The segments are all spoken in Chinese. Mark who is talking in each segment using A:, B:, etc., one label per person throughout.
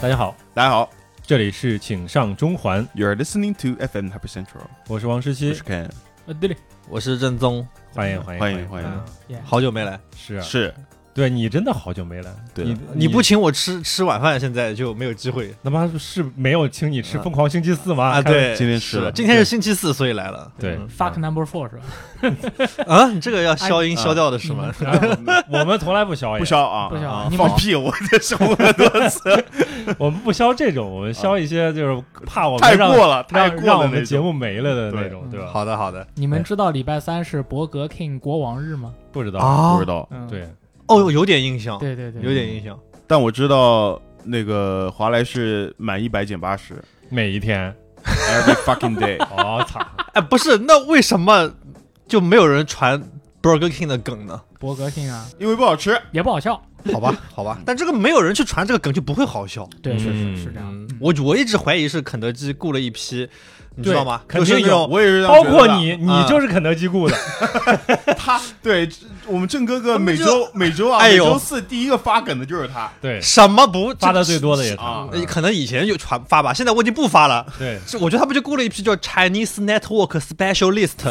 A: 大家好
B: 这里是请上中环，
A: ，You're listening to FM Happy Central，
B: 我是王石
A: 我
B: 溪
A: 是，Ken，
C: 呃，对对，
D: 我是正宗，
B: 欢迎欢迎
A: 欢迎欢
B: 哎欢
A: 迎
B: 迎，
C: Yeah
D: 好久没来，
B: 是啊，
A: 是
B: 对你真的好久没来，
A: 对啊
B: 你
D: 你不请我吃吃晚饭，现在就没有机会
B: 他妈是没有请你吃疯狂星期四吗？
D: 啊。
B: 看
D: 对，
A: 今天吃了
D: 是今天是星期四，所以来 了。
B: 对
C: ，fuck number four 是吧？
D: 啊，你这个要消音
A: 哎
D: 消掉的 是吗？
B: 啊 我我们从来不消，
A: 不，消啊，
C: 不
D: 啊
C: 行，你们
A: 放屁！我这说了多次，
B: 我们不消这种，我们消一些就是怕我
A: 啊太
B: 们让
A: 过了，太
B: 让
A: 过
B: 让
A: 了
B: 我
A: 那
B: 们节
A: 种。
B: 目没了的那种，对吧？
D: 好的，好的。
C: 你们知道礼拜三是伯格 King 国王日吗？
A: 嗯
B: 不知道，
D: 啊
A: 不知，道，
C: 嗯，
B: 对，
D: 哦，有点印象，
C: 对对对，
D: 有点印象。
A: 但我知道那个华莱士满一百减八十
B: 每一天，
A: ，every fucking day。
B: 我操，
D: 哎，不是，那为什么就没有人传 Burger King 的梗呢？
C: 伯格 King 啊，
A: 因为不好吃，
C: 也不好笑。
D: 好吧，好吧， 但这个没有人去传这个梗就不会好笑。
C: 对，是
B: 嗯
C: 是是这样的。
D: 我我一直怀疑是肯德基雇了一批，你知道吗？
B: 对
D: 就是
B: 肯定
D: 那
B: 有
D: 种
A: 我也 是这样
B: 包
A: 觉得的。
B: 括你，你
D: 啊
B: 就是肯德基雇的，
A: 他，对我们郑哥哥
D: 他们
A: 每
D: 就
A: 周每周啊，
D: 哎
A: 每
D: 呦
A: 周四第一个发梗的就是他。
B: 对，
D: 什么不
B: 发的最多的也是
A: 啊
B: 他，
D: 呃可能以前就传发吧，现在我已经不发了。
B: 对，
D: 是，我觉得他们就雇了一批叫 Chinese Network Specialist，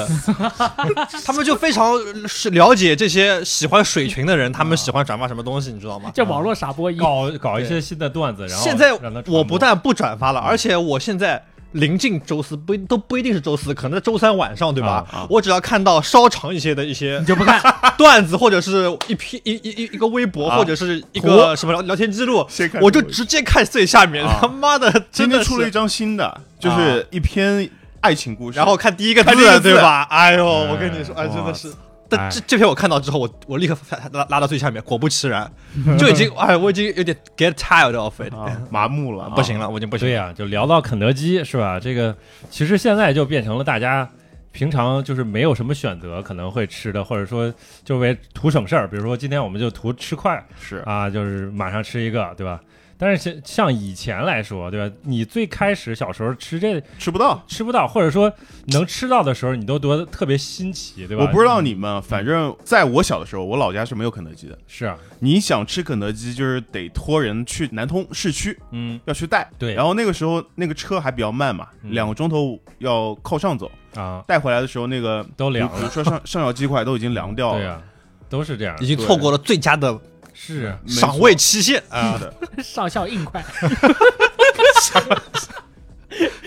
D: 他们就非常是了解这些喜欢水群的人，他们喜欢转发什么东西，你知道吗？
C: 这网络傻波一，
B: 搞搞一些新的段子，然后
D: 现在
B: 让他传播
D: 我不但不转发了，
A: 嗯
D: 而且我现在临近周四不一都不一定是周四，可能周三晚上对吧？
A: 啊啊
D: 我只要看到稍长一些的一些
C: 你就不看，
D: 段子，或者是一批一一一一个微博，
A: 啊
D: 或者是一个什么聊聊天记录
A: 先看，
D: 我就直接看最下面。
A: 啊
D: 他妈的，
A: 今
D: 真
A: 天
D: 的
A: 出了一
D: 是，
A: 张新的，就是一篇爱情故事。
D: 然后看第一个
A: 看第一个字
D: 对吧？哎呦，我跟你说，
B: 哎
D: 哎，真的是。
B: 哎
D: 但这这篇我看到之后，我我立刻拉拉到最下面，果不其然，就已经哎，我已经有点 get tired of it，
A: 啊，麻木了，
D: 不行了，我已经不行
B: 对
D: 了。
B: 呀、就聊到肯德基是吧？这个其实现在就变成了大家平常就是没有什么选择可能会吃的，或者说就为图省事儿，比如说今天我们就图吃快
A: 是
B: 啊，就是马上吃一个，对吧？但是像像以前来说，对吧？你最开始小时候吃这
A: 吃不到。
B: 吃不到，或者说能吃到的时候，你都觉得特别新奇，对吧？嗯
A: 我不知道你们，反正在我小的时候，我老家是没有肯德基的。
B: 是啊，
A: 你想吃肯德基，就是得托人去南通市区，
B: 嗯
A: 要去带。
B: 对
A: 然后那个时候那个车还比较慢嘛，
B: 嗯
A: 两个钟头要靠上走。
B: 啊，
A: 带回来的时候，那个
B: 都凉
A: 比如
B: 了，
A: 说上上小鸡块都已经凉掉
B: 对啊
A: 了。
B: 呀、都是这样
D: 已，经错过了最佳的
B: 是啊
A: 没错
D: 赏味期限啊
A: 是！的，
C: 上校硬块，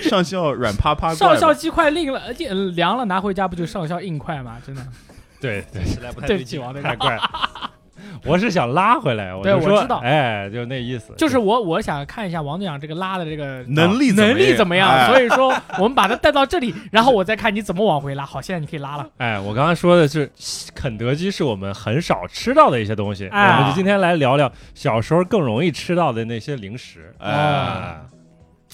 A: 上校软趴趴怪
C: 上
A: 吧
C: 校鸡块硬了，呃这呃凉了拿回家不就上校硬块吗？真的，
B: 对对。
D: 实在不太
C: 对不起王 队
B: 太
C: 长。
B: 怪。我是想拉回来，我
C: 对
B: 就
C: 我
B: 说，
C: 知道
B: 哎，就那意思，
C: 就是我，我想看一下王队长这个拉的这个
A: 能力
C: 啊能力怎么样？所
A: 以
C: 以说，我们把它带到这里，然后我再看你怎么往回拉。好，现在你可以拉了。
B: 哎，我刚刚说的是肯德基是我们很少吃到的一些东西，
C: 哎
B: 我们就今天来聊聊小时候更容易吃到的那些零食。
A: 哎，
B: 啊，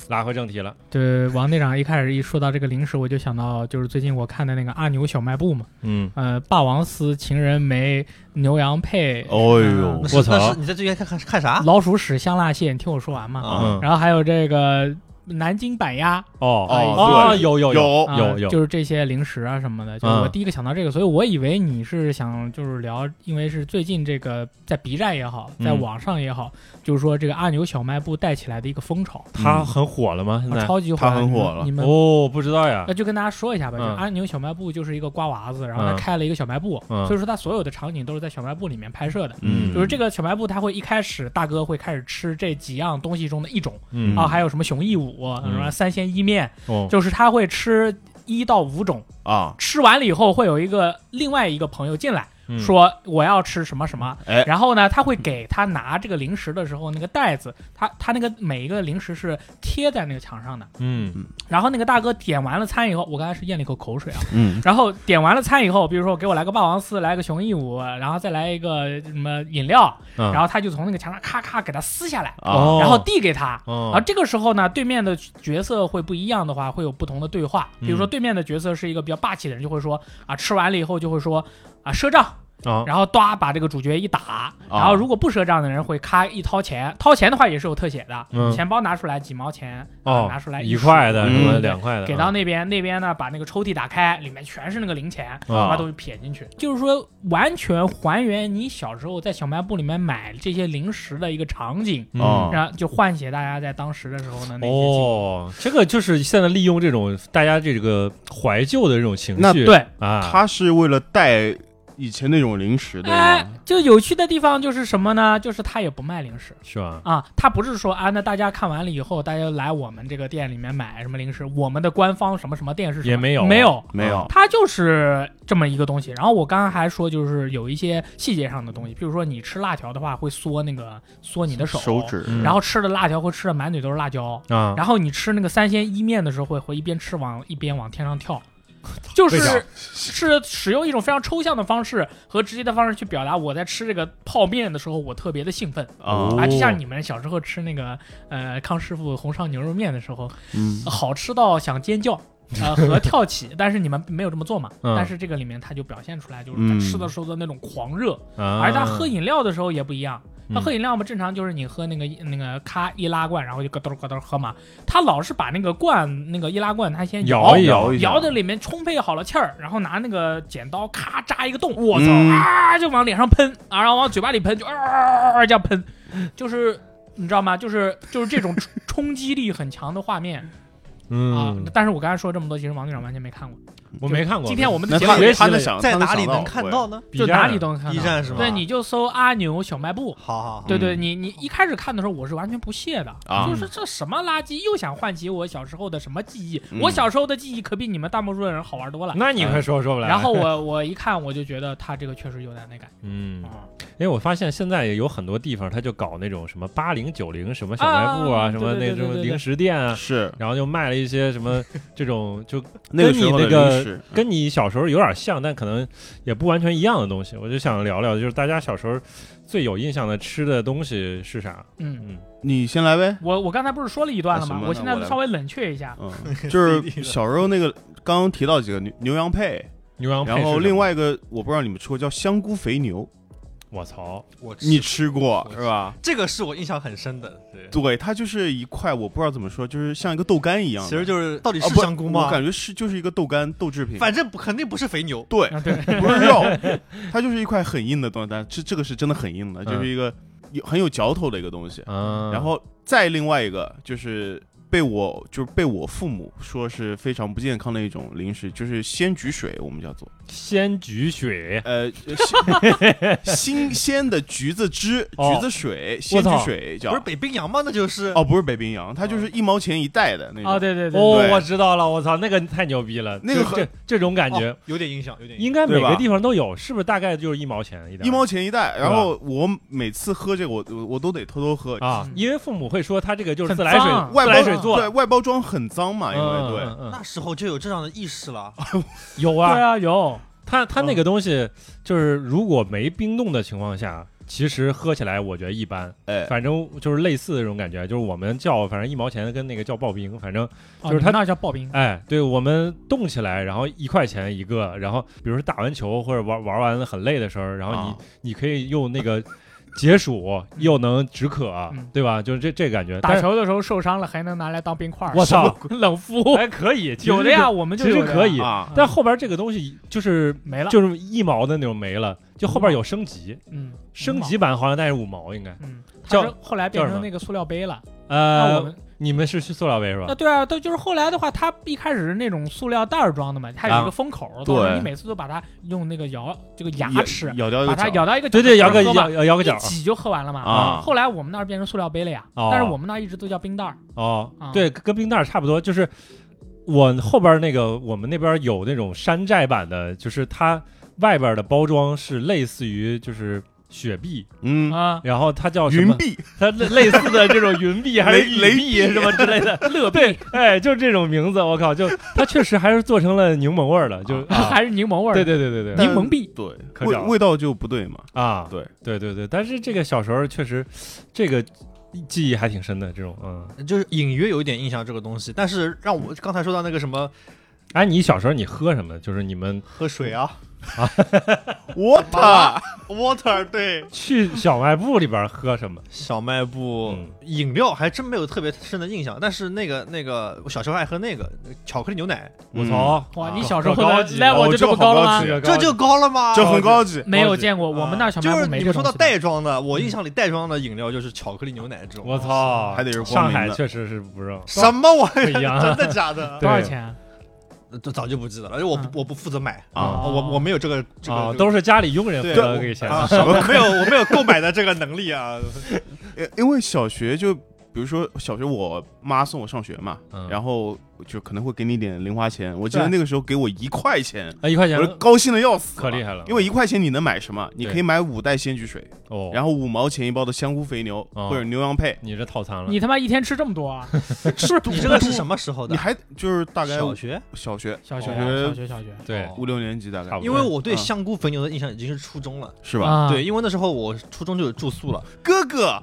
B: 拉回正题了，
C: 对，王队长一开始一说到这个零食，我就想到就是最近我看的那个阿牛小卖部嘛，
B: 嗯，
C: 呃，霸王丝、情人梅、牛羊配、
A: 哦呦
C: 嗯，
B: 我操
D: 那是你在这边看看看啥？
C: 老鼠屎香辣蟹，你听我说完嘛。
A: 啊
B: 嗯
C: 然后还有这个南京板鸭，
B: 哦
A: 哦对
B: 有有
A: 有
C: 啊
B: 有有
C: 就是这些零食啊什么的，就是我
B: 嗯
C: 第一个想到这个，所以我以为你是想就是聊，因为是最近这个在 B 站也好，在
B: 嗯
C: 网上也好，就是说这个阿牛小卖部带起来的一个风潮，
A: 嗯
B: 它很火了吗？现
C: 啊
B: 在
C: 超级火，
A: 它很火了
C: 你们
B: 哦，不知道呀
C: 那，就跟大家说一下吧，就
B: 嗯
C: 阿牛小卖部就是一个瓜娃子，然后
B: 嗯
C: 他开了一个小卖部，
B: 嗯
C: 所以说他所有的场景都是在小卖部里面拍摄的。
A: 嗯
C: 就是这个小卖部，他会一开始大哥会开始吃这几样东西中的一种
B: 嗯
C: 啊，还有什么熊一五，什么三鲜一面，
B: 哦
C: 就是他会吃一到五种，
A: 啊，
C: 吃完了以后会有一个另外一个朋友进来
B: 嗯
C: 说我要吃什么什么，
A: 哎
C: 然后呢他会给他拿这个零食的时候那个袋子，他他那个每一个零食是贴在那个墙上的，
B: 嗯
C: 然后那个大哥点完了餐以后，我刚才是咽了一口口水啊。
A: 嗯，
C: 然后点完了餐以后，比如说给我来个霸王丝，来个熊一五，然后再来一个呃什么饮料，
B: 嗯
C: 然后他就从那个墙上咔咔给他撕下来，
A: 啊，
C: 然后递给他。
B: 哦
C: 而这个时候呢，对面的角色会不一样的话，会有不同的对话。比如说，
B: 嗯
C: 对面的角色是一个比较霸气的人，就会说啊，吃完了以后就会说啊，赊账
B: 啊
C: 然后哒把这个主角一打，
B: 哦
C: 然后如果不赊账的人会咔一掏钱，掏钱的话也是有特写的，
B: 嗯
C: 钱包拿出来几毛钱，啊
B: 哦，
C: 拿出来
B: 一块的
A: 嗯
B: 什么两块的，啊
C: 给到那边，那边呢把那个抽屉打开，里面全是那个零钱，
B: 啊
C: 把东西撇进去，就是说完全还原你小时候在小卖部里面买这些零食的一个场景，
B: 嗯
A: 哦
C: 然后就唤起大家在当时的时候呢那些经历。
B: 哦，这个就是现在利用这种大家这个怀旧的这种情
A: 那
B: 绪，
C: 对，
B: 啊，
A: 他是为了带以前那种零食的
C: 哎
A: 吗，
C: 就有趣的地方就是什么呢？就是他也不卖零食。
B: 是吧？
C: 啊，他不是说啊，那大家看完了以后，大家来我们这个店里面买什么零食，我们的官方什么什么店是什么
B: 也没有嗯
C: 没有，
A: 没有
C: 它就是这么一个东西。然后我刚刚还说，就是有一些细节上的东西，比如说你吃辣条的话，会缩那个缩你的手，
A: 手指，
B: 嗯
C: 然后吃的辣条会吃的满嘴都是辣椒，
B: 啊，
C: 然后你吃那个三鲜伊面的时候，会会一边吃往一边往天 上跳。就是
B: 为啥
C: 是使用一种非常抽象的方式和直接的方式去表达我在吃这个泡面的时候，我特别的兴奋。
A: 啊，
C: 啊，就
B: 哦
C: 像你们小时候吃那个呃康师傅红烧牛肉面的时候，
A: 嗯，
C: 好吃到想 尖叫。呃，和跳起， 但是你们没有这么做嘛？
B: 嗯
C: 但是这个里面它就表现出来，就是在吃的时候的那种狂热，
B: 啊
C: 而他喝饮料的时候也不一样。他
B: 嗯
C: 喝饮料嘛，正常就是你喝那个那个咔易拉罐，然后就咯噔咯噔喝嘛。他老是把那个罐那个易拉罐，他先
B: 摇一
A: 摇
B: 摇
A: 一下
C: 摇的里面充沛好了气儿，然后拿那个剪刀咔扎一个洞，我操、
A: 嗯
C: 啊，就往脸上喷啊，然后往嘴巴里喷，就啊这样喷，就是你知道吗？就是就是这种冲冲击力很强的画面啊、
B: 嗯，
C: 但是我刚才说这么多，其实王队长完全没看过。
B: 我没看过。
C: 今天我们的
A: 那
C: 节
A: 他
C: 目
B: 也
A: 他能
B: 是
A: 想
D: 在
A: 他
D: 哪里
A: 能
D: 能
A: 想
D: 看
A: 我也
D: 到呢？
C: 就哪里都能看
D: B
C: 到。
D: 站是吗？
C: 对，你就搜阿牛小卖
B: 嗯
C: 部，
D: 好好好，
C: 对对，你你一开始看的时候，我是完全不屑的，
B: 嗯
A: 啊
C: 就是这什么垃圾，又想唤起我小时候的什么记忆？
A: 嗯
C: 我小时候的记忆可比你们大多数的人好玩多了。
B: 那你快说说来。
C: 然后我我一看，我就觉得他这个确实有点那感
B: 嗯
C: 觉，，
B: 因为我发现现在也有很多地方，他就搞那种什么八零九零什么小卖部
C: 啊
B: 啊，什么
C: 对对
B: 那
C: 对对
B: 种
C: 对
B: 零食店啊，
A: 是
B: 然后就卖了一些什 么这种就
A: 那个
B: 跟
A: 时
B: 你
A: 候
B: 那
A: 的零
B: 个
A: 食，
B: 跟你小时候有点像，但可能也不完全一样的东西。我就想聊聊，就是大家小时候最有印象的吃的东西是啥？
C: 嗯，
B: 嗯，
A: 你先来呗。
C: 我我刚才不是说了一段了
A: 啊
C: 吗
A: 什？么
C: 我现
A: 那
C: 在
A: 我来
C: 稍微冷却一 下，
A: 嗯，就是小时候那个刚刚提到几个牛牛羊配，
B: 牛羊配
A: 然后
B: 是什么
A: 另外一个我不知道你们吃过叫香菇肥牛，
B: 我操，
D: 我
A: 你吃过
D: 我吃
A: 是吧？
D: 这个是我印象很深的，对，
A: 对，它就是一块我不知道怎么说，就是像一个豆干一样的。
D: 其实就是到底
A: 啊
D: 是
A: 不
D: 香菇
A: 我
D: 吗？
A: 感觉是就是一个豆干豆制品。
D: 反正不肯定不是肥牛，
A: 对，
C: 啊对，
A: 不是 肉，它就是一块很硬的东西，但这这个是真的很硬的，就是一个有很有嚼头的一个东西。
C: 啊
B: 嗯，
A: 然后再另外一个就是被我就是被我父母说是非常不健康的一种零食，就是鲜菊水，我们叫做
B: 鲜菊水，
A: 呃新新鲜 的橘子汁、
B: 哦
A: 橘子水、鲜
B: 我
A: 菊
B: 操
A: 水叫
D: 不是北冰洋吗？那就是
A: 哦，不是北冰洋，它就是一毛钱一袋的那
C: 啊
A: 种。
C: 对对对，
B: 哦
A: 对，
B: 我知道了，我操，那个太牛逼了，
A: 那个
B: 就
A: 很
B: 这这种感
D: 感
B: 觉。
D: 哦有点印象，有点印
B: 应该每
A: 对吧
B: 个地方都有，是不是？大概就是一毛钱一点儿，
A: 一毛钱一袋，
B: 吧
A: 然后我每次喝这个，我我我都得偷偷喝，
B: 啊，因为父母会说他这个就是
C: 很
B: 自来水，
C: 脏啊
A: 外
B: 自来
A: 包
B: 水做
A: 对外包装很脏嘛，因为
B: 嗯
A: 对，
B: 嗯嗯
D: 那时候就有这样的意识了，
B: 有
C: 对
B: 啊，
C: 啊有，
B: 他他那
A: 嗯
B: 个东西就是如果没冰冻的情况下，其实喝起来我觉得一般，
A: 哎，
B: 反正就是类似的这种感觉，就是我们叫反正一毛钱跟那个叫刨冰，反正就
C: 哦
B: 是
C: 你
B: 它
C: 们那叫刨冰，
B: 哎，对我们冻起来，然后一块钱一个，然后比如说打完球或者玩玩完了很累的时候，然后你、
A: 啊
B: 你可以用那个解暑，又能止渴，
C: 嗯
B: 对吧？就是这这感觉。但
C: 打
B: 是
C: 球的时候受伤了还能拿来当冰块儿，
B: 我操，
C: 冷敷，
B: 还可以，其实
C: 有
B: 是
C: 的呀，。我们就
B: 其实
C: 有的呀嗯
B: 可以
A: 啊，
B: 但后边这个东西就是
C: 没了，
B: 就是一毛的那种没了，就后边有升级，
C: 嗯，
B: 升级版好像大概是五毛应该。
C: 嗯，嗯，它
B: 叫
C: 是后来变
B: 叫什
C: 成
B: 么
C: 那个塑料杯了，那我
B: 呃
C: 们，
B: 你们是去塑料杯是
C: 啊，
B: 吧？
C: 对啊，对，就是后来的话，它一开始是那种塑料袋儿装的嘛，它有一
B: 啊
C: 个封口，到时候
A: 对
C: 你每次都把它用那个咬这个牙
A: 咬
C: 齿，
A: 咬掉一
C: 把
A: 个
C: 它
A: 角，
C: 咬到一个
B: 对对，
C: 角
B: 摇
C: 儿
B: 个
C: 喝
B: 摇
C: 嘛，
B: 摇摇个角
C: 一挤就喝完了嘛。
A: 啊
C: 后来我们那儿变成塑料杯了呀，
B: 哦
C: 但是我们那儿一直都叫冰袋儿，
B: 哦
C: 啊，
B: 对，跟冰袋儿差不多，就是我后边那个我们那边有那种山寨版的，就是它外边的包装是类似于就是雪碧，
A: 嗯，
C: 啊，
B: 然后它叫什
A: 云
B: 么？
A: 碧
B: 它类类似的这种云碧还是
A: 雷
B: 雨
A: 雷
B: 碧什么之类 的，
C: 乐
B: 对
C: 碧，
B: 哎，就这种名字，我靠，就它确实还是做成了柠檬味儿的，就
C: 还是柠檬味儿，
B: 啊对对对对对
C: 啊柠檬碧，
A: 对，
B: 可
A: 味
B: 长
A: 味道就不对嘛，
B: 啊，
A: 对
B: 对对对，但是这个小时候确实，这个记忆还挺深的。这种，嗯，
D: 就是隐约有一点印象这个东西。但是让我刚才说到那个什么
B: 哎，你小时候你喝什么？就是你们
D: 喝水啊，
A: water water 对，
B: 去小卖部里边喝什么？
D: 小卖部、
B: 嗯
D: 饮料还真没有特别深的印象，但是那个那个我小时候爱喝那个巧克力牛奶，
B: 我
A: 嗯哦
B: 操！
C: 哇，
D: 啊
C: 你小时候
B: 这高级
C: 来我就这么高了吗
A: 这？
D: 这就高了吗？
A: 这很高级，
C: 没有见过，
D: 啊
C: 我们那儿小卖
D: 就是
C: 部没
D: 你
C: 这
D: 们
C: 东
D: 说
C: 西的。
D: 到袋装的，我印象里袋装的饮料就是巧克力牛奶这种。
B: 我操！
A: 还得是光
B: 上
A: 明
B: 海
A: 的
B: 确实是不让，
D: 什么玩
B: 不
D: 意
B: 一样啊
D: 儿？真的假的？
B: 对
C: 多少钱？啊
D: 这早就不记得了，因为我
C: 嗯
D: 不我不负责买，
A: 啊
C: 哦
D: 我我没有这个这
B: 啊
D: 个，
B: 都是家里佣人
D: 对
B: 负责给钱。
D: 啊，我没有我没有购买的这个能力啊。
A: 呃因为小学就比如说小学我妈送我上学嘛，
B: 嗯
A: 然后就可能会给你点零花钱，我记得
B: 对
A: 那个时候给我一块钱，
B: 啊，一块钱
A: 我就高兴的要死，啊
B: 可厉害了
A: 因为一块钱你能买什么？你可以买五袋鲜菊水，
B: 哦，
A: 然后五毛钱一包的香菇肥牛
B: 哦
A: 或者牛羊配，
B: 你这套餐了，
C: 你他妈一天吃这么多啊？是
D: 你这个是什么时候
A: 你
D: 的？
A: 还就是大概
D: 小学？
A: 小学
C: 小学
A: 我
C: 啊
A: 觉得
C: 小学小学
B: 对
D: 哦
A: 五六年级大
B: 差
A: 概
B: 不多
D: 因为我对
A: 嗯
D: 香菇肥牛的印象已经是初中了，
A: 是吧？
C: 啊，
D: 对，，因为那时候我初中就有住宿了，
A: 哥哥，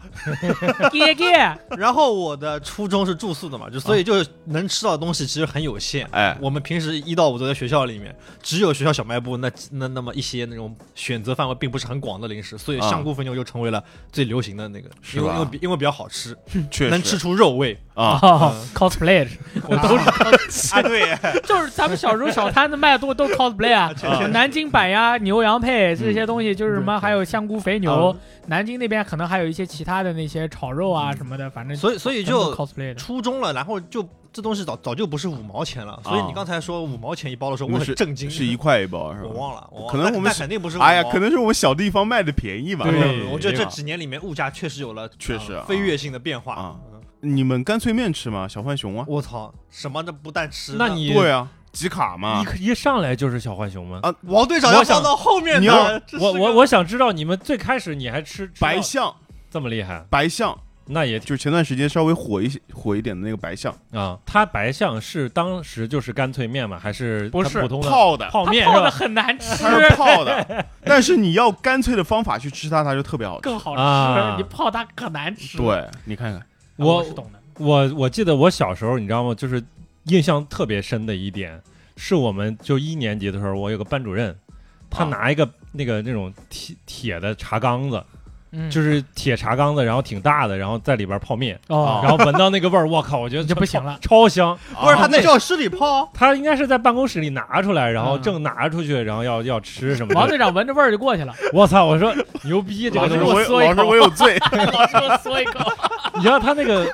C: 爹
A: 啊
C: 爹，
D: 然后我的初中是住宿的嘛，就所
A: 嗯
D: 以就能吃到的东西其实很有限。
A: 哎，
D: 我们平时一到五都在学校里面，只有学校小卖部那那那么一些那种选择范围并不是很广的零食，所以
A: 啊
D: 香菇肥牛就成为了最流行的那个，
A: 是
D: 因为
A: 吧
D: 因为比因为比较好吃，
A: 确实
D: 能 吃出肉味
A: 啊，
C: 哦 cosplay，
D: 我都是啊，对，
C: 就是咱们小时候小摊子卖的多都 cosplay 啊，南京板鸭、牛羊配这些东西，就是什么还有香菇肥牛，南京那边可能还有一些其他的那些炒肉啊什么的，
A: 哎
C: 反正
D: 所以所以
C: 全部都
D: 就
C: cosplay 的。
D: 初中了，然后就这东西早早就不是五毛钱了，所以你刚才说五毛钱一包的时候，
A: 那
D: 我
A: 啊是
D: 很震 惊，
A: 是一块一包是
D: 我
A: 吧？
D: 忘了，我忘了
A: 可能我们
D: 那
A: 是
D: 肯定不是五毛，
A: 哎呀，可能是我们小地方卖的便宜吧。
B: 对
D: 嗯我觉得
A: 对
D: 这
A: 吧
D: 几年里面物价确实有了
A: 确实
D: 呃
A: 啊
D: 飞跃性的变化
A: 啊。
D: 嗯
A: 你们干脆面吃吗？小浣熊啊？
D: 我操，什么都不但吃，
B: 那你
A: 对啊，集卡嘛。
B: 一一上来就是小浣熊吗？
D: 王队长
B: 我
D: 要
B: 想
D: 放到后面
A: 你要
D: 的，这是
B: 我我
D: 个
B: 我想知道你们最开始你还吃吃到
A: 白象，
B: 这么厉害，
A: 白象
B: 那也挺
A: 就是前段时间稍微火一些火一点的那个白象，
B: 啊。它白象是当时就是干脆面吗？还是
C: 不
B: 它
C: 是
B: 普通的
A: 泡的，
B: 泡面是
C: 它泡的
B: 吧？
C: 很难 吃，
A: 它是泡的，但是你要干脆的方法去吃它，它就特别好吃。
C: 更好
B: 啊
C: 吃，你泡它可难吃。啊，
A: 对你看看，
C: 我
B: 我
C: 是懂的。
B: 我我记得我小时候，你知道吗？就是印象特别深的一点，是我们就一年级的时候，我有个班主任，他
A: 啊
C: 哦
B: 拿一个、那个那种铁铁的茶缸子，
C: 嗯，
B: 就是铁茶缸子，然后挺大的，然后在里边泡面，
C: 哦，
B: 然后闻到那个味儿，我靠，我觉得
C: 这
B: 超
C: 不行了，
B: 超香。
A: 啊
D: 不是他
B: 那
D: 在教室里泡，
B: 他应该是在办公室里拿出来，然后
C: 嗯
B: 正拿出去，然后要要吃什么
C: 王
B: 的。
C: 队长闻着味儿就过去了。
B: 我操！我说牛逼，这
A: 老
B: 个
A: 师
B: 东西
C: 我
A: 我有
C: 嗦一
A: 啊老师
C: 口
A: 我有罪，
C: 老师，我嗦一口。
B: 你知道他那个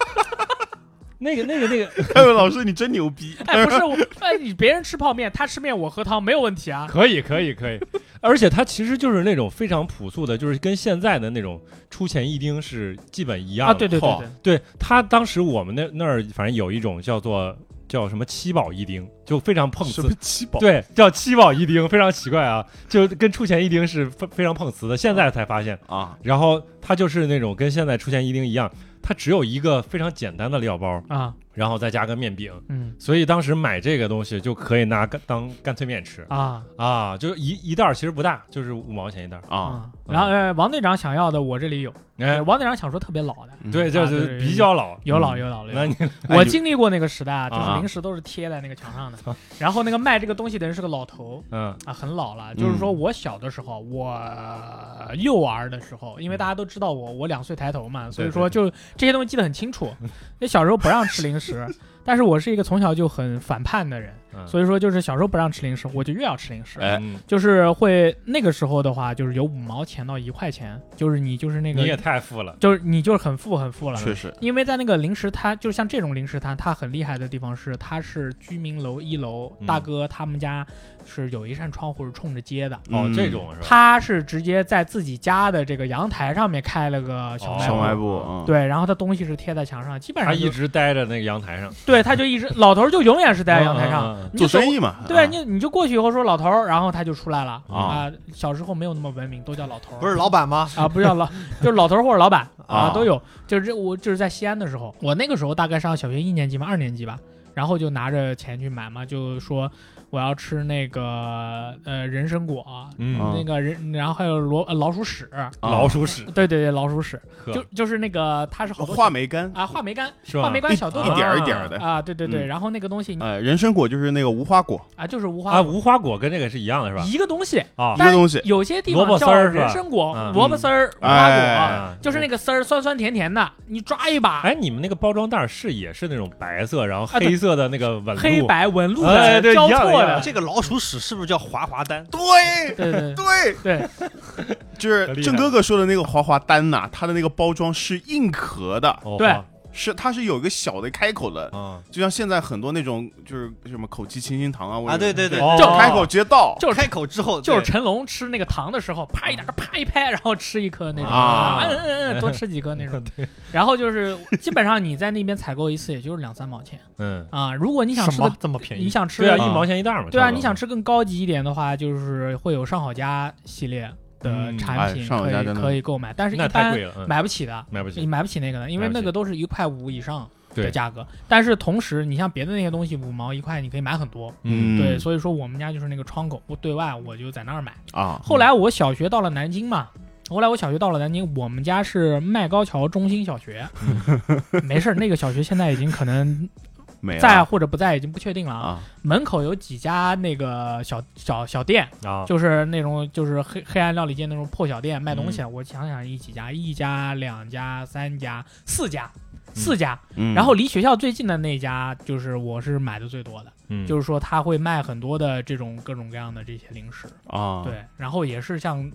B: 那个那个那个
A: 哎呦老师你真牛逼，
C: 哎，不是我，哎，你别人吃泡面，他吃面，我喝汤，没有问题 啊。
B: 可以，可以，可以。而且它其实就是那种非常朴素的，就是跟现在的那种出前一丁是基本一样的。哦
C: 啊，对对对对，
B: 对，它当时我们那那儿反正有一种叫做叫什么七宝一丁，就非常碰
A: 什
B: 瓷
A: 么。七宝？
B: 对，叫七宝一丁，非常奇怪啊，就跟出前一丁是非非常碰瓷的，现在才发现。
A: 啊，
B: 然后它就是那种跟现在出前一丁一样，它只有一个非常简单的料包，
C: 啊，
B: 然后再加个面饼，
C: 嗯
B: 所以当时买这个东西就可以拿干当干脆面吃。
C: 啊
B: 啊，就是一一袋儿其实不大，就是五毛钱一袋儿。
A: 啊，
B: 嗯
C: 然后呃，王队长想要的我这里有，呃
B: 哎，
C: 王队长想说特别老的，
A: 嗯
B: 对，就
C: 啊
B: 是
C: 对
B: 比较老，
C: 有老
B: 嗯
C: 有老有
B: 那
C: 老。
B: 你
A: 哎
C: 我
A: 你
C: 经历过那个时代啊，就是
A: 啊
C: 零食都是贴在那个墙上
B: 啊
C: 的，然后那个卖这个东西的人是个老头
B: 嗯
C: 啊，很老了。就是说我小的时候，我幼儿的时候，因为大家都知道我，我两岁抬头嘛，所以说就这些东西记得很清楚。那小时候不让吃零食，但是我是一个从小就很反叛的人，
B: 嗯，
C: 所以说就是小时候不让吃零食，我就越要吃零食。
A: 哎
B: 嗯
C: 就是会那个时候的话，就是有五毛钱到一块钱，就是你就是那
B: 你也
C: 个，
B: 太富了，
C: 就是你就是很富很富了。
A: 确实
C: 因为在那个零食摊，就像这种零食摊，它很厉害的地方是，它是居民楼一楼
B: 嗯
C: 大哥他们家是有一扇窗户是冲着街的，
B: 哦，
A: 嗯
B: 这种是吧？
C: 他是直接在自己家的这个阳台上面开了个小卖
A: 小
C: 部。
A: 卖部啊，
C: 哦对，然后他东西是贴在墙上，基本
B: 哦他
C: 上
B: 一
C: 就
B: 直待着那个阳台上，
C: 对，他就一直老头儿就永远是待在阳台上，
B: 嗯，嗯嗯嗯
C: 你
A: 做
C: 就走
A: 生意嘛，
C: 对
A: 啊
C: 你，你就过去以后说老头儿，然后他就出来了
A: 啊
C: 啊。小时候没有那么文明，都叫老头儿。
D: 不是老板吗？
C: 啊，不是 叫老，就是老头儿或者老板
A: 啊
C: 啊，都有。就是这我就是在西安的时候，我那个时候大概上小学一年级吧，二年级吧，然后就拿着钱去买嘛，就说我要吃那个呃人参果，
A: 啊
B: 嗯，
C: 那个人，然后还有罗、呃老鼠屎，
B: 老鼠屎
C: 对对对，老鼠屎，
B: 呵哦
C: 就就是那个它是好多
A: 话梅干，
C: 啊话梅干，
B: 是吧？
C: 话梅干小豆
A: 一
C: 腐
A: 点儿一点儿的。
C: 啊，对对对，
A: 嗯
C: 然后那个东西你
A: 呃，人参果就是那个无花果，
C: 啊就是无花
B: 啊，
C: 果
B: 无花果跟这个是一样的是吧？
C: 一个东西，
B: 啊
A: 一个东西
C: 但有些地
B: 萝
C: 方
B: 卜丝
C: 叫
B: 儿是吧
C: 人参果
B: 嗯、
C: 萝卜丝儿、无花
A: 哎
C: 果，
B: 啊，
C: 就是那个丝儿酸酸甜甜的，你抓一把，
B: 哎，你们那个包装袋是也是那种白色，然后
C: 啊对
B: 黑色的那个纹路，
C: 黑白纹路
B: 哎
C: 的
B: 对
C: 交
B: 一样
C: 错
B: 一样
C: 的，
D: 这个老鼠屎是不是叫滑滑丹？
A: 对
C: 对对对
A: 对，
C: 对，
A: 就是
B: 厉害
A: 郑哥哥说的那个滑滑丹呐、它的那个包装是硬壳的，
B: 哦
C: 对
B: 好
A: 是它是有一个小的开口的，
B: 啊，
A: 就像现在很多那种就是什么口气清新糖啊，或者
D: 啊对对对
A: 是
B: 哦
A: 就开口直接倒，
C: 就是
D: 开口之后
C: 就是
D: 对
C: 成龙吃那个糖的时候，啪一打，啪一拍，然后吃一颗那种，
A: 啊
C: 嗯嗯嗯，多吃几颗那种。 然后就是基本上你在那边采购一次，也就是两三毛钱
B: 嗯，
C: 啊。如果你想吃
D: 什么
C: 的，
D: 这么便
C: 你
D: 宜？
C: 想吃
B: 对啊，嗯
C: 的
B: 一
D: 啊
B: 毛钱一袋嘛，
C: 对
B: 差
C: 啊，
B: 不多
C: 你想吃更高级一点的话，就是会有上好佳系列的
B: 嗯
C: 产
A: 哎
C: 品
A: 上好
C: 可
A: 佳
C: 以
A: 真的
C: 可以购买，但是
B: 那
C: 一
B: 太
C: 般
B: 贵了，嗯
C: 买不起的。
B: 买不
C: 你
B: 起，
C: 买不起那个的，因为
B: 买不起
C: 那个都是一块五以上的
B: 对
C: 价格。但是同时，你像别的那些东西，五毛一块，你可以买很多。
A: 嗯
C: 对，所以说我们家就是那个窗口，不对外我就在那儿买。
A: 啊，
C: 后来我小学到了南京嘛，后来我小学到了南京，我们家是麦高桥中心小学， 没事儿，那个小学现在已经可能
A: 嗯没了
C: 在或者不在，已经不确定了啊。
A: 啊，
C: 门口有几家那个小小小店，
B: 啊，
C: 嗯就是那种就是黑黑暗料理界那种破小店卖东西，
A: 嗯
C: 我想想一几家，一家、两家、三家、四家。四家，
A: 嗯
C: 然后离学校最近的那家，就是我是买的最多的，
B: 嗯
C: 就是说他会卖很多的这种各种各样的这些零食。
A: 啊，
C: 对，然后也是像，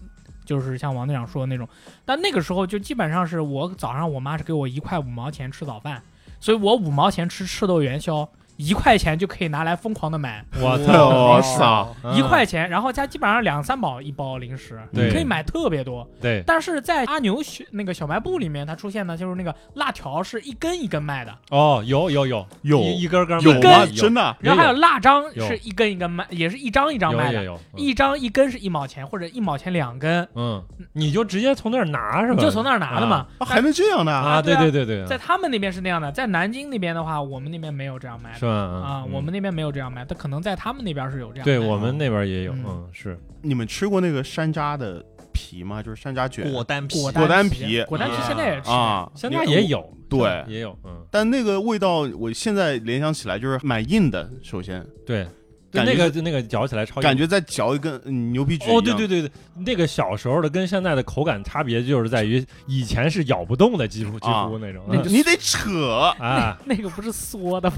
C: 就是像王队长说的那种，但那个时候就基本上是我早上我妈是给我一块五毛钱吃早饭，所以我五毛钱吃赤豆元宵，一块钱就可以拿来疯狂的买，
B: 我操，
A: 我操，
C: 一块钱，然后家基本上两三毛一包零食，
B: 嗯对
C: 你可以买特别多。
B: 嗯对
C: 但是在阿牛小那个小卖部里面，它出现的就是那个辣条是一根一根卖的，
B: 哦，有有有
A: 有
B: 一一根根
A: 有
B: 买有
A: 吗？
B: 啊
A: 真的啊
C: 然后还有辣章
B: 有
C: 是一根一根卖，也是一张一张
B: 有
C: 卖
B: 有
C: 的。
B: 有，嗯
C: 一张一根是一毛钱，或者一毛钱两根，
B: 嗯，你就直接从那儿拿是吧？
C: 你就从那儿拿的嘛。
A: 啊还能这样呢？
B: 啊，对
C: 对
B: 对
C: 啊
B: 对对，
C: 在他们那边是那样的，在南京那边的话，我们那边没有这样卖
B: 是
C: 的
B: 吧？
C: 啊，
B: 嗯
C: 我们那边没有这样卖，但可能在他们那边是有这样卖
B: 对
C: 的。
B: 我们那边也有，
C: 嗯
B: 嗯，是
A: 你们吃过那个山楂的皮吗？就是山楂卷
D: 果丹皮
C: 果
A: 丹皮
C: 果丹皮现在也吃，
A: 啊，
B: 现在也
A: 有。
B: 有，
A: 对
B: 现在也有，嗯，
A: 但那个味道，我现在联想起来就是蛮硬的。首先，
B: 对，就
A: 感
B: 那
A: 觉
B: 个就那个嚼起来超
A: 感
B: 硬
A: 觉在嚼一根嗯牛皮纸一
B: 哦，对
A: 样
B: 对对对，那个小时候的跟现在的口感差别就是在于以前是咬不动的，几乎几
A: 啊
B: 乎那种。
C: 那
B: 嗯
C: 就
A: 你得扯，
B: 啊
C: 那个不是缩的吗？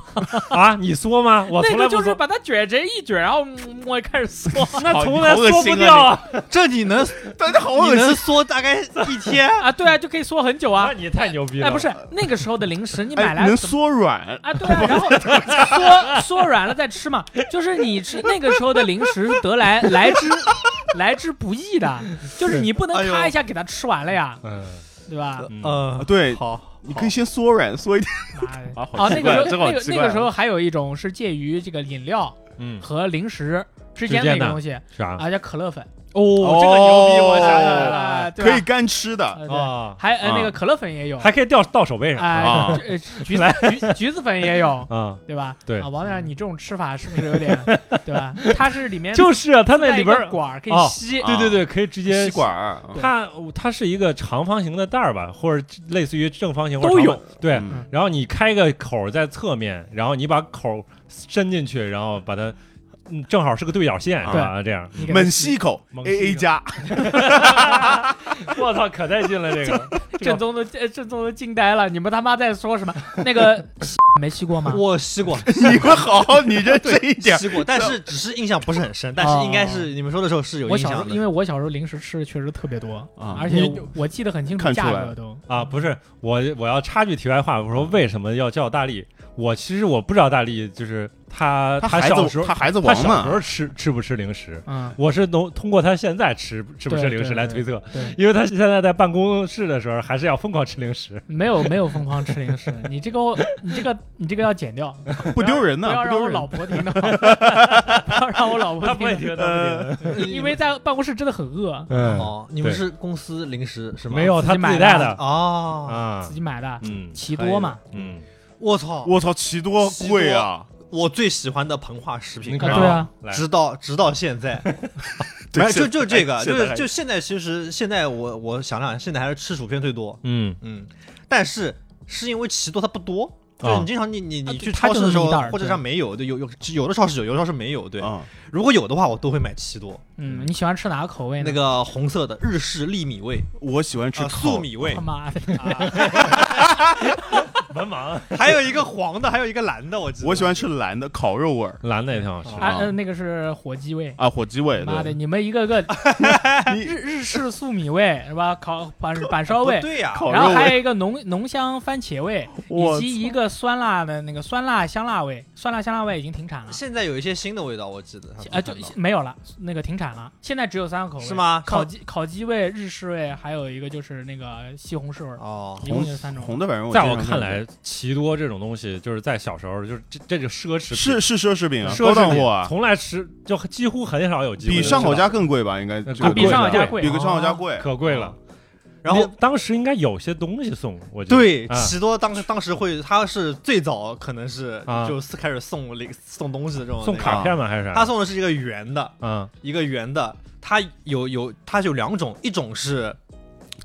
B: 啊！你缩 吗？我
C: 那
B: 从来不
C: 个就是
B: 缩，
C: 把它卷成一卷，然后嗯我 开始缩。？
B: 那
A: 好
B: 从
A: 你
B: 来
A: 好恶
B: 缩
A: 心
B: 不
A: 啊
B: 掉啊！
D: 这 你能
A: 但是好
D: 你
A: 恶
D: 能
A: 心。
D: 缩大概一天
C: 啊，对啊，就可以缩很久啊
B: 那。你太牛逼了！
C: 哎，不是那个时候的零食，你买
A: 哎，
C: 来
A: 能
C: 怎么
A: 缩软，
C: 啊，对啊，然后缩缩软了再吃嘛，就是你吃那个时候的零食是得来来之来之不易的，就是你不能
D: 哎呦
C: 咔一下给它吃完了呀，
B: 嗯，
C: 对吧？
D: 呃，
A: 啊对，
D: 好，
A: 你可以先缩软缩一点
C: 妈
A: 啊，
C: 的哦，那个时
A: 真好
C: 候那个
A: 奇
C: 那
A: 怪
C: 个时候还有一种是介于这个饮料
B: 嗯，
C: 和零食之
B: 之
C: 间
B: 间
C: 的一个
B: 的
C: 东西
B: 啥？
C: 啊，叫可乐粉。
B: 哦，这个牛逼！我想起
D: 哦
B: 来了
C: 啊，对
A: 可
C: 吧
A: 以干吃的
C: 呃对
B: 啊，
C: 还呃
A: 啊
C: 那个可乐粉也有，
B: 还可以掉到手背上
C: 哎
A: 啊
C: 橘橘子橘橘子粉也有，
B: 啊！
C: 对吧？
B: 对
C: 啊，王队长，你这种吃法是不是有点对吧？它是里面
B: 就是啊，它那
C: 带
B: 里
C: 一
B: 边
C: 个
B: 儿，
C: 管儿可
B: 哦
C: 以吸，
B: 对对对，可以直接
A: 吸管儿，嗯
B: 它它是一个长方形的袋儿吧，或者类似于正方形或者
C: 都
B: 长
C: 有
B: 方对，
A: 嗯
B: 然后你开个口儿在侧面，然后你把口儿伸进去，然后把它，嗯，正好是个对角线，是吧？这样，
C: 你给它
A: 猛吸一口
B: 猛吸一口
A: ，A A 加，
B: 我操，可带劲了这个。
C: 正宗的呃正宗的惊呆了，你们他妈在说什么？ 那个没吸过吗？
D: 我吸过，
A: 你们好好，你认真一点。
D: 吸过，但是只是印象不是很深，但
C: 哦
D: 是应该是你们说的时候是有
C: 我
D: 印
C: 小时候
D: 象
C: 因
D: 的。
C: 为我小时候零食吃的确实特别多
A: 啊
C: 而且
B: 你
C: 我记得很清楚
A: 看出
C: 价
A: 来
C: 格都
B: 啊，不是我，我要插句题外话，我说为什么要叫大力？我其实我不知道大力就是他，
A: 他孩
B: 小时
A: 子，
B: 候，
A: 他孩子
B: 他
A: 王
B: 小时
A: 嘛，
B: 候吃吃不吃零食？
C: 嗯，
B: 我是能通过他现在吃吃不吃
C: 对
B: 零
C: 对
B: 食来推
C: 对
B: 测，
C: 对，
B: 因为他现在在办公室的时候还是要疯狂吃零食。
C: 没有没有疯狂吃零 食，你这个你这个你这个要剪掉，
A: 不丢人
C: 不
A: 呢，
C: 要
A: 不
C: 让
A: 丢
C: 我
A: 人。
C: 老婆听 到，不要让我老婆
B: 他不会
C: 听
B: 听，他不
C: 到，
A: 呃
B: 会听。
D: 嗯
C: 因为在办公室真的很饿，
B: 嗯，
D: 哦，你们
B: 对
D: 是公司零食是吗？
B: 没有，
C: 自己
B: 他自
C: 买
B: 己
C: 的
B: 带的
D: 哦，
B: 啊
C: 自己买的
B: 嗯
C: 奇多嘛，啊
B: 嗯，
D: 我操，
A: 我操，奇多贵啊！
D: 我最喜欢的膨化食
B: 你
D: 品，
B: 看
C: 啊对啊
B: 来
D: 直到直到现在，
A: 对
D: 哎就就这个，
A: 现
D: 就
A: 在还
D: 是就现在，其实现在我我想想，现在还是吃薯片最多，
B: 嗯，
D: 嗯，但是是因为奇多它不多，哦就是
B: 啊
D: 你经常你你你
C: 啊对
D: 去
C: 它
D: 超市的
C: 就
D: 时
C: 是
D: 候
C: 一袋儿，
D: 或者
C: 对
D: 上没有，对，有哦有有的超市有，有的超市没有，对，
A: 啊，
D: 如果有的话，我都会买奇多，
C: 嗯，你喜欢吃哪个口味呢？
D: 那个红色的日式粒米味，
A: 我喜欢吃
D: 啊
A: 烤
D: 粟米味
C: 他，妈的，啊
B: 文盲
D: 还有一个黄的，还有一个蓝的，我记得
A: 我喜欢吃蓝的烤肉味儿
B: 蓝的也挺好吃的，
C: 啊，呃那个是火鸡味。
A: 啊，火鸡味。
C: 妈的，
A: 对
C: 你们一个个
A: 你
C: 日日式粟米味是吧？烤板板烧
D: 不
C: 味，
D: 对呀，
A: 烤
C: 然
A: 肉
C: 后
A: 味
C: 还有一个浓浓香番茄味，以
A: 我
C: 及一个酸辣的那个酸辣香辣味，酸辣香辣味已经停产了。
D: 现在有一些新的味道，我记得上次
C: 啊，就
D: 看到
C: 没有了，那个停产了。现在只有三个口味，
D: 是吗
C: 烤鸡、烤鸡味、日式味，还有一个就是那个西红柿味，
D: 哦，
C: 一共就三种。
A: 红的，反正
B: 在
A: 我
B: 我
A: 经常
B: 看
A: 看
B: 来，奇多这种东西，就是在小时候，就是这这就奢侈品，
A: 是是奢侈品啊，
B: 奢
A: 高
B: 侈
A: 档
B: 品
A: 货啊，
B: 从来吃就几乎很少有机会
A: 比上
B: 吃
A: 好
B: 到
A: 家更贵吧？应该
B: 那
A: 这
B: 更
A: 个
B: 比上好
A: 东西
B: 家
C: 贵
A: 比个上好家
C: 哦
A: 贵。
B: 可贵了。
D: 然后
B: 那当时应该有些东西送，我觉得
D: 对，
B: 啊
D: 奇多当时当时会，他是最早可能是
B: 啊
D: 就是开始送礼送东西的这种
B: 送
D: 那个
B: 卡片吗？还是啥？
D: 他送的是一个圆的，
B: 嗯
D: 一个圆的，它有有它有两种，一种是。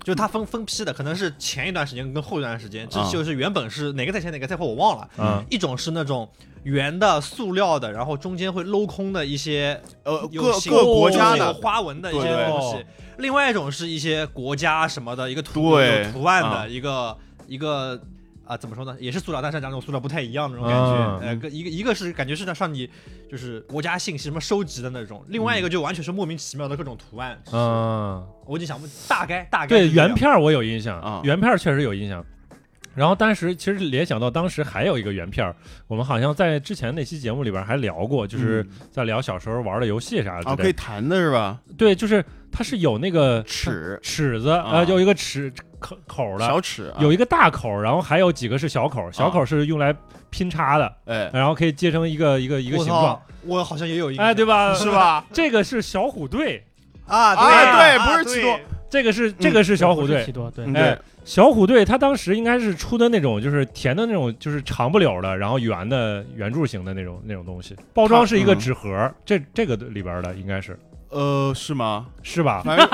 D: 就它分分批的，可能是前一段时间跟后一段时间，这
A: 啊
D: 就是原本是哪个在前哪个在后我忘了。
B: 嗯
D: 一种是那种圆的塑料的，然后中间会镂空的一些
A: 呃，
D: 有
A: 各
D: 形
A: 各国家
D: 有
A: 的
D: 花纹的一些
A: 对对
D: 东西。另外一种是一些国家什么的一个图
A: 对
D: 有图案的、
A: 啊
D: 一个一个啊，怎么说呢？也是塑料，但是两种塑料不太一样的那种感
A: 嗯
B: 啊
D: 觉。
A: 哎
D: 呃，个一个一个是感觉是让你就是国家信息什么收集的那种，另外一个就完全是莫名其妙的各种图案。嗯，
B: 嗯，
D: 我已经想不大概大概
B: 对，
D: 是这样
B: 原片儿我有印
A: 啊
B: 象，原片儿确实有印象。然后当时其实联想到当时还有一个原片儿，我们好像在之前那期节目里边还聊过，就是在聊小时候玩的游戏啥
A: 嗯
B: 之
A: 啊，可
B: 类
A: 以
B: 的。
A: 弹的是吧？
B: 对，就是它是有那个
A: 尺
B: 尺子，
A: 啊
B: 呃，有一个尺口口的，
A: 小尺啊
B: 有一个大口，然后还有几个是小口，小口是用来拼插的，
A: 哎
B: 然后可以接成一个一个一个
D: 我
B: 形
D: 操
B: 状，
D: 我好像也有一个
B: 哎，对吧？
A: 是？ 吧？
B: 这个是小虎队，
D: 啊
A: 啊
D: 对
A: 对不是奇多
B: 这个是这个是小虎
C: 不是
B: 队
C: 奇，多，对
A: 嗯，
B: 哎
A: 对，
B: 小虎队他当时应该是出的那种，就是甜的那种，就是长不了的，然后圆的圆柱形的那种那种东西，包装是一个纸盒，这这个里边的应该是
A: 呃，是吗？
B: 是吧？
A: 反正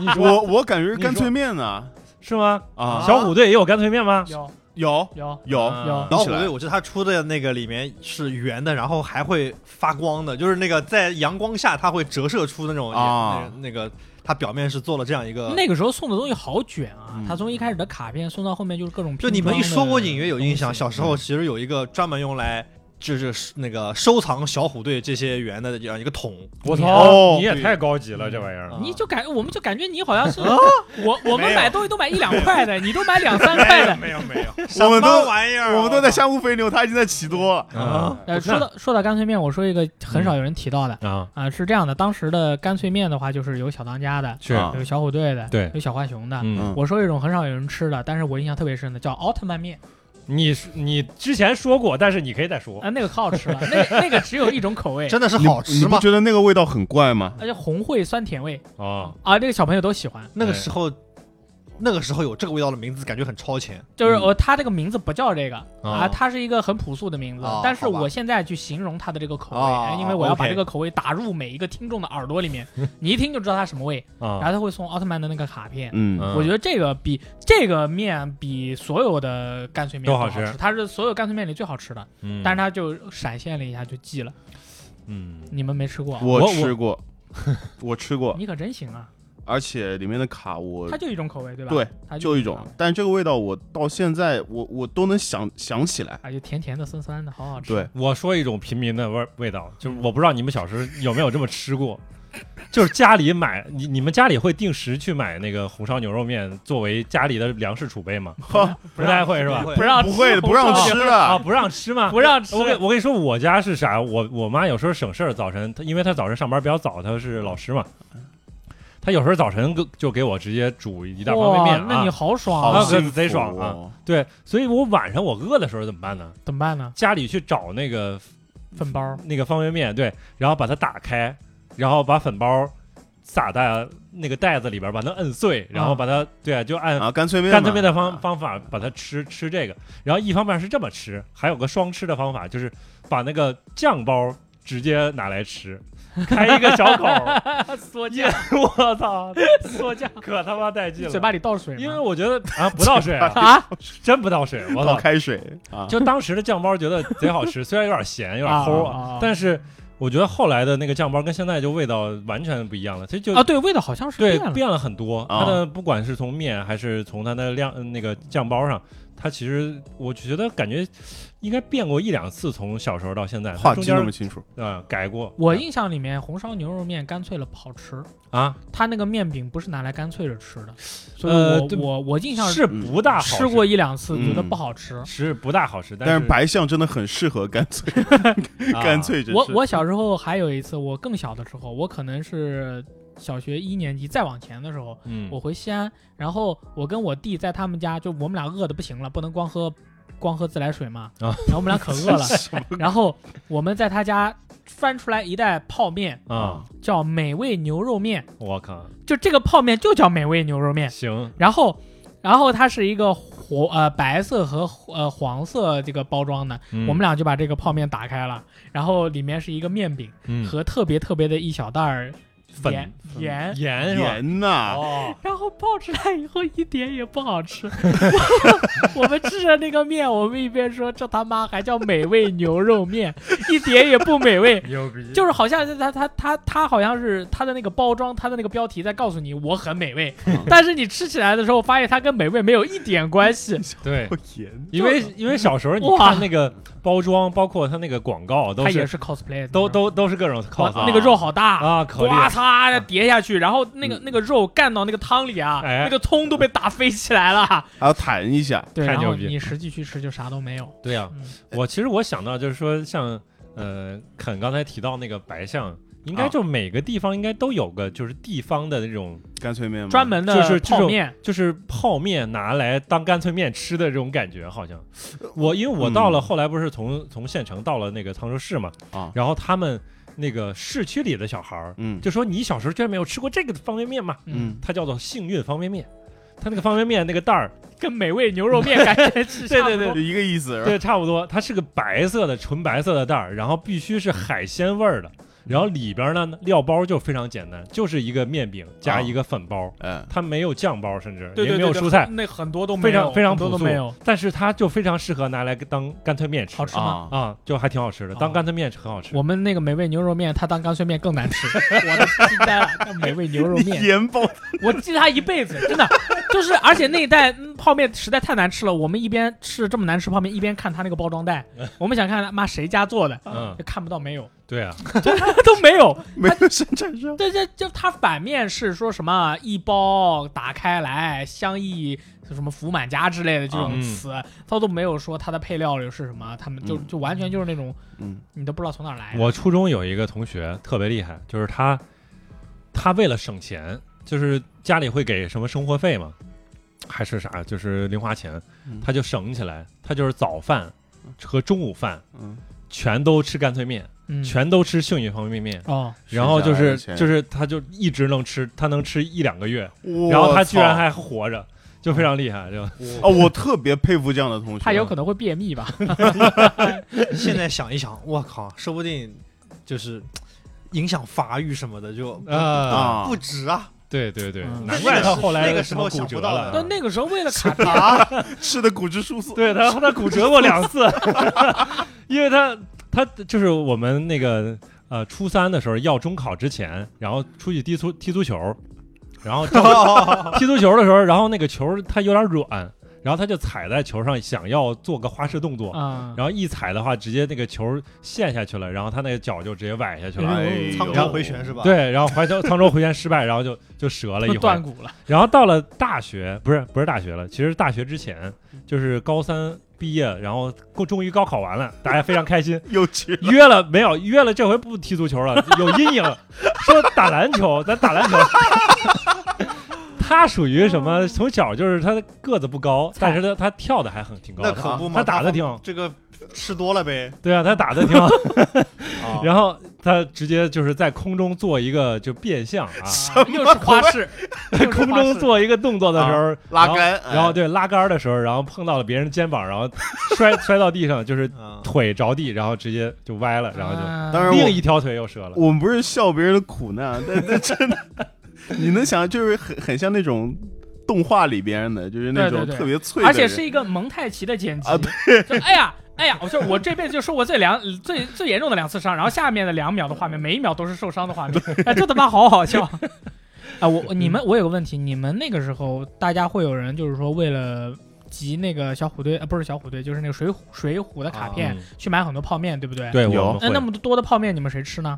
B: 你
A: 我我感觉是
B: 你
A: 干
B: 说
A: 脆面呢
B: 是吗？
A: 啊，
B: 小虎队也有干脆面吗？
C: 有
A: 有
C: 有，
A: 有
B: 啊
C: 有
D: 老
A: 比
D: 虎
A: 起来
D: 队，我记得他出的那个里面是圆的，然后还会发光的，就是那个在阳光下它会折射出那种
A: 啊
D: 那个那个它表面是做了这样一个。
C: 那个时候送的东西好卷啊
A: 嗯，
C: 他从一开始的卡片送到后面就是各种拼
D: 就
C: 装的
D: 你们一说，我隐约有印象，
C: 东西
D: 小时候其实有一个专门用来就是那个收藏小虎队这些圆的这样一个桶。
B: 我操，
A: 哦
B: 你也
A: 对
B: 太高级了，这玩意儿
D: 啊
C: 你就感，我们就感觉你好像是我，我们买东西都买一两块的，你都买两三块的。
D: 没有没 有，
A: 我们
D: 什么
A: 都
D: 玩意
B: 嗯
D: 儿，
A: 我们都在相互飞牛，他已经在奇多了。
B: 啊
C: 呃，说到说到干脆面，我说一个很
D: 嗯
C: 少有人提到的
B: 啊，
C: 啊，是这样的，当时的干脆面的话，就是有小当家的，
B: 是
A: 啊
C: 有小虎队的，
B: 对
C: 有小浣熊的。
B: 嗯，
C: 我说一种很少有人吃的，但是我印象特别深的，叫奥特曼面
B: 你你之前说过，但是你可以再说
C: 啊、，那个可好吃了，那个那个只有一种口味，
D: 嗯真的是
B: 嗯
A: 你
D: 好
A: 你
D: 吃
A: 不
D: 吗？
A: 觉得那个味道很怪吗？
C: 而且红烩酸甜味
B: 啊，
C: 啊，这个小朋友都喜欢。
D: 那个时候。那个时候有这个味道的名字，感觉很超前。
C: 就是
A: 嗯
C: 我，它这个名字不叫这个
B: 哦
C: 啊，它是一个很朴素的名字
D: 哦，
C: 但是
D: 好吧
C: 我现在去形容它的这个口
D: 哦
C: 味，哎因为我要把
D: OK
C: 这个口味打入每一个听众的耳朵里面，你一听就知道它什么味，然
B: 啊，
C: 后他会送奥特曼的那个卡片，
A: 嗯，
C: 我觉得这个比这个面比所有的干脆面
B: 都好
C: 好
B: 吃嗯
C: 它是所有干脆面里最好吃的，
B: 得
C: 但是它就闪现了一下就记了。
B: 嗯，
C: 你们没吃过啊？
A: 我
B: 我
A: 吃过，我吃过，
C: 你可真行啊！
A: 而且里面的卡我
C: 它就一种口味，对吧？
A: 对，
C: 它啊
A: 就一
C: 种
A: 种
C: 口味，
A: 但这个味道我到现在我我都能想想起 来。
C: 啊，就甜甜的、酸酸的，好好吃。
A: 对，
B: 我说一种平民的味儿味道，就是
C: 嗯
B: 我不知道你们小时候有没有这么吃过，就是家里买你你们家里会定时去买那个红烧牛肉面作为家里的粮食储备吗？
A: 哈，
B: 不太会是吧？
D: 不
C: 不让
A: 不会的，
C: 吃
A: 不让
C: 红烧
A: 吃
C: 牛
B: 啊，
A: 的。
B: 不让吃吗？
C: 不让吃
B: 我跟我跟你说，我家是啥？我我妈有时候省事儿，早晨她因为她早晨上班比较早，她是老师嘛，她有时候早晨就就给我直接煮一袋方便面啊。
C: 哇那你好爽
B: 那
C: 啊！
B: 个
A: 幸
B: 贼
A: 福
B: 爽啊
A: 哦！
B: 对，所以我晚上我饿的时候怎么办呢？
C: 怎么办呢？
B: 家里去找那个
C: 粉包，
B: 那个方便面，对，然后把它打开，然后把粉包撒在那个袋子里边，把它摁碎，然后把它、
C: 嗯
B: 对啊，就按
A: 啊，干脆面嘛，
B: 干脆面的方
A: 啊
B: 方法把它吃吃这个，然后一方面是这么吃，还有个双吃的方法，就是把那个酱包直接拿来吃，开一个小口，
C: 缩
B: 耶
C: 酱，
B: 我 操，
C: 缩酱，
B: 可他妈带劲
C: 你
B: 了！
C: 嘴巴里倒水吗，
B: 因为我觉得啊，不倒水啊，
C: 啊，
B: 真不倒水，我
A: 倒
B: 操！
A: 开水啊，
B: 就当时的酱包觉得贼好吃， 虽然有点咸，有点齁
C: 啊啊啊
B: 但是我觉得后来的那个酱包跟现在就味道完全不一样了，所以就
C: 啊，对，味道好像是
B: 对
C: 变了，
B: 变了很多。
A: 啊
B: 它的不管是从面还是从它的量那个酱包上，它其实我觉得感觉应该变过一两次，从小时候到现在，它
A: 话
B: 中
A: 记那么
B: 间
A: 清楚，
B: 呃改过。
C: 我印象里面，红烧牛肉面干脆了不好吃，
B: 啊
C: 它那个面饼不是拿来干脆着吃的，所以
B: 呃
C: 我
B: 对
C: 我我印象
B: 是不大好
C: 吃过一两次，
A: 嗯
C: 觉得不好吃。
B: 是不大好吃，
A: 但是
B: 是
A: 白象真的很适合干脆
B: 啊
A: 干脆着
C: 我
A: 吃，
C: 我小时候还有一次，我更小的时候，我可能是小学一年级再往前的时候，
B: 嗯
C: 我回西安，然后我跟我弟在他们家，就我们俩饿的不行了，不能光喝光喝自来水嘛，
B: 啊
C: 然后我们俩可饿 了
A: 什么
C: 然后我们在他家翻出来一袋泡面，
B: 啊，
C: 叫美味牛肉面，
B: 我靠，
C: 就这个泡面就叫美味牛肉面，
B: 行，
C: 然后。然后它是一个火呃白色和呃黄色这个包装的，
B: 嗯
C: 我们俩就把这个泡面打开了，然后里面是一个面饼
B: 嗯
C: 和特别特别的一小袋儿
B: 粉
C: 盐
A: 粉
C: 盐，
B: 盐是吧？
A: 盐呐，
B: 哦，
C: 然后泡出来以后一点也不好吃。 我们吃着那个面，我们一边说这他妈还叫美味牛肉面，一点也不美 味。
B: 牛逼
C: 就是好像是他他他他好像是他的那个包装，他的那个标题在告诉你我很 美味，
B: 嗯
C: 但是你吃起来的时候发现它跟美味没有一点关系。
B: 对，
A: 盐
B: 因为因为小时候你
C: 哇
B: 看那个包装，包括它那个广告， 都
C: 它也
B: 是
C: 哎是 cosplay，的
B: 都都都是各种
C: 哇
B: cos
A: 啊
C: 那个肉好大
B: 啊，可厉
C: 呱
B: 害，嗯
C: 嚓叠下去，然后那个那个肉干到那个汤里啊，
B: 哎
C: 那个葱都被打飞起来了。
A: 还要弹一下，
C: 对，
B: 太
C: 然
B: 牛
C: 后
B: 逼
C: 你实际去吃就啥都没有。
B: 对呀，
C: 嗯
B: 我其实我想到就是说像呃肯刚才提到那个白象。应该
A: 啊
B: 就每个地方应该都有个，就是地方的那种，
A: 干脆面吗
C: 专门
B: 嗯就
C: 的
B: 是这
C: 泡
B: 种
C: 面，
B: 就是泡面拿来当干脆面吃的这种感觉，好像。我因为我到了后来不是从从县城到了那个沧州市嘛，
A: 嗯啊，
B: 然后他们那个市区里的小孩儿
A: 嗯
B: 就说：“你小时候居然没有吃过这个方便面吗？”
A: 嗯，
B: 它叫做幸运方便面，它那个方便面那个袋儿，
C: 跟美味牛 肉面感觉是
B: 对
C: 差不
B: 对
C: 多
A: 就一个意思，
B: 对，差不多，它是个白色的纯白色的袋儿，然后必须是海鲜味儿的，然后里边呢料包就非常简单，就是一个面饼加一个粉包，
A: 哎，
B: 它没有酱包，甚至
C: 对对
B: 也没有
C: 对
B: 蔬菜，
C: 那很多都没
B: 非
C: 有，
B: 常非常
C: 很多
B: 朴
C: 都
B: 素
C: 没有，，
B: 但是它就非常适合拿来当干脆面吃
C: 好。吃吗？
A: 啊
B: 啊，就还挺好吃的，当
C: 哦
B: 干脆面吃很好吃。
C: 我们那个美味牛肉面，它当干脆面更 难吃，我都惊呆了。那美味牛肉 面，
A: 盐 包
C: 我记它一辈子，真的就是，而且那一袋嗯泡面实在太难吃了。我们一边吃这么难吃泡面，一边看它那个包 装袋，我们想看他妈谁家做的，
B: 嗯
C: 就看不到没有，
B: 对啊，
C: 都没有。
A: 没有生产 商，
C: 对，这就它反面是说什么一包打开来香溢什么福满家之类的这种
B: 嗯
C: 词，它都没有说它的配料是什么，他们就
A: 嗯
C: 就完全就是那种
A: 嗯，
C: 你都不知道从哪儿来的。
B: 我初中有一个同学特别厉害，就是他，他为了省钱，就是家里会给什么生活费嘛，还是啥，就是零花钱
A: 嗯，
B: 他就省起来，他就是早饭和中午饭
A: 嗯，
B: 全都吃干脆面，
C: 嗯
B: 全都吃幸运方便面。
C: 哦，
B: 然后就
A: 剩
B: 是
A: 下来的钱
B: 就是，他就一直能吃，他能吃一两个月，
A: 我
B: 然后他居然
A: 操
B: 还活着，就非常厉害。就
A: 哦，我特别佩服这样的同学，
C: 他有可能会便秘吧？
D: 现在想一想，我靠，说不定就是影响发育什么的，就
B: 啊，
A: 啊，
D: 不值啊！
B: 对对对，
C: 嗯
B: 难怪他后来
D: 那个时候
B: 什么骨折
D: 想不到
B: 了
D: 的。
C: 那那个时候为了卡
D: 啊，
A: 吃的骨质疏松，
B: 对他，他骨折过两次， 因为他他就是我们那个呃初三的时候要中考之前，然后出去踢足踢足球，然后正踢足球的时候，然后那个球它有点软，然后他就踩在球上，想要做个花式动作，
C: 啊，
B: 然后一踩的话，直接那个球陷下去了，然后他那个脚就直接崴下去了。
A: 哎呦。
D: 苍州回旋是吧？，
B: 对，然后怀球沧州回旋失败，然后就就折了一
C: 都
B: 回，
C: 断骨了。
B: 然后到了大学，不是不是大学了，其实大学之前就是高三毕业，然后过终于高考完了，大家非常开心
A: 又吃
B: 约了没有？约了，这回不踢足球了，有阴影。 说打篮球，咱打篮球。 他属于什么？从小就是他个子不高，但是他他跳的还很挺高
D: 那
B: 的，
D: 可不嘛，
B: 他打的挺好。
D: 这个吃多了呗。
B: 对啊，他打的挺好，
D: 啊
B: 然后他直接就是在空中做一个就变向啊，
C: 啊又是花式，
B: 在空中做一个动作的时候，
A: 拉
B: 然后
A: 杆，哎
B: 然后对拉杆儿的时候，然后碰到了别人的肩膀，然后摔 摔到地上，就是
D: 啊
B: 腿着地，然后直接就歪了，然后就
C: 啊
A: 当然
B: 另
A: 我
B: 一条腿又折了。
A: 我们不是笑别人的苦难， 但但真的，你能想就是很很像那种动画里边的，就是那
C: 对
A: 种
C: 对对
A: 特别脆的
C: 而
A: 人，
C: 且是一个蒙太奇的剪辑
A: 啊，
C: 就哎呀。哎呀，我就我这辈子就受过最两最最严重的两次伤，然后下面的两秒的画面，每一秒都是受伤的画面，哎，这他妈好好笑！啊，我你们我有个问题，你们那个时候大家会有人就是说为了集那个小虎队，呃，不是小虎队，就是那个水浒水浒的卡片、
B: 嗯
C: 去买很多泡面，对不对？。
B: 对，
A: 有
B: 我们
C: 哎那那
B: 会
C: 么多的泡面，你们谁吃呢？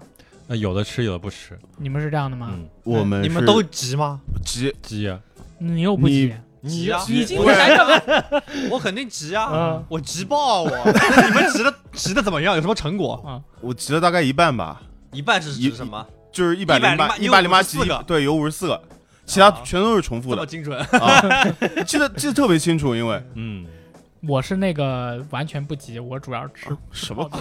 B: 呃有的吃，有的不吃。
C: 你们是这样的吗？
B: 嗯，
A: 我哎们
D: 你们
A: 是
D: 都急吗？
A: 急，
B: 鸡啊，
C: 你又不急，
D: 急啊！
C: 已经
D: 我
C: 来干嘛？
D: 我肯定急啊
B: 嗯！
D: 我急爆啊我！ 那你们急的急的怎么样？有什么成果？
A: 我急了大概一半吧，
D: 一半是
A: 一
D: 指什么？
A: 就是一百零八一百零八集
D: 154个，
A: 对，有五十四个，其他
D: 啊
A: 全都是重复
D: 这么
A: 的
D: 精准？
A: 啊，记得记得特别清楚，因为
B: 嗯，
C: 我是那个完全不急，我主要是吃。
A: 什么鬼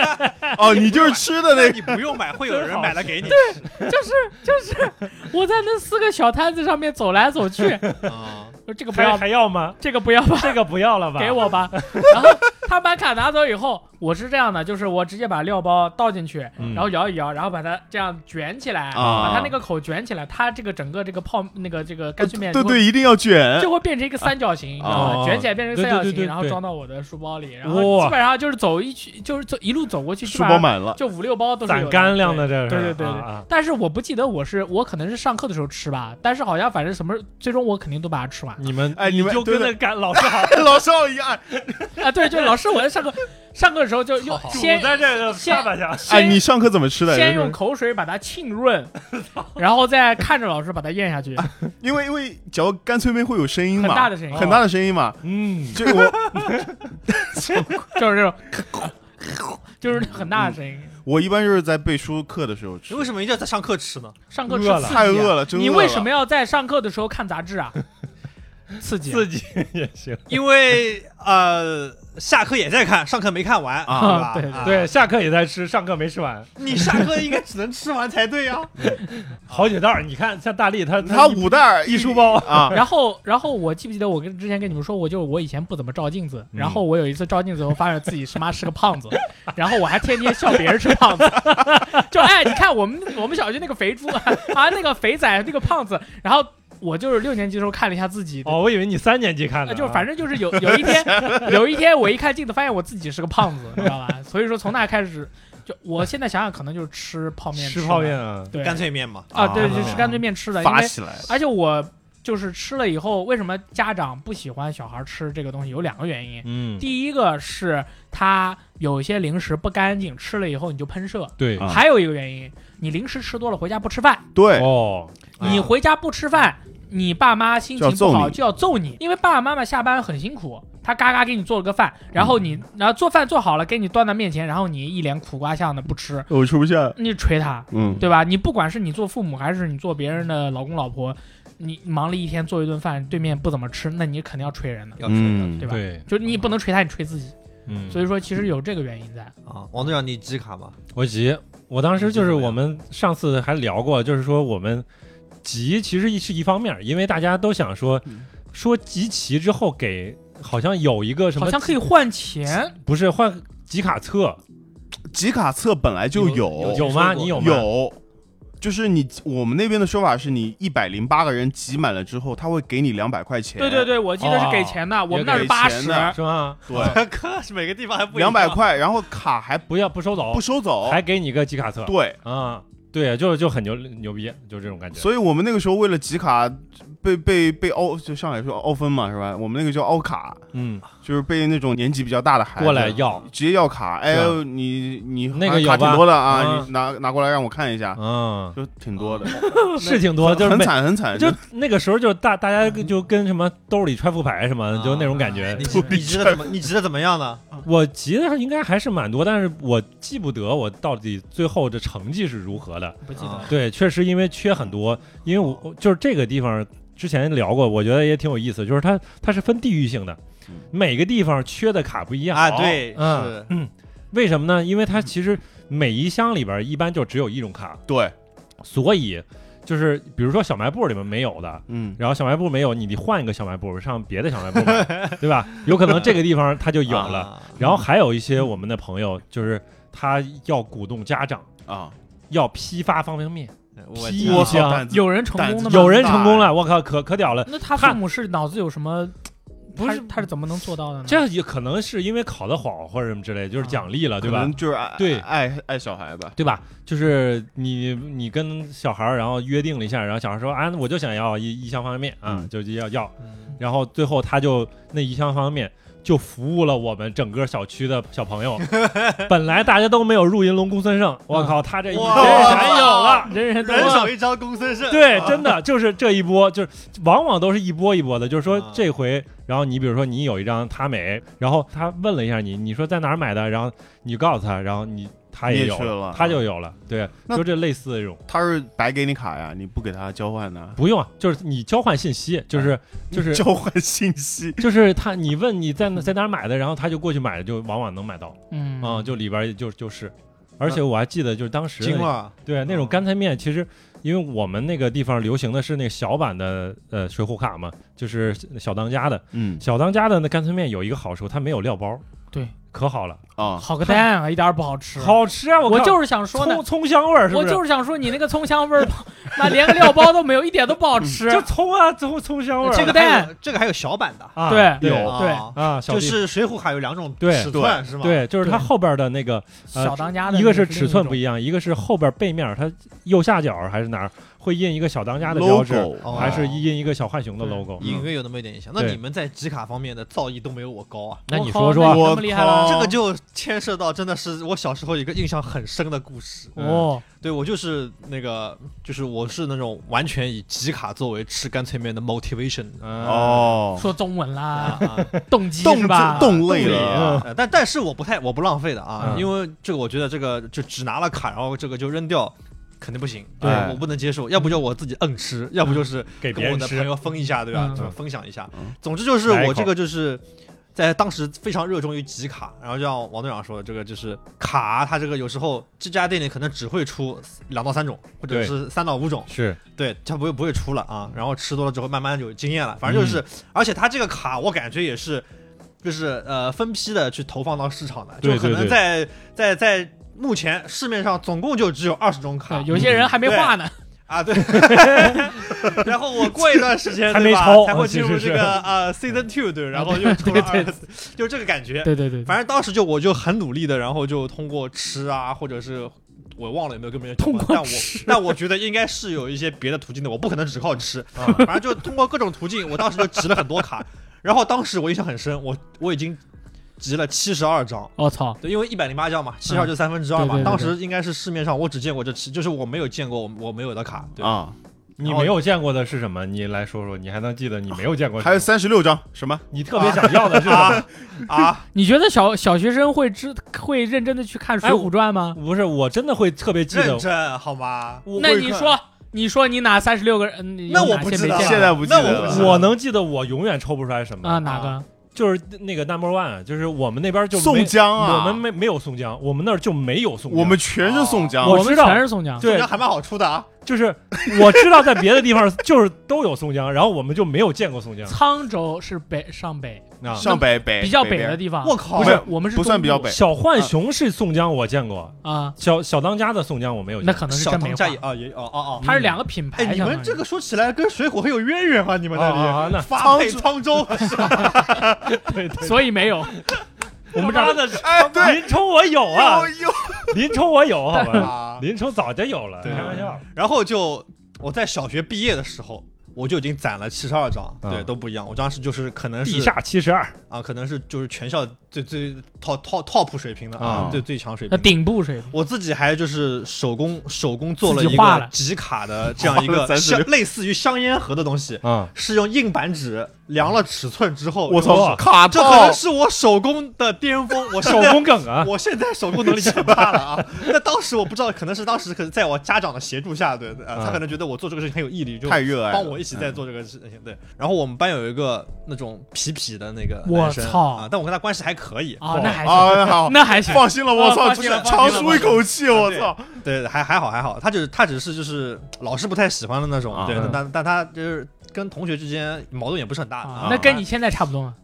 A: 哦，你就是吃的那
D: 你不用买，会有人买了 给你。
C: 就是就是，我在那四个小摊子上面走来走去，
D: 啊，
A: 嗯
C: 说这个不
B: 还
C: 要，
B: 还要吗？
C: 这个不要吧，
B: 这个不要了吧？
C: 给 我吧。然后他把卡拿走以后，我是这样的，就是我直接把料包倒进去，
B: 嗯
C: 然后摇一摇，然后把它这样卷起来，
A: 啊
C: 把它那个口卷起来，它这个整个这个泡那个这个干脆面
A: 对
C: 就会
A: 对，一定要卷
C: 就会变成一个三角形，你知道
B: 啊
C: 吗？卷起来变成一个三角
B: 对对对
C: 形，
B: 对
C: 然后
B: 对
C: 装到我的书包里，然后
B: 哇
C: 基本上就是走一去，就是走一路走过去，基
A: 书
C: 本
A: 包
C: 上
A: 满了，
C: 就五六包都是有
B: 攒干粮
C: 对
B: 的这是。
C: 对对对对
B: 啊
C: 但是我不记得我是我可能是上课的时候吃吧，但是好像反正什么最终我肯定都把它吃完
B: 啊你们
A: 哎你
B: 你
A: 们
B: 就
A: 对
B: 跟那干老师好，
A: 老少哎一样，
C: 啊。对，就老师我在上课上课的时候就用
D: 好
B: 堵
C: 先
B: 在这个
C: 先
B: 下巴下。
A: 哎，
C: 先
A: 你上课怎么吃的？
C: 先用口水把它浸润，然后再看着老师把它咽下去，
A: 因为因为嚼干脆面会有声音嘛，
C: 很大的声音
A: 很大的声音嘛。
B: 嗯，
A: 就我
C: 就是这种，就是很大的声音。
A: 我一般就是在背书课的时候吃
D: 你，为什么一定要在上课吃
A: 嗯
D: 呢？
C: 上课吃
B: 饿了
C: 刺激啊
A: 太饿了，真
C: 你
A: 饿
C: 为
A: 了
C: 什么要在上课的时候看杂 志啊？刺激啊，
B: 自己也行。
D: 因为呃，下课也在看，上课没看完
A: 啊
D: 对
C: 对
D: 吧？啊
B: 对，，下课也在吃，上课没吃完。
D: 你下课应该只能吃完才对啊呀。
B: 好几袋儿，你看像大力他
A: 他
B: 一
A: 五袋儿
B: 一书包，
A: 啊，
C: 然后，然后我记不记得我跟之前跟你们说，我就我以前不怎么照镜子，
B: 嗯
C: 然后我有一次照镜子，我发现自己是妈是个胖子， 然后我还天天笑别人是胖子， 就哎，你看我们我们小区那个肥猪啊，那个肥仔那个胖子，然后我就是六年级的时候看了一下自己。
B: 哦，我以为你三年级看的啊，
C: 呃就反正就是有有 一天，有一天我一看镜子，发现我自己是个胖子，你知道吧？所以说从那开始，就我现在想想，可能就是吃泡面
B: 吃
C: 的
B: 泡面，啊，
C: 对
D: 干脆面嘛，
C: 啊，对，就
D: 啊
C: 吃干脆面吃的，因
A: 发
C: 为
A: 起来了。
C: 而且我就是吃了以后，为什么家长不喜欢小孩吃这个东西？有两个原因。
B: 嗯，
C: 第一个是它有些零食不干净，吃了以后你就喷射；
B: 对
A: 啊
C: 还有一个原因，你零食吃多了回家不吃饭，
A: 对，
B: 哦，
A: 嗯
C: 你
D: 啊
C: 回家不吃饭，你爸妈心情
A: 就要
C: 不
A: 揍
C: 好
A: 你
C: 就要揍你，因为爸爸妈妈下班很辛苦，他嘎嘎给你做了个饭，然后
A: 嗯
C: 你然后做饭做好了给你端到面前，然后你一脸苦瓜相的不吃，
A: 我吃不下，
C: 你就捶他，
A: 嗯，
C: 对吧？你不管是你做父母还是你做别人的老公老婆，你忙了一天做一顿饭，对面不怎么吃，那你肯定要捶人的，
D: 要吃
A: 嗯
C: 对吧
B: 对，
C: 就是你不能捶他，你捶自己。
B: 嗯，
C: 所以说其实有这个原因在。
D: 啊。王队长，你急卡吗？
B: 我急，我当时就是我们上次还聊过，就是说我们急其实是一方面，因为大家都想说
A: 嗯
B: 说集齐之后给好像有一个什么
C: 好，像可以换钱，
B: 不是换集卡册
A: 集卡册本来就有
B: 有吗？你有吗？
A: 有就是你我们那边的说法是你一百零八个人集满了之后，他会给你两百块钱，
C: 对对对，我记得是给钱的，我们那是八
A: 也给
C: 十
A: 钱，的
B: 是吗？
A: 对，
D: 可是每个地方还不一
A: 嗯
D: 样
A: 两百，块，然后卡还
B: 不要不收走
A: 不，收走，
B: 还给你个集卡册
A: 对，
B: 啊。对，就就很牛牛逼，就这种感觉。
A: 所以我们那个时候为了集卡，被被被凹，就上海说凹分嘛，是吧？我们那个叫凹卡，
B: 嗯，
A: 就是被那种年纪比较大的孩子
B: 过来要，
A: 直接要卡，哎
B: 是啊
A: 呦，你你
B: 那个
A: 好像
B: 有
A: 卡
B: 吧
A: 挺多的啊，
B: 啊
A: 你拿拿过来让我看一下，
B: 嗯，
A: 就挺多的，
B: 是挺多，就是
A: 很
B: 每
A: 惨很惨，
B: 就那个时候就大大家就跟什么兜里揣副牌什么，就那种感觉
D: 嗯啊你。急你急的怎么？你急的怎么样呢？
B: 我集的应该还是蛮多，但是我记不得我到底最后这 成绩是如何的。
C: 不记得
D: 啊
C: 了。
B: 对，确实因为缺很多，因为我就是这个地方之前聊过，我觉得也挺有意思，就是它它是分地域性的
A: 嗯，
B: 每个地方缺的卡不一样
D: 啊，对，嗯
B: 嗯，
D: 是
B: 为什么呢？因为它其实每一箱里边一般就只有一种卡，
A: 对，
B: 所以就是比如说小卖部里面没有的，
A: 嗯，
B: 然后小卖部没有，你得换一个小卖部上别的小卖部 买，对吧？有可能这个地方它就有了。
D: 啊
B: 然后还有一些我们的朋友，就是他要鼓动家长
A: 啊，
B: 要批发方便面，
D: 我
B: 批一
D: 天
A: 我靠
B: 箱
A: 胆，子
C: 有人成功的
A: 胆
C: 吗？
A: 子
B: 有人成功了，我靠，可可屌了！
C: 那他
B: 他
C: 父母是脑子有什么？
B: 不
C: 他
B: 是
C: 他是怎么能做到的呢？
B: 这也可能是因为考得好或者什么之类，就是奖励了，对
A: 可
B: 吧
A: 能？就是爱
B: 对
A: 爱爱小孩吧，
B: 对吧？就是你你跟小孩儿，然后约定了一下，然后小孩说啊，我就想要一一箱方便面啊，
A: 嗯
B: 就就要要，
D: 嗯
B: 然后最后他就那一箱方便面就服务了我们整个小区的小朋友。 本来大家都没有入银龙公孙胜，我
A: 嗯
B: 靠，他这一
D: 哇
B: 人全有了，人人都有
D: 人手一张公孙胜，
B: 对，真的就是这一波，就是往往都是一波一波的。就是说
D: 啊
B: 这回，然后你比如说你有一张他美，然后他问了一下你，你说在哪儿买的，然后你告诉他，然后你他
A: 你也
B: 有
A: 去了啊
B: 他就有了。对，
A: 那
B: 就这类似的这种，
A: 他是白给你卡呀，你不给他交换呢？
B: 不用啊，就是你交换信息，就是
A: 嗯
B: 就是
A: 交换信息，
B: 就是他，你问你在哪在哪儿买的，然后他就过去买，就往往能买到
C: 嗯
B: 啊、就里边儿就就是。而且我还记得，就是当
C: 啊
B: 时
D: 惊了，
B: 对
C: 嗯
B: 那种干脆面，其实因为我们那个地方流行的是那个小版的呃水浒卡嘛，就是小当家的。
A: 嗯
B: 小当家的那干脆面有一个好处，它没有料包，
C: 对，
B: 可好了，
A: 啊，
C: 好个蛋啊，一点儿不好吃。
B: 好吃啊！
C: 我
B: 我
C: 就是想
B: 是
C: 说呢，
B: 葱葱香味儿，是不
C: 我
B: 是？
C: 就是想说你那个葱香 味儿，那连个料包都没有，一点都不好吃。
B: 就葱啊，葱葱香味儿。
C: 这个
D: 还有
C: 蛋
D: 这个还有小版的，
B: 啊，
C: 对
B: 对
A: 有
C: 对
D: 啊
B: 啊，小
D: 就
B: 弟
D: 是水浒卡有两种
B: 对
D: 尺寸是吗？，
B: 对，就是它
C: 对
B: 后边的那个呃
C: 小当家的
B: 一个是尺寸不
C: 不一
B: 一样，一个是后边背面儿，它右下角还是哪儿会印一个小当家的标志，
A: logo
D: 哦
B: 还是印一个小浣熊的
C: 对
B: logo。
D: 隐约有那么一点影响。那
B: 对
D: 你们在集卡方面的造诣都没有我高啊。
B: 那
C: 我
B: 你
C: 靠
B: 说
C: 哦
B: 说
C: 那你，
A: 我
C: 这么厉害了
A: 靠
D: 哦这个就牵涉到，真的是我小时候一个印象很深的故事。
B: 嗯
C: 哦，
D: 对我就是那个，就是我是那种完全以集卡作为吃干脆面的 motivation
B: 嗯
A: 哦，
C: 说中文啦，
D: 啊，啊
C: 动机
A: 动
C: 是吧？
A: 动累
B: 动力
A: 了啊
B: 嗯，
D: 呃但但是我不太我不浪费的啊，
B: 嗯
D: 因为这个我觉得这个就只拿了卡，然后这个就扔掉。肯定不行，
A: 对
D: 我不能接受，要不就我自己硬吃，要不就是
B: 给别
D: 跟我
B: 人
D: 的
B: 吃
D: 朋友分一下，对吧
C: 嗯？
D: 就分享一下
A: 嗯。
D: 总之就是
B: 来一口
D: 我这个就是在当时非常热衷于集卡，然后就像王队长说的，这个就是卡，它这个有时候这家店里可能只会出两到三种，或者
B: 对
D: 是三到五种，
B: 是
D: 对，它不会不会出了啊。然后吃多了之后，慢慢有经验了。反正
B: 嗯
D: 就是，而且它这个卡，我感觉也是，就是呃分批的去投放到市场的，
B: 对
D: 就可
B: 对
D: 能
B: 对
D: 在在在目前市面上总共就只有二十种卡
C: 对，有些人还没画呢，
D: 啊，对。然后我过一段时间
B: 还
D: 对
B: 没
D: 吧
B: 抄
D: 才会进入
B: 是是
D: 这个呃 season two，对，然后又出了二，就这个感觉。
C: 对对对，
D: 反正当时就我就很努力的，然后就通过吃啊，或者是我忘了有没有跟别人交换
C: 通过
D: 但我但我觉得应该是有一些别的途径的，我不可能只靠吃，反正就通过各种途径，我当时就集了很多卡， 然后当时我印象很深，我我已经集了七十二张。
C: 我操，
D: 对，因为一百零八张嘛，七十二
C: 嗯
D: 就三分之二
C: 对
D: 嘛。
C: 对对
D: 当时应该是市面上我只见过这七，就是我没有见过我我没有的卡。对，
A: 啊，
B: 你没有见过的是什么？你来说说，你还能记得你没有见过什么？
A: 还有三十六张什么？
B: 你特别想要 的是什么？
D: 啊，
C: 你觉得小小学生会知会认真的去看《水
B: 哎
C: 浒
B: 我
C: 传》吗？
B: 不是，我真的会特 别记得
D: 认，真好吗？
B: 我
C: 那
B: 会
C: 你
B: 看
C: 说，你说你哪三十六个人？嗯
D: 那我
C: 有哪
D: 不
C: 些
D: 知道，
C: 没见
A: 现
C: 过
A: 在不记
D: 那
A: 得
D: 我不知道
B: 我能记得，我永远抽不出来什么
C: 啊，哪个？
B: 就是那个 number one，就是啊我们那边就没
A: 宋江啊，
B: 我们没没有宋江，我们那儿就没有宋江。
A: 我们全是宋江，
B: 我
C: 们
B: 知道
C: 全是宋江，
D: 这
B: 对
D: 张，还蛮好出的啊。
B: 就是我知道在别的地方就是都有宋江，然后我们就没有见过 宋江
C: 沧州是北上北
B: 啊。
A: 上北北
C: 比较
A: 北
C: 北的
A: 边
C: 地方，
D: 我
C: 不
D: 靠
A: 没
C: 是
A: 有
C: 我们是
A: 不算
C: 中
A: 比较
C: 部
A: 北
B: 小浣熊是宋江，我见过。
C: 啊，
B: 小小当家的宋江我没有见
C: 那
B: 过。
C: 可能是
D: 小
C: 真没
D: 唐
C: 画
D: 家，也啊也哦哦哦，
C: 它是两个品牌。
D: 哎，你们这个说起来跟水浒很有渊源啊！你们那
B: 啊
D: 里、
B: 啊啊那
D: 发配沧州，
B: 对对，
C: 所以没有，
B: 我们这儿的
A: 哎，对，
B: 林冲我有啊
A: 有，有
B: 林冲我有，好吧，
D: 啊
B: 林冲早就有了，
D: 对
B: 开玩笑。
D: 然后就我在小学毕业的时候，我就已经攒了七十二张，
B: 啊
D: 对，都不一样。我当时就是可能
B: 地
D: 是
B: 下七十二，
D: 啊，可能是就是全校最最 top top top 水平的啊
A: 啊，
D: 最最强水
C: 那
D: 平的。
C: 顶部水平。
D: 我自己还就是手工手工做了
C: 自己
D: 一
C: 画
D: 个
C: 了
D: 集卡的这样 一
A: 画了
D: 个
A: 36
D: 像类似于香烟盒的东西，
B: 啊
D: 是用硬板纸量了尺寸之后，
A: 我操，
B: 哇
A: 卡
D: 这可
A: 到
D: 能是我手工的巅峰，我
B: 手
D: 现在
B: 工梗 啊，
D: 我现在手工能力就很大了啊！那当时我不知道，可能是当时可能在我家长的协助下，对，呃、
B: 嗯
D: 他可能觉得我做这个事情很有毅力，就
A: 太热爱了，嗯
D: 帮我一起在做这个事情。对，然后我们班有一个那种痞痞的那个
C: 我
D: 男生
C: 操
D: 啊，但我跟他关系还可以，
C: 啊，那还
A: 嗯
C: 行，
A: 啊，好，
C: 那还行，
A: 放心了，我
C: 啊
A: 操，
C: 放
A: 只
C: 心
A: 是
C: 了
A: 长
C: 放心了
A: 舒一口气，我
D: 啊对
A: 操，
D: 对，还还好还好，他就是他只是就是老师不太喜欢的那种，
A: 啊
D: 对，
B: 嗯
D: 但但他就是跟同学之间矛盾也不是很大
C: 啊那跟你现在差不多嘛。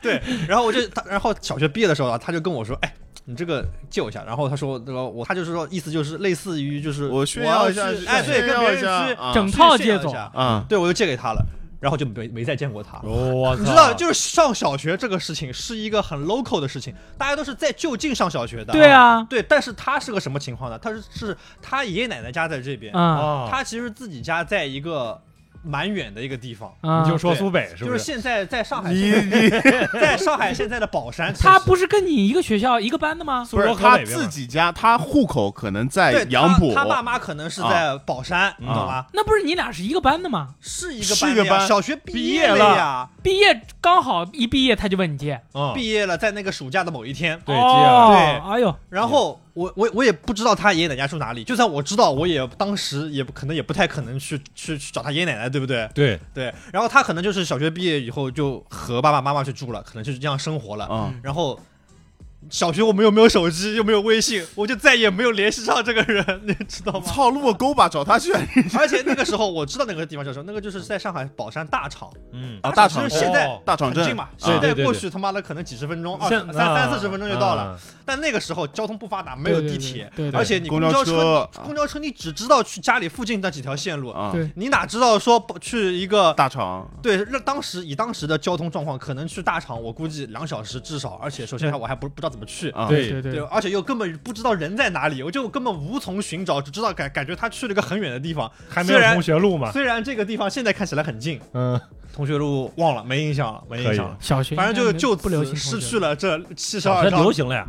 D: 对， 然后我就他，然后小学毕业的时候啊，他就跟我说，哎。你这个借我一下，然后他说那个我，他就是说意思就是类似于就是
A: 我炫耀
D: 要
A: 一下
D: 去，哎对，
A: 炫
D: 跟
A: 耀
D: 别
A: 一
D: 人
A: 下
D: 去
A: 啊
C: 整套借
D: 借
C: 走
A: 啊，
D: 对我就借给他了，然后就没没再见过他。
B: 我
D: 你知道，就是上小学这个事情是一个很 local 的事情，大家都是在就近上小学的。
C: 对，啊，
D: 对，但是他是个什么情况呢？他是是他爷爷奶奶家在这边，
C: 啊
B: 啊，
D: 他其实自己家在一个蛮远的一个地方，
C: 啊，
B: 你就说
D: 对
B: 苏北是
D: 就
B: 不
D: 是
B: 是？
D: 现在在上海，
A: 你你
D: 在上海现在的宝山。
C: 他不是跟你一个学校一个班的吗？
B: 苏
A: 不是
B: 州
A: 他
B: 河北边
A: 自
B: 嘛
A: 己家，他户口可能在
D: 对
A: 杨浦，啊
D: 他，他爸妈可能是在宝山，你懂吗？
C: 那不是你俩是一个班的吗？
D: 是一
A: 是一个
D: 个班的呀
A: 班
D: 小学
B: 毕
D: 业
B: 业
D: 了
B: 了
D: 呀，
C: 毕业刚好一毕业他就问你借，
B: 嗯
D: 毕业了，在那个暑假的某一天，
B: 对，
C: 哦，
D: 对
C: 哎呦，
D: 然后我我我也不知道他爷爷奶奶住哪里，就算我知道，我也当时也不可能也不太可能去去去找他爷爷奶奶，对不对？
B: 对
D: 对。然后他可能就是小学毕业以后就和爸爸妈妈去住了，可能就是这样生活了。
A: 嗯，
D: 然后小学我们又没有手机，又没有微信，我就再也没有联系上这个人， 你知道吗？
A: 操，路过沟吧，找他去
D: 而且那个时候我知道那个地方叫什么，那个就是在上海宝山大厂，
B: 嗯，
A: 啊，大厂
D: 就是现在
B: 哦
A: 大厂
D: 很近
A: 镇
D: 嘛，
B: 对
D: 现
A: 啊
B: 对
D: 在过去他妈的可能几十分钟，二
B: 现
D: 哦
B: 啊
D: 三三四十分钟就到了。，
B: 嗯
D: 但那个时候交通不发达，没有地铁，
C: 对，对对对对
D: 而且你
A: 公
D: 交
A: 交车
D: 你公交车你只知道去家里附近那几条线路，
A: 啊，
C: 对
D: 你哪知道说不去一个
A: 大厂
D: 对，那当时以当时的交通状况，可能去大厂，我估计两小时至少，而且首先
C: 对
D: 我还不不知道怎么去。
A: 啊，
B: 对
C: 对
D: 对，
C: 对，
D: 而且又根本不知道人在哪里，我就根本无从寻找，只知道感感觉他去了一个很远的地方。
B: 还没有
D: 虽然
B: 同学录嘛，
D: 虽然这个地方现在看起来很近，
B: 嗯，
D: 同学录忘了，没印象了，没印象了。
C: 小学
D: 反正就就
C: 不流行
D: 此失去，了这七十
B: 小
D: 二
B: 学流
D: 张。
B: 行了呀，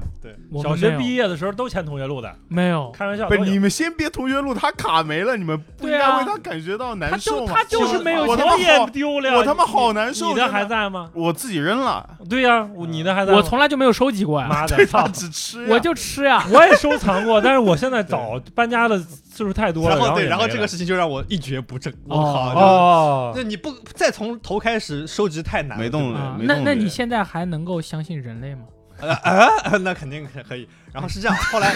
C: 我
B: 小
C: 们
B: 学
C: 没有
B: 毕业的时候都签同学录的，
C: 没有，
B: 开玩笑
A: 不
B: 都
A: 是
B: 有，
A: 你们先别同学录，他卡没了，你们不应
C: 对啊
A: 该为他感觉到
C: 他
A: 难受
C: 就
A: 吗？
C: 他就是没有
A: 我他
C: 钱，
A: 妈
B: 我也
A: 好
B: 丢了，
A: 我他妈好难受
B: 你的
A: 真的
B: 还在吗？
A: 我自己扔了，
B: 对呀，我你的还在吗，
C: 我从来就没有收集过呀，
B: 妈的操
A: 他！只吃呀，
C: 我就吃呀，
B: 我也收藏过，但是我现在早搬家的次数太多了，
D: 然后
B: 后
D: 对，
B: 也
D: 然后
B: 没
D: 这
B: 了
D: 个事情就让我一蹶不振。我
C: 哦
D: 靠！就是
B: 哦
D: 那你不再从头开始收集太难了，
A: 没动
D: 对
A: 力
C: 啊
A: 没
C: 那
A: 动
C: 那
A: 力
C: 你现在还能够相信人类吗？
D: 不对 那肯定可可以。然后是 这样，后来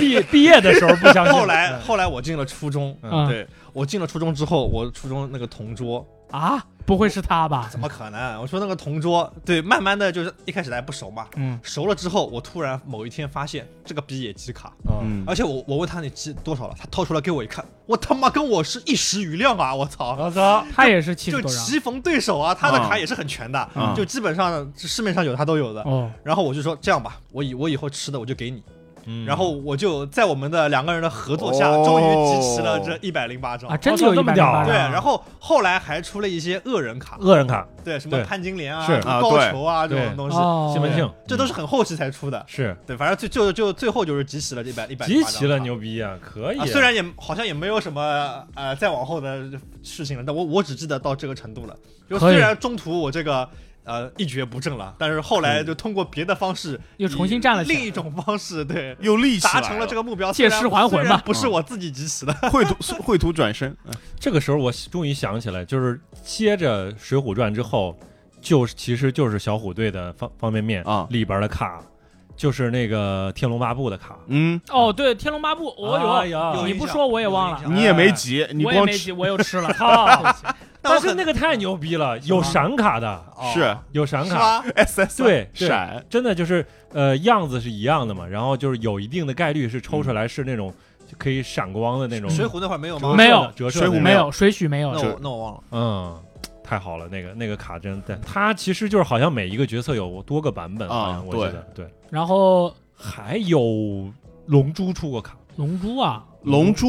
B: 毕毕业的时候不相信，
D: 后来后来我进了初中，
B: 嗯
C: 啊
D: 对我进了初中之后，我初中那个同桌
C: 啊，不会是他吧？
B: 嗯
D: 怎么可能？我说那个同桌，对，慢慢的就是一开始还不熟嘛，
C: 嗯，
D: 熟了之后，我突然某一天发现这个笔也集卡，
B: 嗯，
A: 嗯
D: 而且我我问他你集多少了，他掏出来给我一看，我他妈跟我是一时余量啊！我操！
B: 我操，
C: 他也是七
D: 就
C: 十多张
D: 棋逢对手啊，他的
A: 啊
D: 卡也是很全的，
A: 啊
D: 就基本上市面上有他都有的。
C: 哦，
D: 然后我就说这样吧，我以我以后吃的我就给你，
B: 嗯
D: 然后我就在我们的两个人的合作下，
A: 哦
D: 终于集齐了这一百零八张
C: 啊，。真的有
B: 这么
C: 一百零
B: 屌啊
C: 八
D: 对，然
C: 后
D: 后后来还出了一些恶人卡，
B: 恶人卡，
D: 对，什么
B: 对
D: 潘金莲啊、
B: 是
D: 什
A: 啊
D: 么高俅啊这
B: 对
D: 种东西，
C: 哦，
B: 西门庆
D: 这都是很后期才出的。
B: 是
D: 对，反正最就就最后就是集齐了这百一百
B: 集齐了，牛逼啊，
A: 哎
B: 可以
D: 啊！
B: 啊，
D: 虽然也好像也没有什么呃再往后的事情了，但我我只记得到这个程度了。就
C: 可以
D: 虽然中途我这个呃一蹶不振了，但是后
A: 嗯
D: 来就通过别的方式
C: 又重新站了起来
D: 另一种方式对
A: 又立起来
D: 达成了这
A: 个
D: 个目标，
C: 借
D: 虽然
C: 尸还魂吧
D: 虽然不是我自己集齐的。
A: 绘图绘图转身，
B: 这个时候我终于想起来，就是接着《水浒传》之后，就是其实就是小虎队的方方便面
A: 啊
B: 里边的卡，就是那个《天龙八部》的卡，
A: 嗯，
C: 哦，对，《天龙八部》，
B: 哎
C: 我
B: 呀
C: 有，
D: 有
C: 你
D: 印
C: 不
D: 象
C: 说我也
D: 有
C: 忘
D: 印
C: 了
D: 象，
A: 你也没急，你
C: 哎我也
A: 光
C: 没
A: 吃
C: 急，我又吃了，
B: 操！但
D: 我
B: 是
D: 很
B: 那个太牛逼了，有
C: 是吗
B: 闪卡的，
D: 哦
A: 是
B: 有闪
D: 是
B: 卡，
D: 吧？
A: SS
B: 对对，
A: 闪
B: 真的就是呃样子是一样的嘛，然后就是有一定的概率是抽出来是那种就可以闪光的那种，
D: 水浒那会儿没有吗？
C: 没有
B: 折射的
A: 水浒
C: 没
A: 没
C: 有
A: 有
C: 水许没有
D: 那，
A: 是
D: 我那我忘了。
B: 嗯，太好了，那个那个卡真对，它其实就是好像每一个角色有多个版本，
A: 啊
B: 好像我记得对，
C: 然后
B: 还有龙珠出过卡，
C: 龙珠啊，
A: 龙珠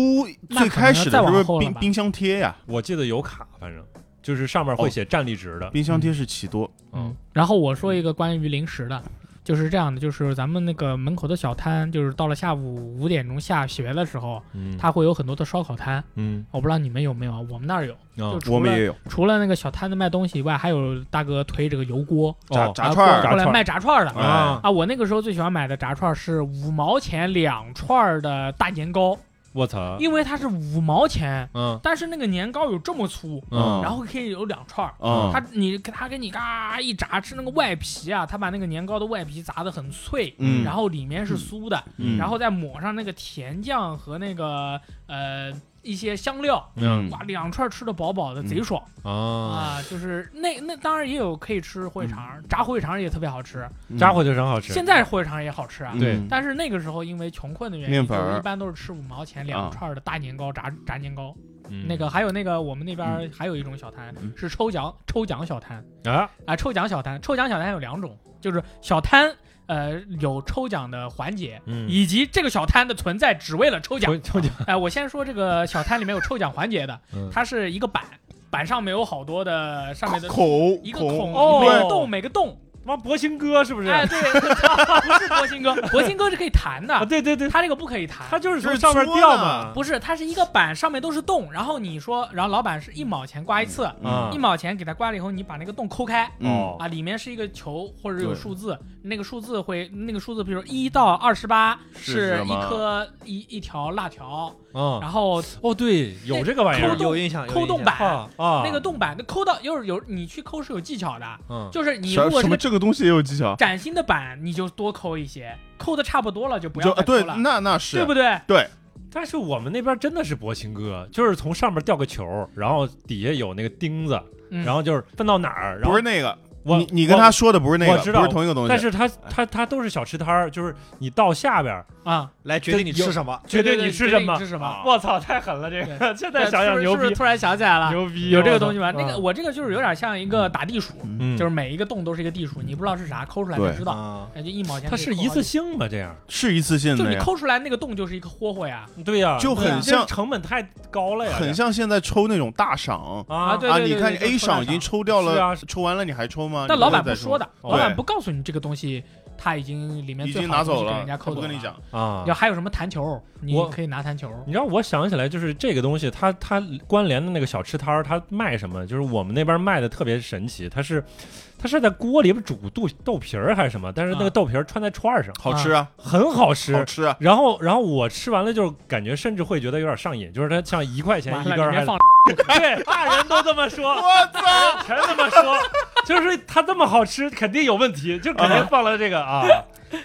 A: 最开始的
C: 那可
A: 时候
C: 能再往后了
A: 冰
C: 吧嗯
A: 冰箱贴呀，
B: 我记得有卡，反正
C: 哦
B: 就是上面会写战力值的，
A: 冰箱贴是奇多，
C: 嗯，然后我说一个关于零食的，就是这样的，就是咱们那个门口的小摊，就是到了下午五点钟下学的时候，
D: 嗯
C: 它会有很多的烧烤摊。
D: 嗯，
C: 我不知道你们有没有，我们那儿有。
B: 嗯
C: 就除
A: 我们
C: 了
A: 也有
C: 除了那个小摊子卖东西以外，还有大哥推这个油锅，
A: 炸
D: 哦
A: 炸
C: 啊
A: 串
C: 过
A: 儿，
C: 过来
B: 炸串儿
C: 卖炸串儿的。
A: 哎
D: 啊，
C: 啊，我那个时候最喜欢买的炸串儿是五毛钱两串儿的大年糕，
B: 我操，
C: 因为它是五毛钱，
D: 嗯
C: 但是那个年糕有这么粗，
A: 嗯
C: 然后可以有两串儿。
A: 嗯
C: 它你它给你嘎一炸，吃那个外皮啊，它把那个年糕的外皮炸得很脆，
A: 嗯
C: 然后里面是酥的，
A: 嗯
C: 然后再抹上那个甜酱和那个呃一些香料，
A: 嗯
C: 哇，两串儿吃的饱饱的，
A: 嗯
C: 贼爽、
B: 嗯
D: 啊，
C: 啊！就是那那当然也有可以吃火腿肠儿，炸火腿肠儿也特别好吃，
B: 炸火腿肠好吃。
C: 现在火腿肠儿也好吃啊。
A: 嗯
B: 对
A: 嗯
C: 但是那个时候因为穷困的原因，
A: 面粉
C: 就
A: 儿
C: 一般都是吃五毛钱两串儿的大年糕、炸炸年糕。
D: 嗯
C: 那个还有那个我们那边儿还有一种小摊、
A: 嗯
C: 是抽奖抽奖小摊
B: 啊，
C: 啊，抽奖小摊，抽奖小摊有两种，就是小摊呃有抽奖的环节。
D: 嗯
C: 以及这个小摊的存在只为了抽奖
B: 抽，抽奖
C: 哎、我先说这个小摊里面有抽奖环节的
D: 嗯，
C: 它是一个板，板上面有好多的上面的
A: 口
C: 一个
A: 孔
C: 孔，
B: 哦
C: 每个洞每个洞，
B: 妈博兴哥是不是？
C: 哎，对， 不是博兴哥， 博兴哥是可以弹
B: 啊，
C: 的，
B: 对对对，
C: 他这个不可以弹，
B: 他就是
A: 就
B: 从
A: 是
B: 上面
A: 搓
B: 掉
A: 呢
B: 嘛，
C: 不是，它是一个板，上面都是洞，然后你说，然后老板是一毛钱刮一次，
B: 啊
C: 一毛钱给它刮了以后，你把那个洞抠开。
A: 嗯
C: 啊，里面是一个球或者有
A: 对
C: 数字，那个数字会，那个数字，比如一到二十八
A: 是
C: 是
A: 什
C: 一
A: 么
C: 颗一一条辣条，
A: 嗯
D: 啊，
C: 然后
B: 哦，对，有这个玩意
C: 抠
B: 儿
C: 洞
D: 有印象，有
C: 抠
D: 印
C: 洞
D: 象，
C: 板，
B: 啊啊，
C: 那个洞板，那抠到有有你去抠是有技巧的，
D: 嗯，
C: 就是你如
A: 什
C: 果
A: 什
C: 是
A: 么
C: 个
A: 这个东西也有技巧，
C: 崭新的板，你就多抠一些，抠的差不多了就不
A: 就
C: 要
A: 啊
C: 再抠
A: 对，
C: 了，
A: 那那是
C: 对不对？
B: 但是我们那边真的是博兴哥，就是从上面掉个球，然后底下有那个钉子，
C: 嗯
B: 然后就是分到哪儿，然
A: 不
B: 后
A: 是那个，
B: 我
A: 你你跟他说的哎不是那
B: 我
A: 个，
B: 知道
A: 不是同一个东
B: 我，
A: 西，
B: 但是他他他都是小吃摊儿，就是你到下边儿
C: 啊，
D: 来决定你吃什么，
B: 决定
C: 对
B: 你
C: 对
B: 吃
C: 决定
B: 什么
C: 你吃什
A: 啊
C: 么。
B: 我操，太狠了这个！现在
C: 对
B: 想想
C: 是不是
B: 牛
C: 是不
B: 逼
C: 是，突然想起来了，
B: 牛逼，
C: 啊有这个
B: 我操
C: 东西吗？那个
B: 嗯
C: 我这个就是有点像一个打地鼠，
A: 嗯
C: 就是每一个洞都是一个地鼠，你不知道是啥，抠出来才
A: 对
C: 知道。
D: 啊，
C: 感觉一毛钱
B: 它
C: 可以
B: 是
C: 抠
B: 一
C: 好
B: 次
C: 几
B: 性吗？这样？
A: 是一次性
C: 就
A: 的
C: 你
A: 呀，
C: 抠出来那个洞就是一个霍霍呀
B: 对呀，
A: 就
C: 对啊
A: 很
B: 这
A: 像
B: 成本太高了呀，
A: 很
B: 这
A: 像现在抽那种大赏
B: 啊，
C: 对
A: 啊，
C: 对
A: 你
C: 对
A: 看
C: 对就
A: A
C: 抽大
A: 赏已经
C: 赏
A: 抽掉
B: 是
A: 了
B: 啊，
A: 抽完了你还抽吗？
C: 但
A: 你
C: 老
A: 不会
C: 板不
A: 再
C: 说的，
B: 哦
C: 老板
A: 对
C: 不告诉你这个东西，他已经里面
A: 已
C: 最
A: 经
C: 好
A: 拿
C: 的东
A: 走
C: 西给
A: 了
C: 人家，
A: 他
C: 抠
A: 不
C: 走
A: 跟你
C: 了
A: 讲，
B: 啊
C: 要。还有什么弹球，你
B: 我
C: 可以拿弹球。
B: 你让我想起来，就是这个东西，它它关联的那个小吃摊儿，它卖什么？就是我们那边卖的特别神奇，它是它是在锅里边煮豆豆皮儿还是什么？但是那
C: 啊
B: 个豆皮儿穿在串儿上，
A: 好吃啊，
B: 很好吃。
A: 好吃啊，
B: 然后，然后我吃完了，就是感觉甚至会觉得有点上瘾，就是它像一块钱
C: 完
B: 一
C: 了，
B: 根
C: 里
B: 儿，
C: 面
B: 还
C: 放
B: 对，大人都这么 说，
A: 我操！
B: 全这么说，就是它这么好吃，肯定有问题，就肯定放了这个啊，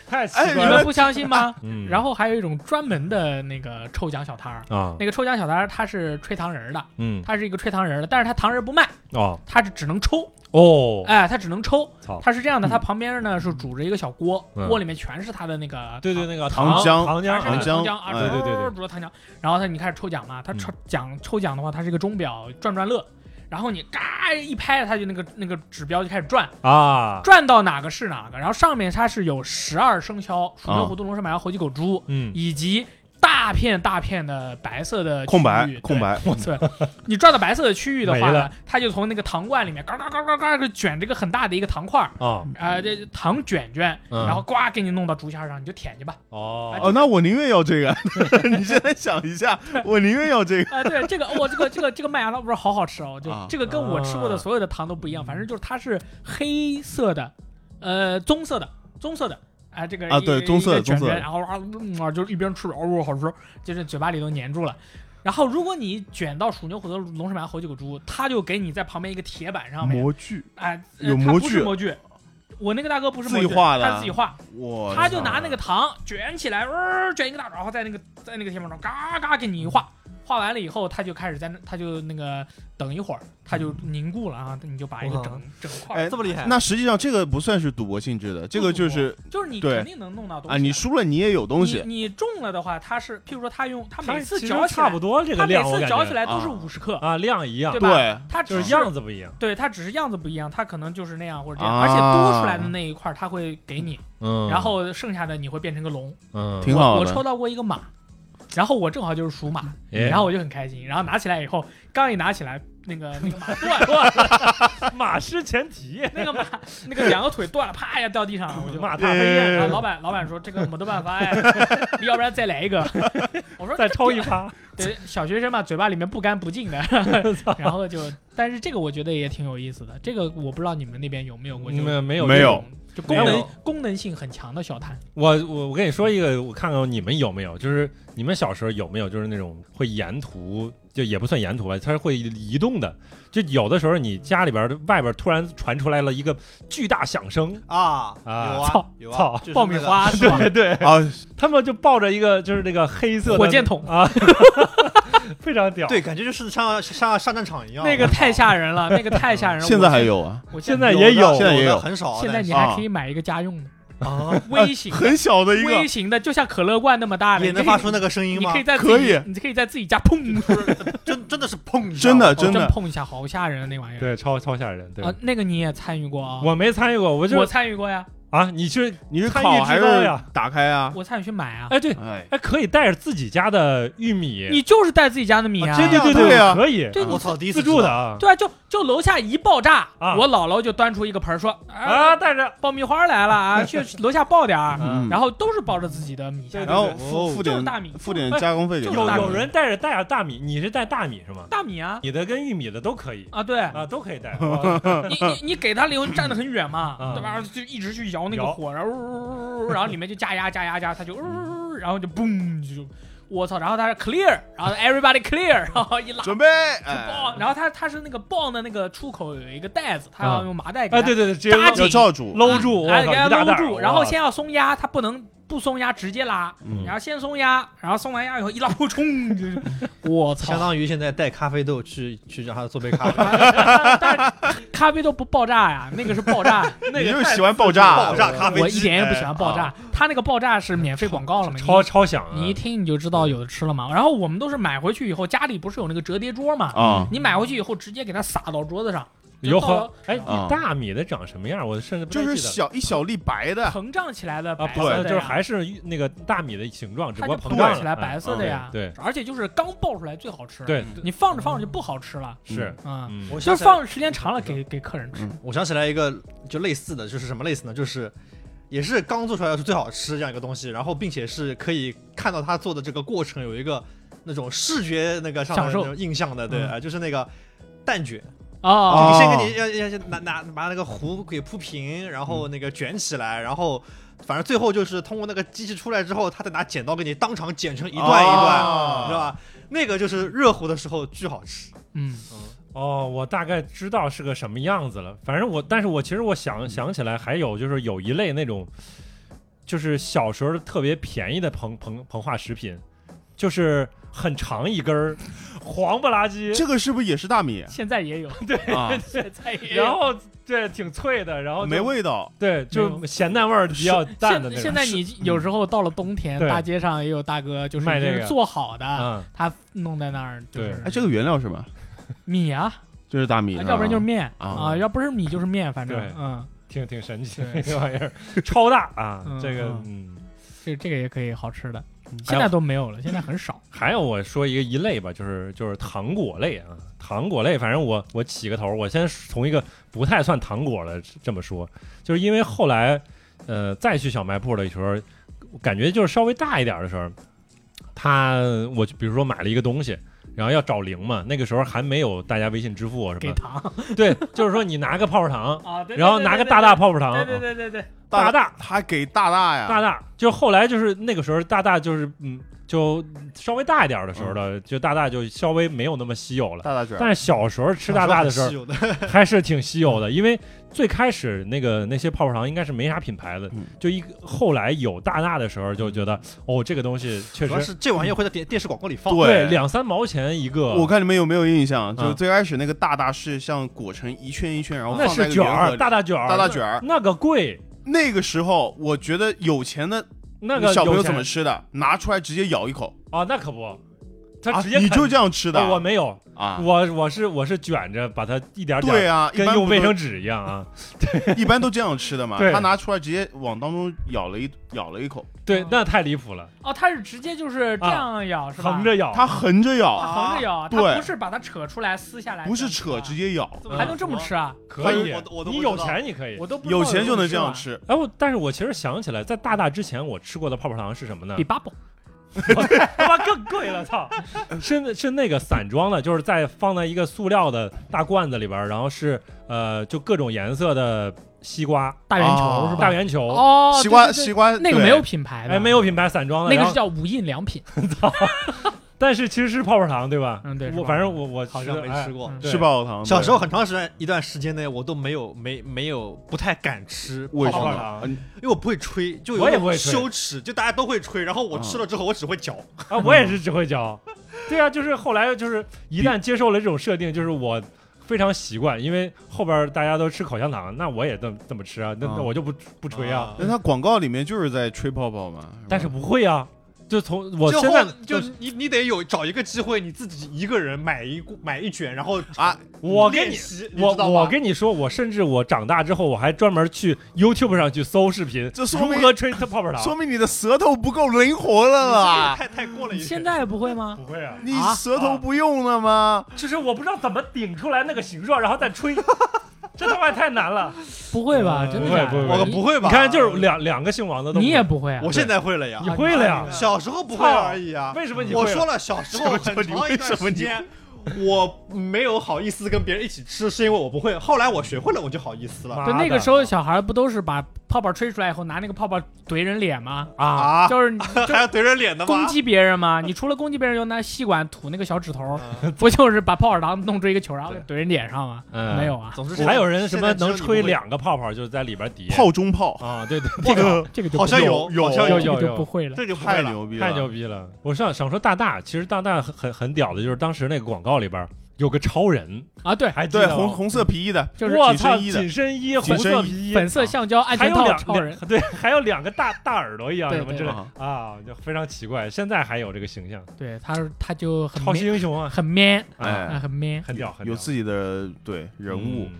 B: 太奇
A: 哎
B: 怪
C: 你
B: 了。
C: 们不相信吗？
B: 嗯
C: 然后还有一种专门的那个抽奖小摊儿，
B: 啊，
C: 那个抽奖小摊儿它是吹糖人儿的，
B: 嗯，
C: 它是一个吹糖人儿的，但是它糖人儿不卖，
B: 哦
C: 它是只能抽。
B: 哦，
C: 哎，它只能抽
B: 操。
C: 它是这样的，它旁边呢是煮着一个小锅，
B: 嗯
C: 锅里面全是它的那个
B: 啊对对，那个
A: 糖浆
B: 糖浆，
C: 全是那个
A: 浆
C: 糖浆啊，
A: 哎
B: 对对对对
C: 煮着糖浆。然后它你开始抽奖嘛，它抽奖抽奖的话，它是一个钟表转转乐，然后你嘎一拍，它就那个那个指标就开始转，
B: 啊，
C: 转到哪个是哪个。然后上面它是有十二生肖，鼠牛
A: 啊
C: 虎兔龙蛇马羊猴鸡狗猪，
B: 嗯，
C: 以及大片大片的白色的
A: 空
C: 区
A: 白
C: 域
A: 空。白，
C: 对，对你转到白色的区域的话
B: 没
C: 呢
B: 了，
C: 它就从那个糖罐里面嘎嘎嘎嘎嘎卷这个很大的一个糖块儿。
B: 啊，
C: 啊，这糖卷卷，
B: 嗯
C: 然后呱给你弄到竹签上，你就舔去吧。
A: 哦，
B: 哦，
A: 那我宁愿要这个。 你现在想一 下，我宁愿要这个。
C: 啊、对，这个我、这个这个这个麦芽糖不是好好吃哦，就、
A: 啊
C: 这个跟我吃过的所有的糖都不一样，反正就是它是黑色的，呃，棕色的，棕色的。啊，这个
A: 啊
C: 一
A: 对棕色的
C: 一个卷
A: 棕色
C: 卷，
A: 的
C: 然后啊、嗯啊，就是一边吃，哦，好吃，就是嘴巴里都粘住了。然后如果你卷到鼠牛虎兔龙蛇马猴鸡狗猪，他就给你在旁边一个铁板上面，
A: 模具，
C: 哎、呃
A: 有
C: 他
A: 模
C: 不是
A: 具
C: 模具，我那个大哥不是
A: 自
C: 模具
A: 己画的
C: 他自己画，
A: 我
C: 他就拿那个糖卷起来，呃、卷一个大，然后在那个在那个天板上嘎嘎给你一画，画完了以后，他就开始在那，他就那个等一会儿，他就凝固了啊，你就把一个
D: 哇
C: 整整块，
A: 哎
D: 这么厉害，
A: 那实际上这个不算是赌博性质的，这个就是
C: 就是你
A: 对
C: 肯定能弄到东西
A: 啊，你输了你也有东西，
C: 你你中了的话，他是，譬如说他用他
B: 它
C: 每次
B: 其实
C: 搅起来，
B: 差不多这
C: 他
B: 个
C: 每
B: 量，我
C: 次
B: 感
C: 搅起
B: 觉
C: 来都是
A: 啊
C: 五十克，
B: 啊，量一样
C: 对，
A: 对，
C: 他
B: 就
C: 只
B: 是样子不一样。
C: 对，它只是样子不一样，它可能就是那样或者这样，
A: 啊
C: 而且多出来的那一块儿它会给你，
D: 嗯
C: 然后剩下的你会变成个龙。
D: 嗯
A: 挺
C: 我
A: 啊好
C: 我
A: 的
C: 抽。到过一个马，然后我正好就是属马，
B: 哎
C: 然后我就很开心，然后拿起来以后，刚一拿起来，那个 那个马断了，
B: 马失前蹄，
C: 那个马那个两个腿断了，啪一下掉地上了，我就
B: 马踏飞
A: 对
B: 燕，
C: 然后老板老板说这个没得办 法呀，要不然再来一个。 我说
B: 再超一 发，
C: 对小学生嘛，嘴巴里面不干 不净的，然后就，但是这个我觉得也挺有意思的，这个我不知道你们那边有没有过，
B: 你们没有
C: 有
A: 没
C: 这
A: 有
C: 种，就功
B: 没
C: 能
B: 有
C: 功能性很强的小摊，
B: 我我我跟你说一个，我看看你们有没有，就是你们小时候有没有就是那种会沿途就也不算沿途吧，它是会移动的，就有的时候你家里边儿外边儿突然传出来了一个巨大响 声，
D: 啊，
B: 啊
D: 有
C: 操
D: 啊，有
B: 操
D: 啊，就是
C: 爆米
D: 那个
C: 花是吧？
B: 对对，
A: 啊，
B: 他们就抱着一个就是那个黑色的
C: 火箭筒
B: 啊， 非常屌。
D: 对，感觉就是像像上战场一 样。啊
C: 那个太吓人了，那个太吓人了。
A: 现在还
C: 我，
A: 有啊，
C: 我
B: 现在
D: 的
B: 也有
A: 现在也
D: 的
A: 有
D: 很少啊。
C: 现在
D: 但是
C: 你还可以买一个家用的，呃
D: 啊，
C: 微型的，
A: 很小的一个
C: 微，型的，就像可乐罐那么大的，
D: 也
C: 你
D: 能
C: 可以
D: 发出那个声音
C: 你
D: 吗
C: 可以？在自己
A: 可以
C: 你可以在自己家砰，
D: 真真的是 砰一下，
A: 真的
C: 真
A: 哦 真的
C: 碰一下，好吓人啊那玩意儿。
B: 对，超超吓人。对，
C: 啊，那个你也参与过啊？
B: 我没参与过，我就
C: 我
B: 是
C: 参与过呀，
B: 啊，你去
A: 你是
B: 参与
A: 烤还
B: 之
A: 是
B: 高呀
A: 打开啊？
C: 我参与去买啊。
B: 哎对
A: 哎，
B: 哎可以带着自己家的玉米，
C: 你就是带自己家的米啊？
D: 啊
B: 对
D: 真的
B: 对
A: 对呀
B: 可以
C: 对
D: 我操，第一次
B: 自助
D: 知
B: 的
D: 道
B: 啊
C: 对啊，就就楼下一爆炸，
B: 啊
C: 我姥姥就端出一个盆儿说哎
B: 啊，带着
C: 爆米花来了啊，去楼下爆 点儿。
A: 嗯
C: 然后都是抱着自己的米下去
A: 然后
B: 对
A: 付
D: 哦
A: 付
C: 就是
A: 点
C: 大米
A: 付点加工费给
C: 就
A: 他
C: 是
B: 有
C: 大米
B: 有人带着带着大米，你是带大米是吗？
C: 大米 啊
B: 你的跟玉米的都可以
C: 啊，对
B: 啊，都可以带。
C: 你你你给他理由，你站得很远嘛，
B: 嗯
C: 对吧？就一直去摇那个
B: 摇
C: 火，然后呜呜呜呜，然后里面就加压加压加，它就呜呜呜，然后就嘣就，我操！然后它是 clear，然后 everybody clear，然后一拉。
A: 准备，哎
C: 棒，然后它它是那个棒的那个那个出口有一个袋子，它要用麻袋给
B: 哎，
C: 它
B: 对对对，直接
C: 扎紧
A: 要罩住，
B: 搂住，我
C: 哎
B: 靠，
C: 给它
B: 一大
C: 搂
B: 袋
C: 住，
B: 儿
C: 然后
B: 哇
C: 先要松压，它不能不松压直接拉，
A: 嗯
C: 然后先松压，然后松完压以后一拉后冲，就是 我操！
D: 相当于现在带咖啡豆去去让他做杯 咖啡，
C: 但是咖啡豆不爆炸呀，那个是爆炸，
B: 那
A: 你
B: 个
A: 就
B: 太
A: 喜欢爆炸，
D: 爆炸咖啡机
C: 我一点也
A: 哎
C: 不喜
A: 啊
C: 欢爆炸。它那个爆炸是免费广告了嘛？
B: 啊超超响啊，
C: 你一听你就知道有的吃了嘛。然后我们都是买回去以后，家里不是有那个折叠桌嘛？
A: 啊！
C: 你买回去以后直接给它撒到桌子上，
B: 有
C: 就到
B: 好
C: 了
B: 哎，
A: 啊
B: 你大米的长什么样？我甚至不太
A: 就是
B: 记得
A: 小一小粒白的，
C: 膨胀起来的
B: 啊，
C: 白
B: 不
C: 色
B: 是，
C: 的
B: 就
C: 呀，
B: 是还是玉那个大米的形状，只
C: 它
B: 不
C: 就
B: 过膨胀
C: 膨胀
B: 了
C: 起来
B: 哎
C: 白色的呀。
B: 对
C: 而且就是刚爆出来最好吃。，
B: 对
A: 嗯
C: 你放着放着就不好吃了。
B: 是，
C: 啊、
B: 嗯，
D: 我
C: 就
D: 想
C: 是
D: 起来
C: 放时间长了给给客人吃。
D: 我想起来一个就类似的，就是什么类似呢？就是也是刚做出来是最好吃这样一个东西，然后并且是可以看到他做的这个过程有一个那种视觉那个上的
C: 享
D: 那
C: 受
D: 种印象的，对，
C: 嗯
D: 啊，就是那个蛋卷，
C: 啊
A: 哦
D: 你先给你要要要拿拿把那个糊给铺平，然后那个卷起来，然后。反正最后就是通过那个机器出来之后，他再拿剪刀给你当场剪成一段一段，
A: 哦
B: 啊
D: 是吧？那个就是热乎的时候巨好吃。
C: 嗯，
B: 哦，我大概知道是个什么样子了。反正我，但是我其实我
C: 嗯
B: 想想起来，还有就是有一类那种，就是小时候特别便宜的膨膨膨化食品，就是很长一根儿，黄不拉几，
A: 这个是不是也是大 米
C: 现在 也有，
A: 啊？
C: 现在也有。
B: 然后对，挺脆的，然后就
A: 没，味道，
B: 对，就咸淡味儿比较淡的那种。嗯
C: 现现在你有时候到了冬天，
B: 对
C: 大街上也有大哥就是
B: 卖这个
C: 已经做好的，
B: 啊，
C: 他弄在那儿就
B: 对
C: 是
A: 哎，这个原料是吧？
C: 米啊，
A: 就是大米，
C: 嗯啊要不然就是面
A: 啊
C: 啊，要不是米就是面，反正
B: 对
C: 嗯，
B: 挺挺神奇的
C: 对
B: 这玩意儿，超大啊
C: 嗯，
B: 这个
A: 嗯
B: 嗯。
C: 这这个也可以好吃的
A: 嗯，
C: 现在都没有了，现在很少。
B: 还有我说一个一类吧，就是就是糖果类啊，糖果类，反正我我起个头，我先从一个不太算糖果了这么说，就是因为后来呃再去小卖部的时候，感觉就是稍微大一点的时候，他我就比如说买了一个东西。然后要找零嘛，那个时候还没有大家微信支付啊什
C: 给
B: 么
C: 糖
B: 的，对，就是说你拿个泡泡糖，
C: 啊， 对
B: 然后拿个大啊大，泡泡糖，
C: 对对对对对，
B: 大大
A: 他还给大大呀，
B: 大大，就后来就是那个时候，大大就是嗯，就稍微大一点的时候了，
A: 嗯
B: 就大大就稍微没有那么稀有了。
A: 大大卷
B: 但是小时候吃大大的时候
D: 小 很稀有的
B: 还是挺稀有
A: 嗯
B: 的，因为最开始那个那些泡泡糖应该是没啥品牌的
A: 嗯，
B: 就一个后来有大大的时候就觉得哦，这个东西确
D: 主要
B: 实
D: 是这玩意儿会在电电视广告里放。
B: 对
A: 对。
B: 两三毛钱一个，
A: 我看你们有没有印象，就
B: 嗯
A: 最开始那个大大是像裹成一圈一圈，然后
B: 那
A: 放在
B: 是
A: 一个
B: 卷
A: 圆盒
B: 儿
A: 里
B: 大大卷儿
A: 大大卷儿。
B: 那个贵，
A: 那个时候我觉得有钱的
B: 那个
A: 小朋友
B: 有钱哦
A: 怎么吃的，拿出来直接咬一口，
B: 啊？那可不，他
A: 啊
B: 直接
A: 你
B: 啃哦
A: 就这样吃的
B: 我没有，
A: 啊？
B: 我我是我是卷着把它一点儿点儿
A: 对啊，一
B: 跟
A: 般
B: 用
A: 不
B: 卫
A: 都
B: 生纸一样啊。
A: 一般都这样吃的嘛。
B: 对
A: 他拿出来直接往当中咬了一咬了一口，
B: 对
C: 啊，
B: 那太离谱了，
C: 哦，它是直接就是这样咬是吧？
B: 啊横着咬。
A: 他横着咬，
C: 啊横着咬，它
A: 对
C: 不是把它扯出来撕下来，
A: 不是扯，直
C: 接
A: 接咬，
B: 哦
D: 怎么
C: 还能这么吃啊？
B: 可以
D: 我都我，都不
B: 你
D: 知
B: 有
D: 道
B: 钱你可以。
C: 我都不知道
A: 有钱就能这样
C: 吃
A: 吃。
B: 哎，我但是我其实想起来，在大大之前我吃过的泡泡糖是什么呢
C: 啊，比？八宝
B: 他妈更贵了，操！ 是是那个散装的，就是在放在一个塑料的大罐子里边儿，然后是呃，就各种颜色的西瓜，
C: 大圆球
A: 哦
C: 是吧？
B: 啊大圆球，
C: 哦，
A: 西瓜
C: 对对对
A: 西瓜
C: 那个
A: 对
C: 没有品牌的，
B: 哎，没有品牌散装的，
C: 那个
B: 然
C: 是
B: 后
C: 叫无印 良品。
B: 但是其实是泡泡糖，对吧？
C: 嗯，对，是
B: 我
C: 吧
B: 反正我我
D: 好像
B: 觉得
D: 没
B: 哎
D: 吃过
C: 嗯。
B: 对
A: 吃泡泡糖。
D: 小
A: 对
D: 时候很长时间一段时间内，我都没有没没有不太敢吃
A: 为
D: 泡
A: 什
D: 泡
A: 么
B: 泡糖
D: 糖，
A: 嗯
D: 因为我不会吹，就
B: 我
D: 有
B: 也
D: 一
B: 不会
D: 种
B: 吹
D: 羞耻，就大家都会吹，然后我吃了之后我只会嚼，
B: 啊，我也是只会嚼。对啊，就是后来就是一旦接受了这种设定，就是我非常习惯，因为后边大家都吃口香糖，那我也这么这么吃啊，那
A: 啊
B: 那我就不不吹啊，
A: 那他广告里面就是在吹泡泡嘛，吧
B: 但是不会啊，就从我
D: 就
B: 现
D: 后
B: 在
D: 就你你得有找一个机会，你自己一个人买一股买一卷，然后
A: 啊，
B: 我跟
D: 练
B: 你。
D: 习，你
B: 我
D: 知道
B: 我
D: 吗
B: 跟你说，我甚至我长大之后，我还专门去 YouTube 上去搜视频，
A: 这说
B: 如
A: 明
B: 何吹泡泡
A: 说
B: 糖。
A: 明你的舌头不够灵活了
D: 啊，
A: 啦，
D: 太太过了一
C: 你
D: 点
C: 现在不会吗？
B: 不会啊，
A: 你
C: 啊
A: 舌头不用了吗？
B: 就是我不知道怎么顶出来那个形状，然后再吹，这他妈也太难了。
C: 不会 吧？
B: 呃
C: 真的
B: 不会
C: 假的？
B: 不会
D: 我
C: 你
D: 不会吧？
B: 你看，就是两两个姓王的都不会，
C: 你也不会啊？
D: 我现在会了呀
B: 你，会了呀？
D: 小时候不会而已啊。
B: 为什么你
D: 我
B: 会了
D: 说了，小 时候很长一段时间，我没有好意思跟别人一起吃，是因为我不会。后来我学会了，我就好意思了。
C: 对，那个时候小孩不都是把泡泡吹出来以后拿那个泡泡怼人脸吗？
B: 啊，
D: 啊，
C: 就是
D: 还要怼人 脸的
C: 攻
D: 吗？
C: 击别人吗？你除了攻击别人，就拿吸管吐那个小指头， 不就是把泡泡糖弄出一个球，然后怼人脸上吗？
B: 嗯
C: 没有啊，
D: 总之
B: 还有人什么能吹，两个泡泡，就是在里边叠
A: 泡中泡，
B: 啊？对对，
C: 这个这个就
D: 好像
C: 有，
D: 有，好像
C: 这
B: 有
C: 个
B: 有
C: 就不会了。
D: 这就
A: 太
D: 会了。
A: 牛逼了，
B: 太牛逼了！我想想说大大，其实大大很很很屌的，就是当时那个广告里边有个超人，
C: 啊，对，
B: 还记
A: 对，
B: 得吗
A: 红红色皮衣的，
C: 就是
B: 我
A: 紧
B: 操，
A: 身衣的
B: 紧身衣，
A: 紧
B: 红
A: 身衣
B: 色皮衣，
C: 粉色橡胶安
B: 还
C: 全
B: 有
C: 套
B: 两
C: 超人，
B: 两对，还有两个大大耳朵一样
C: 对
B: 什么
C: 对
B: 之类
A: 啊
B: 啊，就非常奇怪。现在还有这个形象，
C: 对，他他就很
B: 超级
C: man，
B: 英雄啊，
C: 很 man，
B: 啊
C: 啊
A: 哎，
C: 很 man。
B: 很屌，很屌
A: 有自己的对人物。
B: 嗯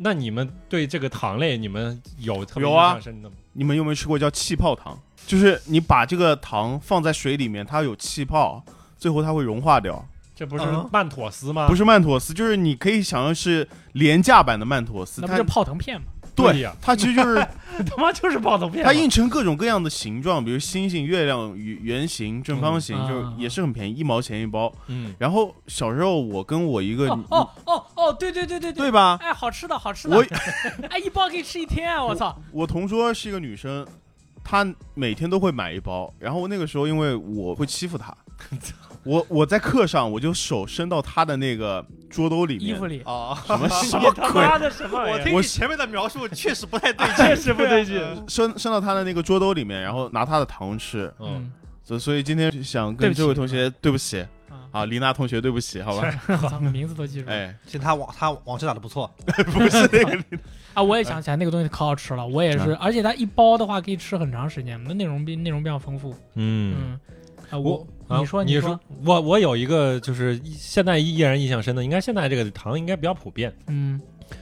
B: 那你们对这个糖类，你们有特别
A: 有
B: 印
A: 啊
B: 象深的吗？
A: 你们有没有吃过叫气泡糖？就是你把这个糖放在水里面，它有气泡，最后它会融化掉。
B: 这不是
D: 嗯
B: 曼妥思吗？
A: 不是曼妥思，就是你可以想象是廉价版的曼妥思，
C: 那不
A: 它
C: 就泡腾片吗？
B: 对
A: 对
B: 呀
A: 它其实 就是
B: 他妈就是爆头片嘛。
A: 它印成各种各样的形状，比如星星、月亮、圆圆形、正方形，
C: 嗯
D: 啊
A: 就是也是很便宜，一毛钱一包。
B: 嗯，
A: 然后小时候我跟我一个
C: 哦哦哦哦，对对对对
A: 对吧？
C: 哎，好吃的好吃的
A: 我，
C: 哎，一包可以吃一天啊！我操，
A: 我同桌是一个女生，她每天都会买一包。然后那个时候，因为我会欺负她，我我在课上我就手伸到她的那个桌兜里面，
C: 衣服里
D: 啊！
A: 什么什
B: 你
A: 么
B: 他
A: 鬼，
B: 妈的什么玩意
D: 我
B: 儿？
D: 听你前面的 描述确实不太对劲，
B: 确实不对劲。
A: 伸伸到她的那个桌兜里面，然后拿她的糖吃。
B: 嗯，，
A: 所所以今天想
C: 对
A: 跟
C: 不起
A: 这位同学对不起
C: 啊，
A: 啊，李娜同学对不起，好吧？
C: 操，嗯名字都记住了。
A: 哎，
D: 其实他网他网球打的不错，
C: 啊，我也想起来那个东西可好吃了，我也是，而且它一包的话可以吃很长时间，那内容比内容比较丰富。
B: 嗯，
C: 嗯，啊，
B: 我
C: 我
B: 啊
C: 你说
B: 你
C: 说，，
B: 我我有一个就是一现在依然印象深的，应该现在这个糖应该比较普遍，
C: 嗯，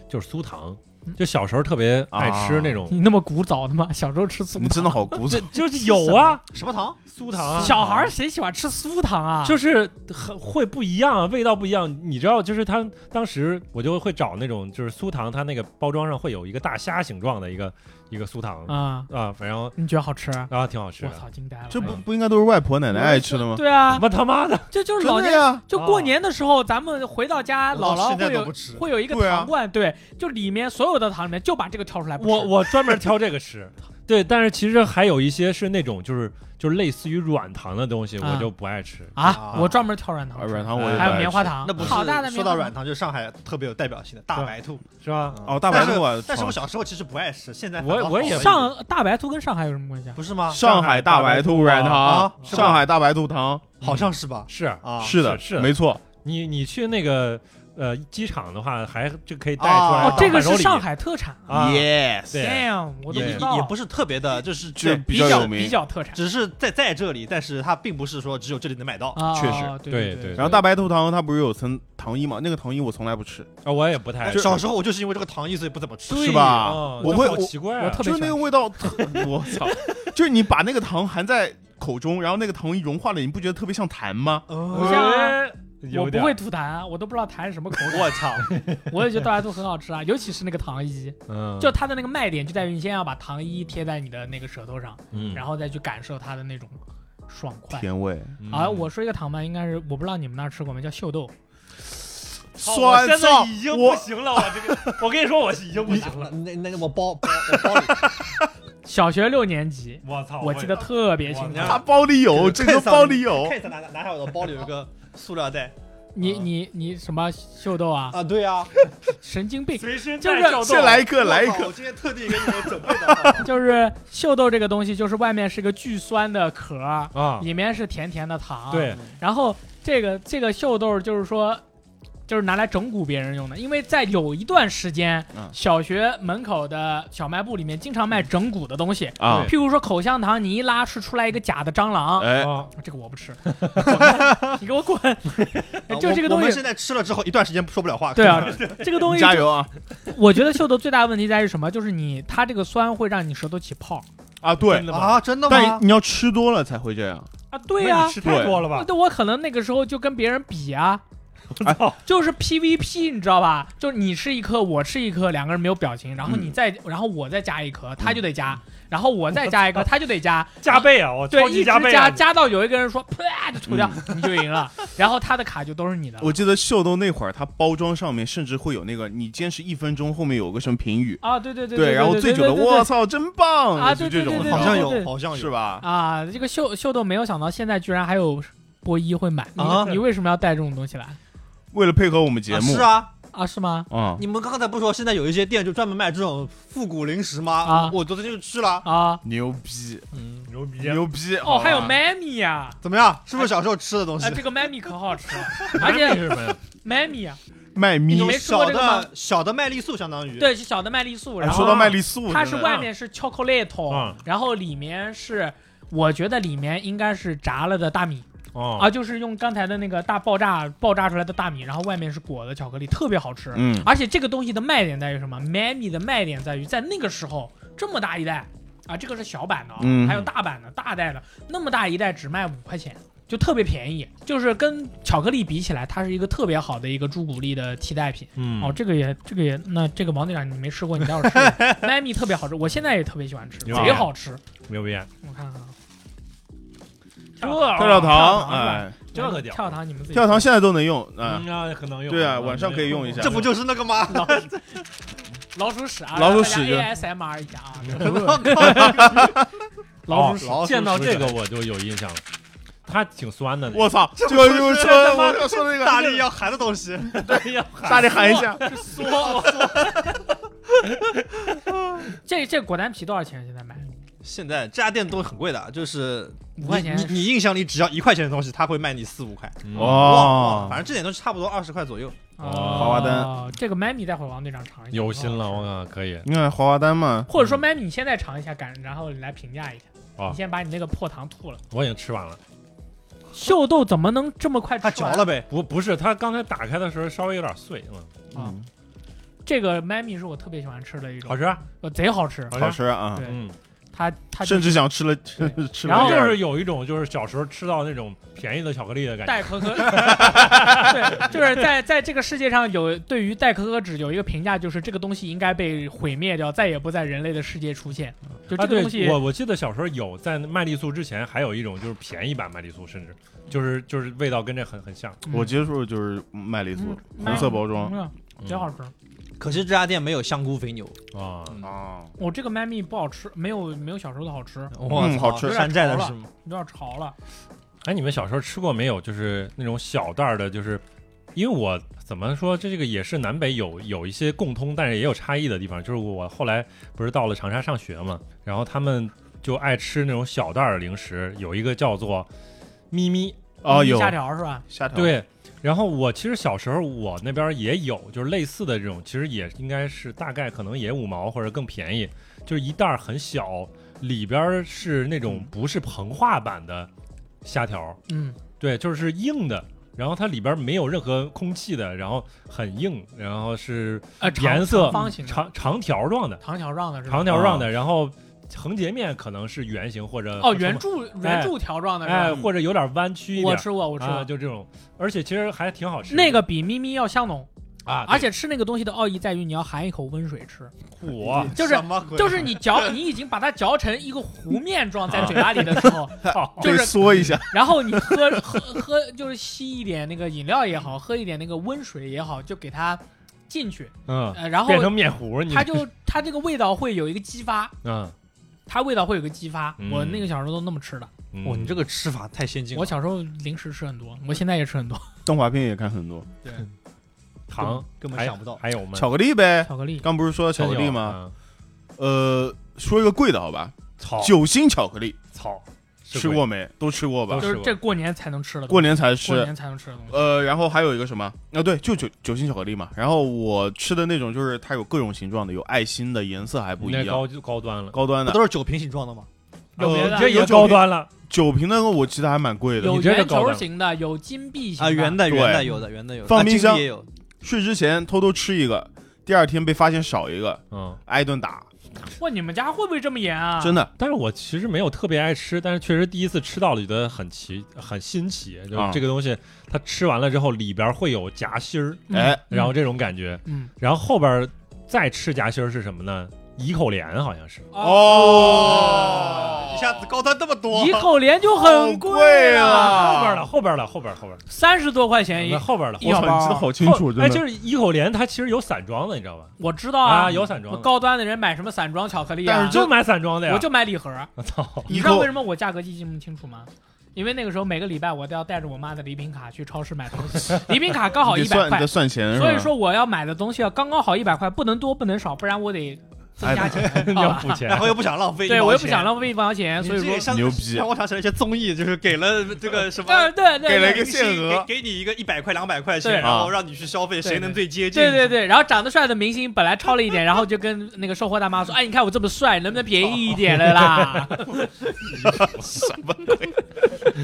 B: 就是酥糖
C: 嗯。
B: 就小时候特别爱吃那种，
C: 你那么古早的吗？ 小时候吃酥
A: 你真
C: 糖，
A: 的好古早，
B: 就是有啊，
D: 什么糖？
B: 酥糖啊，
C: 小孩儿谁喜欢吃酥糖啊？
B: 就是很会不一样，啊，味道不一样。你知道，就是他当时我就会找那种就是酥糖，它那个包装上会有一个大虾形状的一个一个酥糖
C: 啊，
B: 啊，反正
C: 你觉得好吃？
B: 啊挺好吃
C: 我
B: 的。
C: 操，惊呆了！哎
A: 这不
B: 嗯
A: 不应该都是外婆奶奶爱吃的吗？
C: 对啊
B: 他，妈他妈的，
C: 这就是老
A: 真的
C: 年
A: 呀，
C: 就过年的时候，咱们回到家，
D: 我到
C: 姥姥
D: 现在
C: 会
D: 都
C: 有
D: 不吃。
C: 会有一个
A: 对啊
C: 糖罐，对，就里面所有的糖里面就把这个挑出来不吃。
B: 我我专门挑这个 吃。对，但是其实还有一些是那种就是就是类似于软糖的东西，
C: 啊
B: 我就不爱吃。
C: 啊，我专门挑软糖
A: 啊
C: 吃，
A: 软糖我也不
C: 哎还有
A: 爱
C: 棉花
A: 吃
C: 糖，
D: 那不是
C: 好大的棉花糖。
D: 说到软糖，就上海特别有代表性的大白兔嗯
B: 是吧？
A: 哦，大白
D: 但是
A: 兔啊，
D: 但是我小时候其实不爱吃，现在
B: 我
D: 反倒
B: 我也
D: 好了
C: 上大白兔跟上海有什么关系啊？
D: 不是吗？
A: 上海大白兔软
D: 啊
A: 糖，
D: 是吧
A: 上海大白兔糖，
D: 好像是吧？
B: 嗯是
D: 啊，
A: 是的，
B: 是是的
A: 没错，
B: 你你去那个呃机场的话，还这可以带
A: 啊
B: 出来
A: 哦
B: 到
C: 哦，这个是
B: 百
C: 上
B: 洲里
C: 海特产啊
B: 啊，
A: Yes，
B: 对
C: ，damn，我都不
D: 也
C: 知
D: 也
C: 道，
D: 也不是特别的，就是
A: 就
D: 对
A: 比
C: 比
A: 较有
C: 较
A: 名
C: 比较特产
D: 只是在在这里，但是它并不是说只有这里能买到。
C: 啊，
A: 确实
C: 对
B: 对对
C: 对。
A: 然后大白兔糖它不是有层糖衣吗？那个糖衣我从来不吃，
B: 啊，我也不太
A: 就
D: 小时候我就是因为这个糖衣，所以不怎么吃。
A: 是吧
B: 哦
A: 我
B: 那
A: 会
B: 好
A: 我
B: 奇怪
C: 我
B: 啊
C: 特，别
A: 就是那
C: 喜
A: 个
C: 欢
A: 味道特， 我操！就是你把那个糖含在口中，然后那个糖衣融化了，你不觉得特别像痰吗？
D: 嗯
C: 不像啊
B: 哎
C: 我
B: 有
C: 不
B: 点
C: 会吐痰，啊我都不知道痰是什么口感。
D: 我操！
C: 我也觉得大白兔很好吃啊，尤其是那个糖衣，
B: 嗯，
C: 就它的那个卖点就在于你先要把糖衣贴在你的那个舌头上，
B: 嗯
C: 然后再去感受它的那种爽快。
A: 甜味，
B: 嗯
C: 啊，我说一个糖吧，应该是我不知道你们那儿吃过没，叫秀豆。
A: 酸
B: 我现在
A: 燥
B: 已经不
A: 我
B: 行了，我这个， 我跟你说，我已经不行了。
D: 那那我包包我包 里，
C: 小学六年级，
B: 哦我操！
C: 我记得特别清楚
D: 我。
A: 它包里有，
D: 这
A: 这
D: 个
A: 个 包里有
D: 看，一下拿拿下我的包里有一个塑料袋
C: 你你你什么秀豆啊？
D: 啊，对啊，
C: 神经病！
B: 随身
C: 就是
B: 带照
A: 先
B: 动
A: 来一个，来一
D: 我靠
A: 个，
D: 我今天特地给你们准备的，
C: 就是秀豆这个东西，就是外面是个巨酸的壳儿，
B: 啊，
C: 里面是甜甜的糖。
B: 对，
C: 然后这个这个秀豆就是说，就是拿来整蛊别人用的，因为在有一段时间，
A: 嗯
C: 小学门口的小卖部里面经常卖整蛊的东西，
A: 啊
B: 对
C: 譬如说口香糖，你一拉是出来一个假的蟑螂。
A: 哎，
B: 啊，
C: 这个我不吃， 你给我滚！
D: 啊
C: 哎就这个
D: 我我
C: 东
D: 们
C: 西，
D: 现在吃了之后一段时间说不了 话。
C: 对啊，这个 东西就
A: 加油啊
C: 我觉得秀豆最大的问题在于什么？就是你它这个酸会让你舌头起泡
A: 啊！对
B: 真，的吗？
D: 啊，真的吗
A: 但？你要吃多了才会这样。
C: 啊！对呀、
B: 那你吃太多了吧？
C: 那我可能那个时候就跟别人比啊，
B: 我操！
C: 就是 PVP，你知道吧？就你吃一颗，我吃一颗，两个人没有表情，然后你再，
B: 嗯
C: 然后我再加一颗，他就得加，然后我再 加一颗，他就得加，
B: 加倍啊！我超
C: 对，
B: 级
C: 一直
B: 加
C: 加
B: 倍嗯啊！
C: 加到有一个人说啪就吐掉，你就 赢了，然后他的卡就都是你的了。
A: 我记得秀豆那会儿，它包装上面甚至会有那个，你坚持一分钟，后面有个什么评语，
C: 啊，对对对
A: 对，然后
C: 对
A: 醉酒的，
C: 对对对
A: 我操，真棒
C: 啊
A: 就
C: 对
A: 这
C: 对
A: 种
C: 对
A: 好
D: 好像
A: 像
C: 对对
D: 有，好像有，
A: 是吧？
C: 啊，这个秀秀豆没有想到现在居然还有播一会买，你
D: 啊
C: 你为什么要带这种东西来
A: 为了配合我们节
D: 啊
A: 目
D: 是，啊，
C: 啊？是吗？
A: 啊，
D: 你们刚才不是说现在有一些店就专门卖这种复古零食吗？
C: 啊
D: 我昨天就吃了，
C: 啊，
A: 牛逼，
B: 嗯，牛逼！
A: 牛逼！啊好
B: 啊
C: 哦，
A: 吧
C: 还有 Mammy 呀、
D: 怎么样？是不是小时候吃的
A: 哦
D: 东西
C: 哎，？这个 Mammy 可 好吃了，而且啊
B: 是什么呀？
C: Mammy 呀、
A: 麦咪
C: 你。没吃过
D: 小
C: 这个吗
D: 的小的麦丽素相当于，
C: 对，是小的麦丽素，
A: 哎
C: 然后
A: 说到麦丽素，
C: 它
A: 真
C: 哦
A: 的嗯
C: 是外面是 chocolate，、
B: 嗯
C: 然后里面是。我觉得里面应该是炸了的大米、
A: 嗯
B: 哦
C: 啊，就是用刚才的那个大爆炸爆炸出来的大米，然后外面是裹的巧克力，特别好吃。
A: 嗯，
C: 而且这个东西的卖点在于什么？Mammy 的卖点在于在那个时候这么大一袋啊，这个是小版的、啊，
A: 嗯
C: 还有大版的、大袋的，那么大一袋只卖五块钱，就特别便宜，就是跟巧克力比起来，它是一个特别好的一个朱古力的替代品。
B: 嗯
C: 哦，这个也这个也，那这个王队长你没吃过，你待会 儿试试。Mammy 特别好吃，我现在也特别喜欢吃，
B: 牛
A: 啊
C: 贼好吃。
B: 牛逼！
C: 我看看啊，
B: 跳
D: 哦
C: 这哦
A: 跳跳糖，
C: 是吧
A: 哎，
B: 这个屌
C: 跳糖你们自己
A: 跳糖现在都能用，哎，
B: 嗯啊，很能用。
A: 对啊晚上可以用一下
D: 这不就是那个 吗？
C: 老鼠屎啊，
A: 老鼠屎就
C: ASMR 一下 啊，
B: 老鼠
C: 鼠屎
D: 老鼠
B: 哦见到
D: 屎
B: 这个我就有印象了，它挺酸 的。
A: 我操，
D: 这
A: 这
D: 不
A: 个
D: 是
A: 就是说
D: 他妈
A: 我要说 那个
D: 大力要含的东西，
A: 大力喊一下，
C: 这这果丹皮多少钱？啊现在买
B: 嗯
D: 现在这家店都很贵的，就是
C: 五块
D: 你
C: 钱
D: 你你印象里只要一块钱的东西，他会卖你四五块，
B: 哦，
D: 忘了
A: 哦
D: 反，正这点东西差不多二十块左右。
B: 哦
A: 华华
C: 丹，这个 Mammy 待会儿王队长尝一下，
B: 有心了，嗯我
C: 很好吃
B: 靠，可以。
A: 你看华华丹嘛，
C: 或者说 Mammy 你现在尝一下感，然后你来评价一下。
B: 哦
C: 你先把你那个破糖吐了。
B: 我已经吃完了。
C: 秀豆怎么能这么快吃
D: 他
C: 完？
D: 嚼了呗，
B: 不，不是，它刚才打开的时候稍微有点碎，嗯，
C: 啊
A: 嗯
C: 这个 Mammy 是我特别喜欢吃的一种，
B: 好吃，啊
C: 呃，贼好吃。
A: 好吃啊，
C: 对
B: 嗯，
C: 它它就
A: 甚至想吃了
C: 对
A: 吃了
C: 然后
A: 一
B: 就
A: 点儿
B: 是有一种就是小时候吃到那种便宜的巧克力的感觉。啊
C: 代可 可，对，就是在在这个世界上有对于代可可脂有一个评价，就是这个东西应该被毁灭掉，再也不在人类的世界出现。
B: 啊，
C: 就这个
B: 对
C: 东西，，
B: 我我记得小时候有在麦丽素之前，还有一种就是便宜版麦丽素，甚至就是就是味道跟这很很像。
C: 嗯
A: 我接触的就是麦丽素，
C: 嗯
A: 红色包装
C: 嗯，
B: 嗯
C: 贼好吃。
D: 可惜这家店没有香菇肥牛。嗯
B: 啊，
C: 嗯
A: 啊，
C: 我这个麦蜜不好吃，没有没有小时候的好吃，
D: 哇
A: 嗯
D: 操
A: 好吃
D: 山寨的是吗？
C: 有点潮了。
B: 哎，你们小时候吃过没有？就是那种小袋儿的，就是因为我怎么说，这这个也是南北有有一些共通，但是也有差异的地方。就是我后来不是到了长沙上学嘛，然后他们就爱吃那种小袋儿的零食，有一个叫做咪咪，
A: 哦
C: 咪咪
A: 有
C: 虾条是吧？
D: 哦
A: 虾条，
B: 对，然后我其实小时候我那边也有，就是类似的这种，其实也应该是大概可能也五毛或者更便宜，就是一袋儿很小，里边儿是那种不是膨化版的虾条，
C: 嗯，
B: 对，就是硬的，然后它里边儿没有任何空气的，然后很硬，然后是
C: 呃，长
B: 颜色
C: 长方形的
B: 长长条状的，
C: 长条状的是吧
B: 长？
A: 啊
B: 条状的，然后横截面可能是圆形或者
C: 哦，圆柱圆柱条状的是
B: 哎
C: 吧？
B: 或者有点弯曲一点
C: 我
B: 儿，
C: 吃过，我吃
B: 啊，
C: 过。
B: 就这种，而且其实还挺好吃的。
C: 那个比咪咪要香浓，
B: 啊，
C: 而且吃那个东西的奥义在于你要含一口温水吃，
B: 苦
C: 就是
D: 什么鬼
C: 就是你嚼，你已经把它嚼成一个弧面状在嘴巴里的时候，就
A: 得
C: 是
A: 缩一下，
C: 然后你喝喝喝，就是吸一点那个饮料也好，喝一点那个温水也好，就给它进去，
B: 嗯，
C: 呃，然后
B: 变成面糊，你
C: 它就它这个味道会有一个激发，
B: 嗯，
C: 它味道会有个激发。
B: 嗯
C: 我那个小时候都那么吃的，
B: 嗯
D: 哇，你这个吃法太先进了
C: 我。小时候零食吃很多，我现在也吃很多，
A: 动画片也看很多，
B: 糖
D: 根本
B: 还
D: 想不到
B: 还有吗？啊
A: 巧克力呗。
C: 巧克力。
A: 刚不是说到巧克力吗？
B: 吗？
A: 呃，说一个贵的好吧，
B: 嗯
D: 哦
B: 草
A: 酒心巧克力
B: 草是
A: 吃
B: 贵
A: 过没？都吃过吧
B: 都？
C: 就是这过年才能吃的东西，
A: 过年才
C: 过
A: 吃。
C: 年才能吃的东西。
A: 呃，然后还有一个什么？啊，对，就酒酒心巧克力嘛。然后我吃的那种就是它有各种形状的，有爱心的，颜色还不一
B: 那
A: 样，
B: 高就高端了，啊
A: 高端
D: 不
A: 的。
D: 都是酒瓶形状的吗？
C: 有别的
B: 这也
A: 有酒瓶
B: 高端了，
A: 酒瓶那个我记得还蛮贵的。
C: 有
B: 你这个
C: 圆
B: 高
C: 球
B: 档
C: 型的，有金币型
D: 啊，圆的
A: 对
D: 圆的有的圆的有的，
A: 放
D: 啊
A: 冰
D: 金币
A: 箱
D: 也有，
A: 睡之前偷偷吃一个，第二天被发现少一个，
B: 嗯。
A: 挨顿打，
C: 哇，你们家会不会这么严啊？
A: 真的。
B: 但是我其实没有特别爱吃，但是确实第一次吃到了，觉得很奇，很新奇。就是
A: 啊
B: 这个东西，它吃完了之后里边会有夹心儿，
C: 嗯
A: 哎，
B: 然后这种感觉，
C: 嗯，
B: 然后后边再吃夹心儿是什么呢？颐口莲好像是，
C: 啊
A: 哦
D: 一下子高端这么多
C: 哦一口莲就很贵
A: 好贵啊
B: 后边了，后边了，后边了后边了。
C: 三十多块钱一
B: 那，后边了，
C: 哎一小包
A: 好
B: 后哎，就是一口莲，它其实有散装的，你知道吧？
C: 我知道
B: 啊，有散装
C: 我
B: 的，
C: 高端的人买什么散装巧克力
A: 但
C: 啊
A: 是？
B: 就买散装的呀。
C: 我就买礼盒。啊
B: 我操，
C: 你
A: 一
C: 知道
A: 口
C: 为什么我价格记这么清楚吗？因为那个时候每个礼拜我都要带着我妈的礼品卡去超市买东西，礼品卡刚好
A: 你
C: 一
A: 得算
C: 百
A: 你得
C: 块，
A: 算钱是吧？
C: 所以说我要买的东西要刚刚好一百块，不能多不能少，不然我得增加钱，
A: 哎
B: 你
C: 好
B: 要
C: 吧
B: 付钱
D: 然。后又不想浪费，
C: 对我又不想浪费一毛钱，所以说，
D: 说
A: 牛逼
D: 让我想起来一些综艺，就是给了这个什么
C: 对对对，
A: 给了一
C: 对
A: 个限额
D: 给给你一个一百块两百块钱，
C: 对
D: 然后让你去消费，
C: 对
D: 谁能最接近？
C: 对对对，然后长得帅的明星本来超了一点，然后就跟那个售货大妈说：“哎，你看我这么帅，能不能便宜一点 了啦
A: 什么？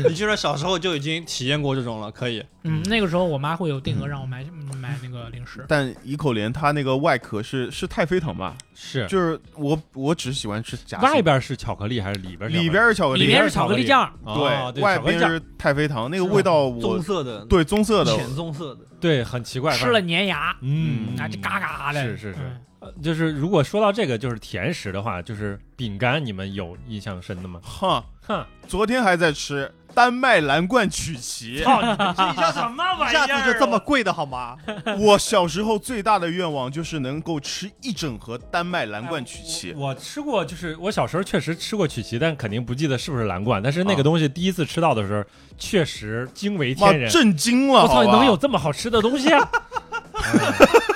D: 你居然小时候就已经体验过这种了，可以。？”
C: 嗯，那个时候我妈会有定额让我买买那个零食。
A: 但怡口莲它那个外壳是是太妃糖吧？
B: 是
A: 就是我我只喜欢吃夹心
B: 外边是巧克力还是里边是巧克力？
A: 里边是巧克
C: 里
A: 力，
C: 面是巧克力酱，
B: 哦
A: 对，
B: 对，
A: 外
B: 巧克力
A: 边
B: 酱
A: 是太妃糖，那个
D: 是吗
A: 味道
D: 棕
A: 我
D: 色的，
A: 对棕色的
D: 浅棕色的，
B: 对，很奇怪。
C: 吃了，粘牙，
B: 嗯，
C: 啊，这嘎嘎的。
B: 是是是
C: 嗯
B: 呃就是如果说到这个，就是甜食的话，就是饼干，你们有印象深的吗？
A: 哈，
B: 哼，
A: 昨天还在吃丹麦蓝冠曲奇。
B: 操，
C: 嗯
B: 你这什么
D: 一下子就这么贵的好吗？
A: 我小时候最大的愿望就是能够吃一整盒丹麦蓝冠曲奇。
B: 我吃过，就是我小时候确实吃过曲奇，但肯定不记得是不是蓝罐。但是那
C: 啊
B: 个东西第一次吃到的时候，确实惊为
A: 妈
B: 天人。
A: 震惊了！
B: 我
C: 啊
B: 操，
A: 好吧
B: 能有这么好吃的东西 啊！ 嗯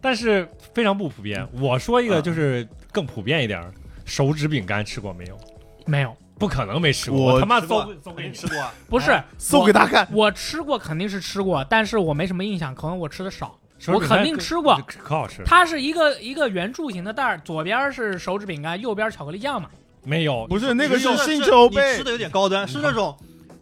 B: 但是非常不普遍。我说一个
A: 嗯
B: 就是更普遍一点儿，手指饼干吃过没有？
C: 没有，
B: 不可能没吃过，
A: 我
B: 我他妈
D: 吃过
B: 搜搜给你
D: 你
B: 吃。
D: 吃过啊？
C: 不是
A: 搜给大家看，
C: 我吃过，肯定是吃过，但是我没什么印象，可能我吃的少。
B: 手
C: 我
B: 指饼干
C: 肯定吃过，
B: 可可好吃。
C: 它是一个一个圆柱形的袋儿，左边是手指饼干，右边巧克力酱嘛。
B: 没有，
A: 不是那个
D: 你
A: 是
D: 吃的
A: 新嗯球
D: 你吃
A: 杯，
D: 的有点高端，是那种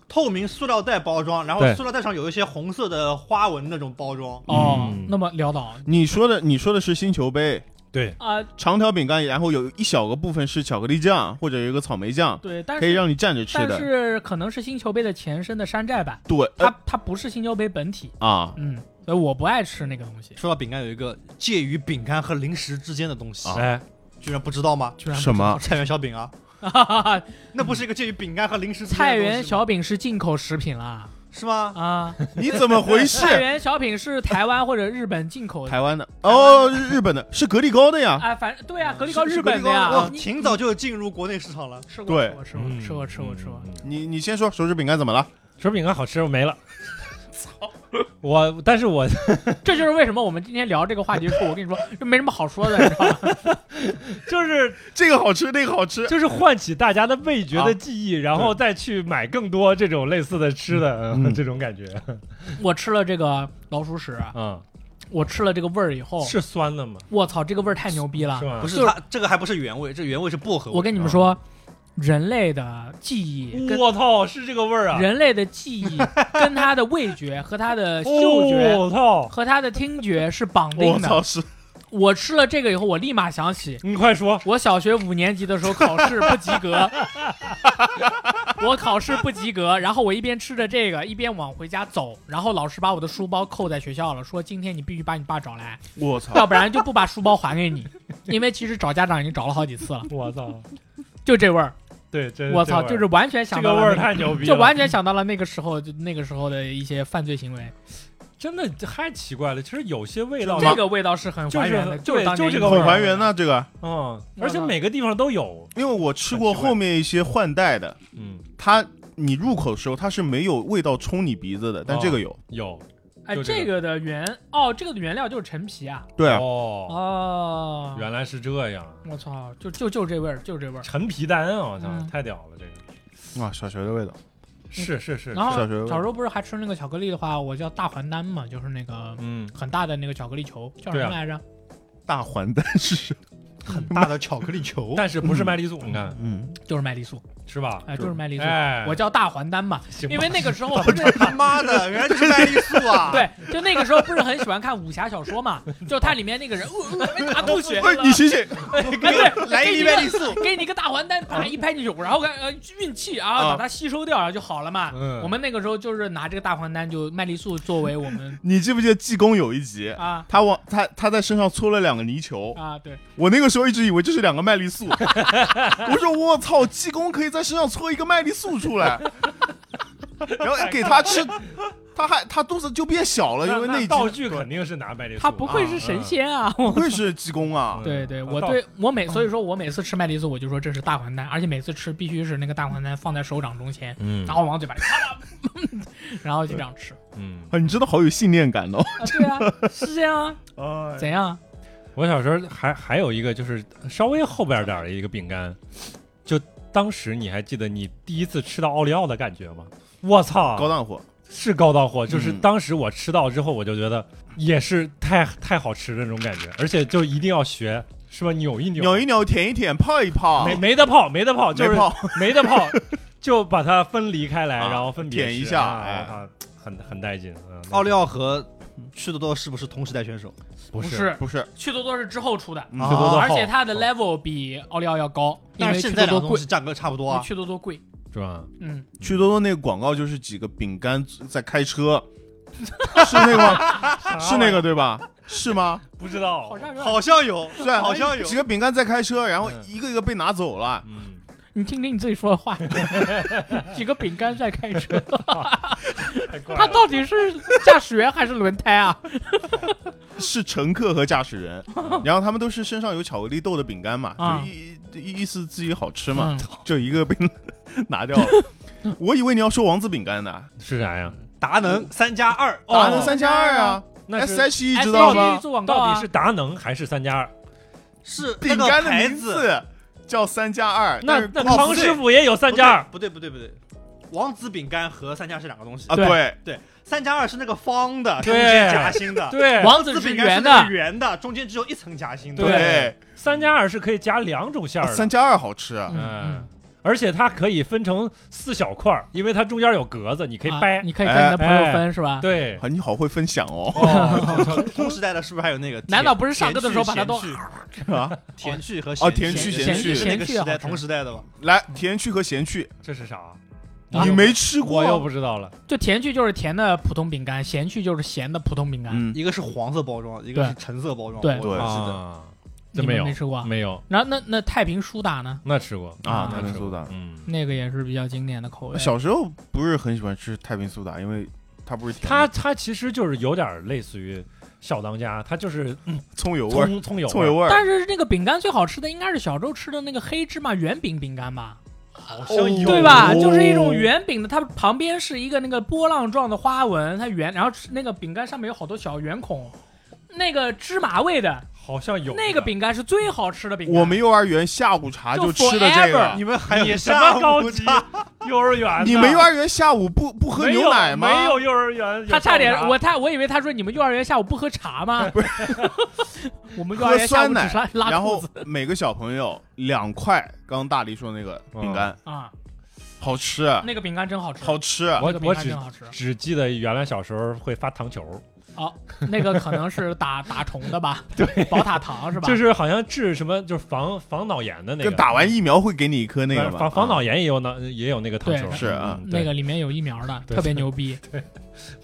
D: 透明塑料袋包装，然后
B: 对
D: 塑料袋上有一些红色的花纹那种包装。
C: 哦
B: 嗯，
C: 那么潦倒
A: 你说的你说的是星球杯，
B: 对，
C: 啊，
A: 长条饼干，然后有一小个部分是巧克力酱或者有一个草莓酱，
C: 对，但
A: 可以
C: 是
A: 让你蘸着吃
C: 但
A: 的。
C: 是可能是星球杯的前身的山寨版，
A: 对，
C: 它
A: 呃
C: 它不是星球杯本体，
A: 啊
C: 嗯，所以我不爱吃那个东西。
D: 说到饼干，有一个介于饼干和零食之间的东西，
A: 啊
B: 哎，
D: 居然不知道吗？
C: 居然
A: 什么？
D: 菜园小饼啊，
C: 么？
D: 那不是一个介于饼干和零食之 间的
C: 菜
D: 东西吗
C: 园小饼是进口食品啦
D: 是吗？
C: 啊！
A: 你怎么回 事？
C: 菜园小饼是台湾或者日本进口的
A: 台 湾的哦，日日本的是格力高的呀，
C: 啊，反正对啊，格力
A: 是
C: 高
A: 嗯是
C: 日本的呀
A: 格力高哦
C: 啊
D: 我，
C: 你
D: 挺早就进入国内市场了，
C: 吃过
A: 对
C: 吃过吃过吃过吃过吃过，
B: 嗯嗯。嗯嗯
A: 你你先说手指饼干怎么了？
B: 手指饼干好吃，我没了。我，但是我
C: 这就是为什么我们今天聊这个话题的时候，我跟你说，这没什么好说的，你知道吗？
B: 就是
A: 这个好吃，那个好吃。
B: 就是唤起大家的味觉
C: 啊
B: 的记忆，然后再去买更多这种类似的吃的、
A: 嗯
B: 呃这种感觉。
C: 我吃了这个老鼠屎，
B: 嗯，
C: 我吃了这个味儿以后，
B: 是酸的吗？
C: 我操，这个味儿太牛逼了
B: 哦啊是！吗？
D: 不是
C: 就是
D: 它这个还不是原味，这原味是薄荷味。
C: 我跟你们说，人类的记忆跟
B: 我操，是这个味儿啊！
C: 人类的记忆跟他的味觉和他的嗅觉
B: 我哦操！
C: 和他的听觉是绑
A: 哦我
C: 定的。
A: 操，是
C: 我吃了这个以后，我立马想起
B: 你快说，
C: 我小学五年级的时候考试不及 格，我考试不及格，然后我一边吃着这个一边往回家走，然后老师把我的书包扣在学校了，说今天你必须把你爸找来，
A: 我操，
C: 要不然就不把书包还给你。因为其实找家长已经找了好几次了，
B: 我操！
C: 就这味儿，
B: 对，真
C: 我操，
B: 呃这味儿
C: 就是完全想
B: 这
C: 到
B: 个
C: 了
B: 味儿
C: 那个
B: 太牛逼了，
C: 就完全想到了那个时候，就那个时候的一些犯罪行为。
B: 真的太奇怪了。其实有些味道，
C: 这个味道是很
B: 就
C: 还
B: 是
C: 原的，
B: 对
C: 是当年
B: 就这
C: 一
B: 个
C: 口
B: 味
A: 很
B: 儿
A: 哦还原呢、这个，
B: 嗯，而且每个地方都有，
A: 因为我吃过
B: 很奇怪
A: 后面一些换代的，
B: 嗯，
A: 它你入口的时候它是没有味道冲你鼻子的，
C: 哦
A: 但这个有。
B: 有
C: 哎，
B: 就这个
C: 这个的原哦，这个的原料就是陈皮啊。
A: 对啊，
B: 哦，
C: 哦，
B: 原来是这样，
C: 我操，就就就这味儿，就这味儿。
B: 陈皮丹啊，我操
C: 嗯，
B: 太屌了，这个
A: 啊，小学的味道，
B: 是是是，
C: 然后
A: 小时候
C: 小时候不是还吃那个巧克力的话，我叫大还丹嘛，就是那个
B: 嗯，
C: 很大的那个巧克力球，叫什
B: 对
C: 么
B: 啊
C: 来着？
A: 大还丹是什么？
D: 很大的巧克力球，
B: 但是不是麦丽素，你看
A: 嗯，
C: 就是麦丽素，
B: 是吧？
C: 哎，就是麦丽素。
B: 哎，
C: 我叫大还丹嘛，
B: 行吧
C: 因为那个时候不是
D: 他妈的，原来就是麦丽素 啊！
C: 对，就那个时候不是很喜欢看武侠小说嘛，就它里面那个人，呃呃被打吐血了
A: 喂，， 你醒醒，
C: 哎对，
D: 来一
C: 给
D: 粒
C: 你
D: 麦丽
C: 个
D: 素，
C: 给你个大还丹，啪一拍进去，然后看呃运气啊，
A: 啊
C: 把它吸收掉，然后就好了嘛。
B: 嗯
C: 我们那个时候就是拿这个大还丹，就麦丽素作为我们
A: 你记不记得济公有一集？
C: 啊
A: 他往他他在身上搓了两个泥球，
C: 啊对，
A: 我那个时候一直以为这是两个麦丽素，我说我操，济公可以在身上搓一个麦丽素出来，然后给他吃，他还他肚子就变小啊了，因为
B: 那
A: 一集
B: 道具肯定是拿麦丽素，
C: 他不愧是神仙啊！
A: 不愧是济公啊
B: 嗯，
C: 对对，
B: 嗯
C: 我
B: 道
C: 对我每所以说我每次吃麦丽素，我就说这是大还丹，而且每次吃必须是那个大还丹放在手掌中间，
B: 嗯
C: 然后往嘴巴里啪啦，然后就这样吃。
B: 嗯，
A: 啊，你真的好有信念感哦，
C: 啊，对啊，是这样啊，怎样？
B: 我小时候还还有一个就是稍微后边点儿的一个饼干，就当时你还记得你第一次吃到奥利奥的感觉吗？我操，
A: 高档货，
B: 是高档货，就是
A: 嗯
B: 当时我吃到之后，我就觉得也是太太好吃的那种感觉，而且就一定要学，是吧？扭一扭，
A: 扭一扭，舔一舔，泡一泡，
B: 没没得泡，没得泡，就是
A: 没泡，
B: 没得泡，就把它分离开来，
A: 啊
B: 然后分别
A: 舔一
B: 吃
A: 下
B: 啊
A: 哎
B: 啊很很带劲。嗯
D: 奥利奥和趣多多是不是同时代选手？
B: 不
C: 不
B: 是，
C: 是，
A: 不 是，
C: 趣多多是之后出的，
A: 嗯
D: 啊
B: 趣多多
C: 而
B: 号
C: 且它的 level 比奥利奥要高，因
D: 但
C: 为
D: 是
C: 趣
D: 现
C: 多
D: 在两
C: 多
D: 个东
C: 贵
D: 西，价格差不多啊。
C: 趣多多贵。
B: 是吧？
C: 嗯，
A: 趣多多那个广告就是几个饼干在开车，是那个吗是那个对吧？是吗？
B: 不知道
C: 好，像有点
D: 好像有，
A: 是啊
D: 好像有
A: 几。个饼干在开车，然后
B: 嗯
A: 一个一个被拿走了。
B: 嗯，
C: 你听听你自己说的话， 几个饼干在开车，
B: 太怪
C: 他
B: 了。
C: 到底是驾驶员还是轮胎啊？
A: 是乘客和驾驶 人，然后他们都是身上有巧克力豆的饼干嘛，
C: 啊
A: 就意意意思自己好吃嘛，
C: 嗯，
A: 就一个被拿 掉了。我以为你要说王子饼干呢，
B: 是啥呀？
D: 达能三加二，
A: 达能三加二啊
B: 哦那
A: 哦，S
B: 是
A: H E 知
C: S
A: 道
C: H
A: 吗？
C: 做广告
B: 到
C: 啊
B: 底是达能还是三加二？
D: 是那
A: 饼
D: 个
A: 干的
D: 牌
A: 名
D: 子。
A: 字叫三加二，
B: 那
A: 但是
B: 那
A: 公司
B: 康师傅也有三加二，
D: 不对不对不对，王子饼干和三加是两个东西。
A: 啊，对，
D: 三加二是那个方的，中
B: 对
D: 间夹心的。
B: 对，
C: 王子
D: 子
C: 是
D: 饼干
C: 圆
D: 是那
C: 的
D: 个，圆的，中间只有一层夹心的。
B: 对
A: 对，
B: 三加二是可以加两种馅儿的
A: 哦三，加二好吃啊，
C: 嗯
B: 嗯，而且它可以分成四小块儿，因为它中间有格子，你可以
C: 啊
B: 掰。
C: 你可以跟你的朋友
B: 哎
C: 分是吧？
B: 对，
A: 啊，你好会分享 哦，
D: 哦， 同时代的是不是还有那个甜？
C: 难道不是上课的时候把它都
D: 甜趣
A: 啊，
D: 甜趣和
A: 哦甜趣咸
D: 咸
A: 趣
D: 是那个
C: 甜
D: 时
C: 趣好
D: 代
C: 吃
D: 同时代的吧？
A: 来甜趣和咸趣，
B: 这是啥？
C: 啊
A: 你没吃
B: 哎我又
A: 过？
B: 不知道了。
C: 就甜趣就是甜的普通饼干，咸趣就是咸的普通饼干。
A: 嗯，
D: 一个是黄色包装，一个是橙色包装。
C: 对
D: 我
A: 对
D: 记得
B: 啊，
C: 你
B: 这
C: 们
B: 没有
C: 没吃过啊？
B: 没有，
C: 然后那那太平苏打呢？
B: 那吃过
A: 啊
B: 那
A: 太平
B: 吃过
A: 苏打
B: 嗯，
C: 那个也是比较经典的口味。
A: 小时候不是很喜欢吃太平苏打，因为它不是甜
B: 它
A: 的，
B: 它其实就是有点类似于小当家，它就是
A: 葱油味儿，
B: 葱葱油
A: 葱油
B: 味儿。
A: 味儿。
C: 但是那个饼干最好吃的应该是小时候吃的那个黑芝麻圆饼饼干吧？
D: 好像有
C: 对吧？
A: 哦
C: 就是一种圆饼的，它旁边是一个那个波浪状的花纹，它圆，然后那个饼干上面有好多小圆孔。那个芝麻味的
B: 好像有
C: 那个饼干是最好吃的饼干。
A: 我们幼儿园下午茶
C: 就
A: 吃的这
C: forever
A: 个
D: 你。们还有
B: 你什
D: 下
B: 么
D: 午
B: 高级
D: 茶
B: 幼儿园呢？
A: 你们幼儿园下午不不喝
B: 没有
A: 牛奶吗？
B: 没有幼儿园有
C: 他差点
B: 下午，茶
C: 我他我以为他说你们幼儿园下午不喝茶吗？ 我们幼儿
A: 喝
C: 园下午
A: 酸
C: 只
A: 奶
C: 是拉，拉
A: 然
C: 肚
A: 后
C: 子
A: 每个小朋友两块，刚刚大黎说那个
B: 嗯
A: 饼干、
C: 啊，
A: 好吃，
C: 那个饼干真好吃，
A: 好吃。
B: 我
C: 那个饼
B: 我
C: 干
B: 只
C: 真好吃。
B: 只记得原来小时候会发糖球，
C: 哦，那个可能是打打虫的吧？对，宝塔糖是吧？
B: 就是好像治什么就是防防脑炎的那个，
A: 跟打完疫苗会给你一颗那个吗？
B: 防防
A: 啊
B: 脑炎也有脑也有那个糖球，
C: 对
A: 是啊
B: 嗯
C: 那个里面有疫苗的，
B: 对
C: 特别牛逼。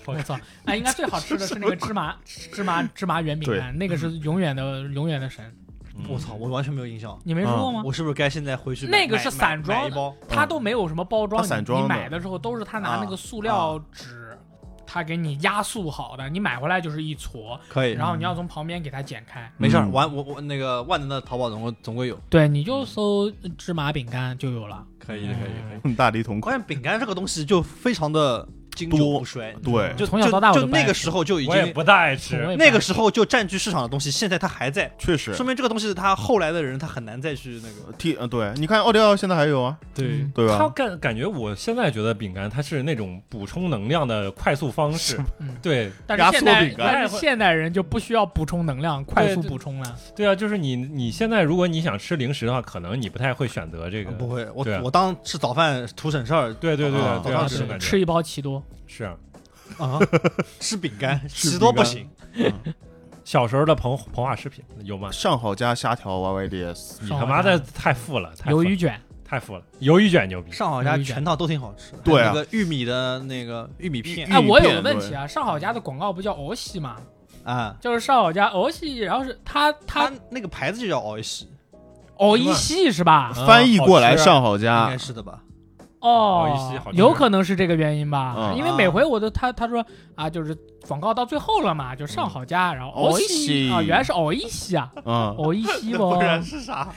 B: 我
C: 我操！哎，应该最好吃的是那个芝麻芝麻芝麻圆饼干，那个是永远的永远的神。
A: 嗯
D: 我操，我完全没有印象。
C: 你没吃过吗？
D: 嗯我是不是该现在回去买
C: 那个是散装
D: 买买
C: 的
D: 一包？
C: 它都没有什么包装，
A: 它散
C: 你
A: 装
C: 你
A: 的
C: 买的时候都是他拿那个塑料纸，他给你压塑好的，你买回来就是一撮，
D: 可以
C: 然后你要从旁边给它剪开。
D: 没事儿，
A: 嗯
D: 完我我那个万能的淘宝总归总归有，
C: 对，你就搜芝麻饼干就有了。
D: 可以的，可以的可以 的。
A: 大黎同 款。
D: 关嗯键饼干这个东西就非常的经久
A: 多
D: 不衰，
A: 对，
D: 就
C: 从小到大我
D: 就
C: 都
D: 就
C: 不爱
D: 那个
C: 吃
D: 时候就已
B: 我也
D: 经
B: 不大爱
C: 口
B: 吃，
C: 味不
D: 那
C: 太
D: 个时候就占据市场的东西，现在它还在，
A: 确实
D: 说。明这个东西它后来的人他很难再去那个。
A: T 嗯，对，你看奥利奥现在还有啊，
B: 对
C: 嗯
A: 对吧
B: 它感感觉我现在觉得饼干它是那种补充能量的快速方式，
C: 嗯
B: 对
C: 但
A: 压
C: 是现
A: 缩
C: 代
A: 饼干
C: 但是现代人就不需要补充能量，快速补充了。
B: 对啊，就是你你现在如果你想吃零食的话，可能你不太会选择这个，
D: 呃不会，我
B: 对啊
D: 我当吃早饭图省事儿
B: 对对对
A: 啊
B: 对对啊，
D: 早上
B: 这
D: 吃
B: 种感觉
C: 吃一包奇多，
B: 是啊。
D: 啊，吃饼干，
B: 吃
D: 奇多
B: 饼干
D: 不行。
B: 小时候的膨膨化食品有吗？
A: 上好佳虾条 YYDS，
B: 你他
C: 上好
B: 妈
C: 佳
B: 的太富了，太富了
C: 鱿鱼卷，
B: 太富了，鱿鱼卷牛逼，
D: 上好佳
C: 鱿鱼卷
D: 全套都挺好吃的，
A: 对啊
D: 还有那个玉米的那个玉米片
A: 玉
C: 哎，
A: 米
C: 我有
A: 片
C: 个问
A: 对
C: 题啊，上好佳的广告不叫欧西吗？
D: 啊，
C: 就是上好佳欧西，然后是它
D: 它
C: 它
D: 那个牌子就叫熬一西，
C: 欧一西是吧？
B: 啊
A: 翻译过来
B: 好吃啊
A: 上好
D: 应
A: 佳
D: 该，是的吧？
B: 好意思
C: 哦
B: 好，吃，
C: 有可能是这个原因吧，
A: 嗯
C: 因为每回我都他他说啊，就是广告到最后了嘛，就上好佳，然后
A: 哦
C: 哦一西
A: 西
C: 啊，原来是哦一西啊，
A: 嗯，
C: 哦一西不
D: 不？然是啥？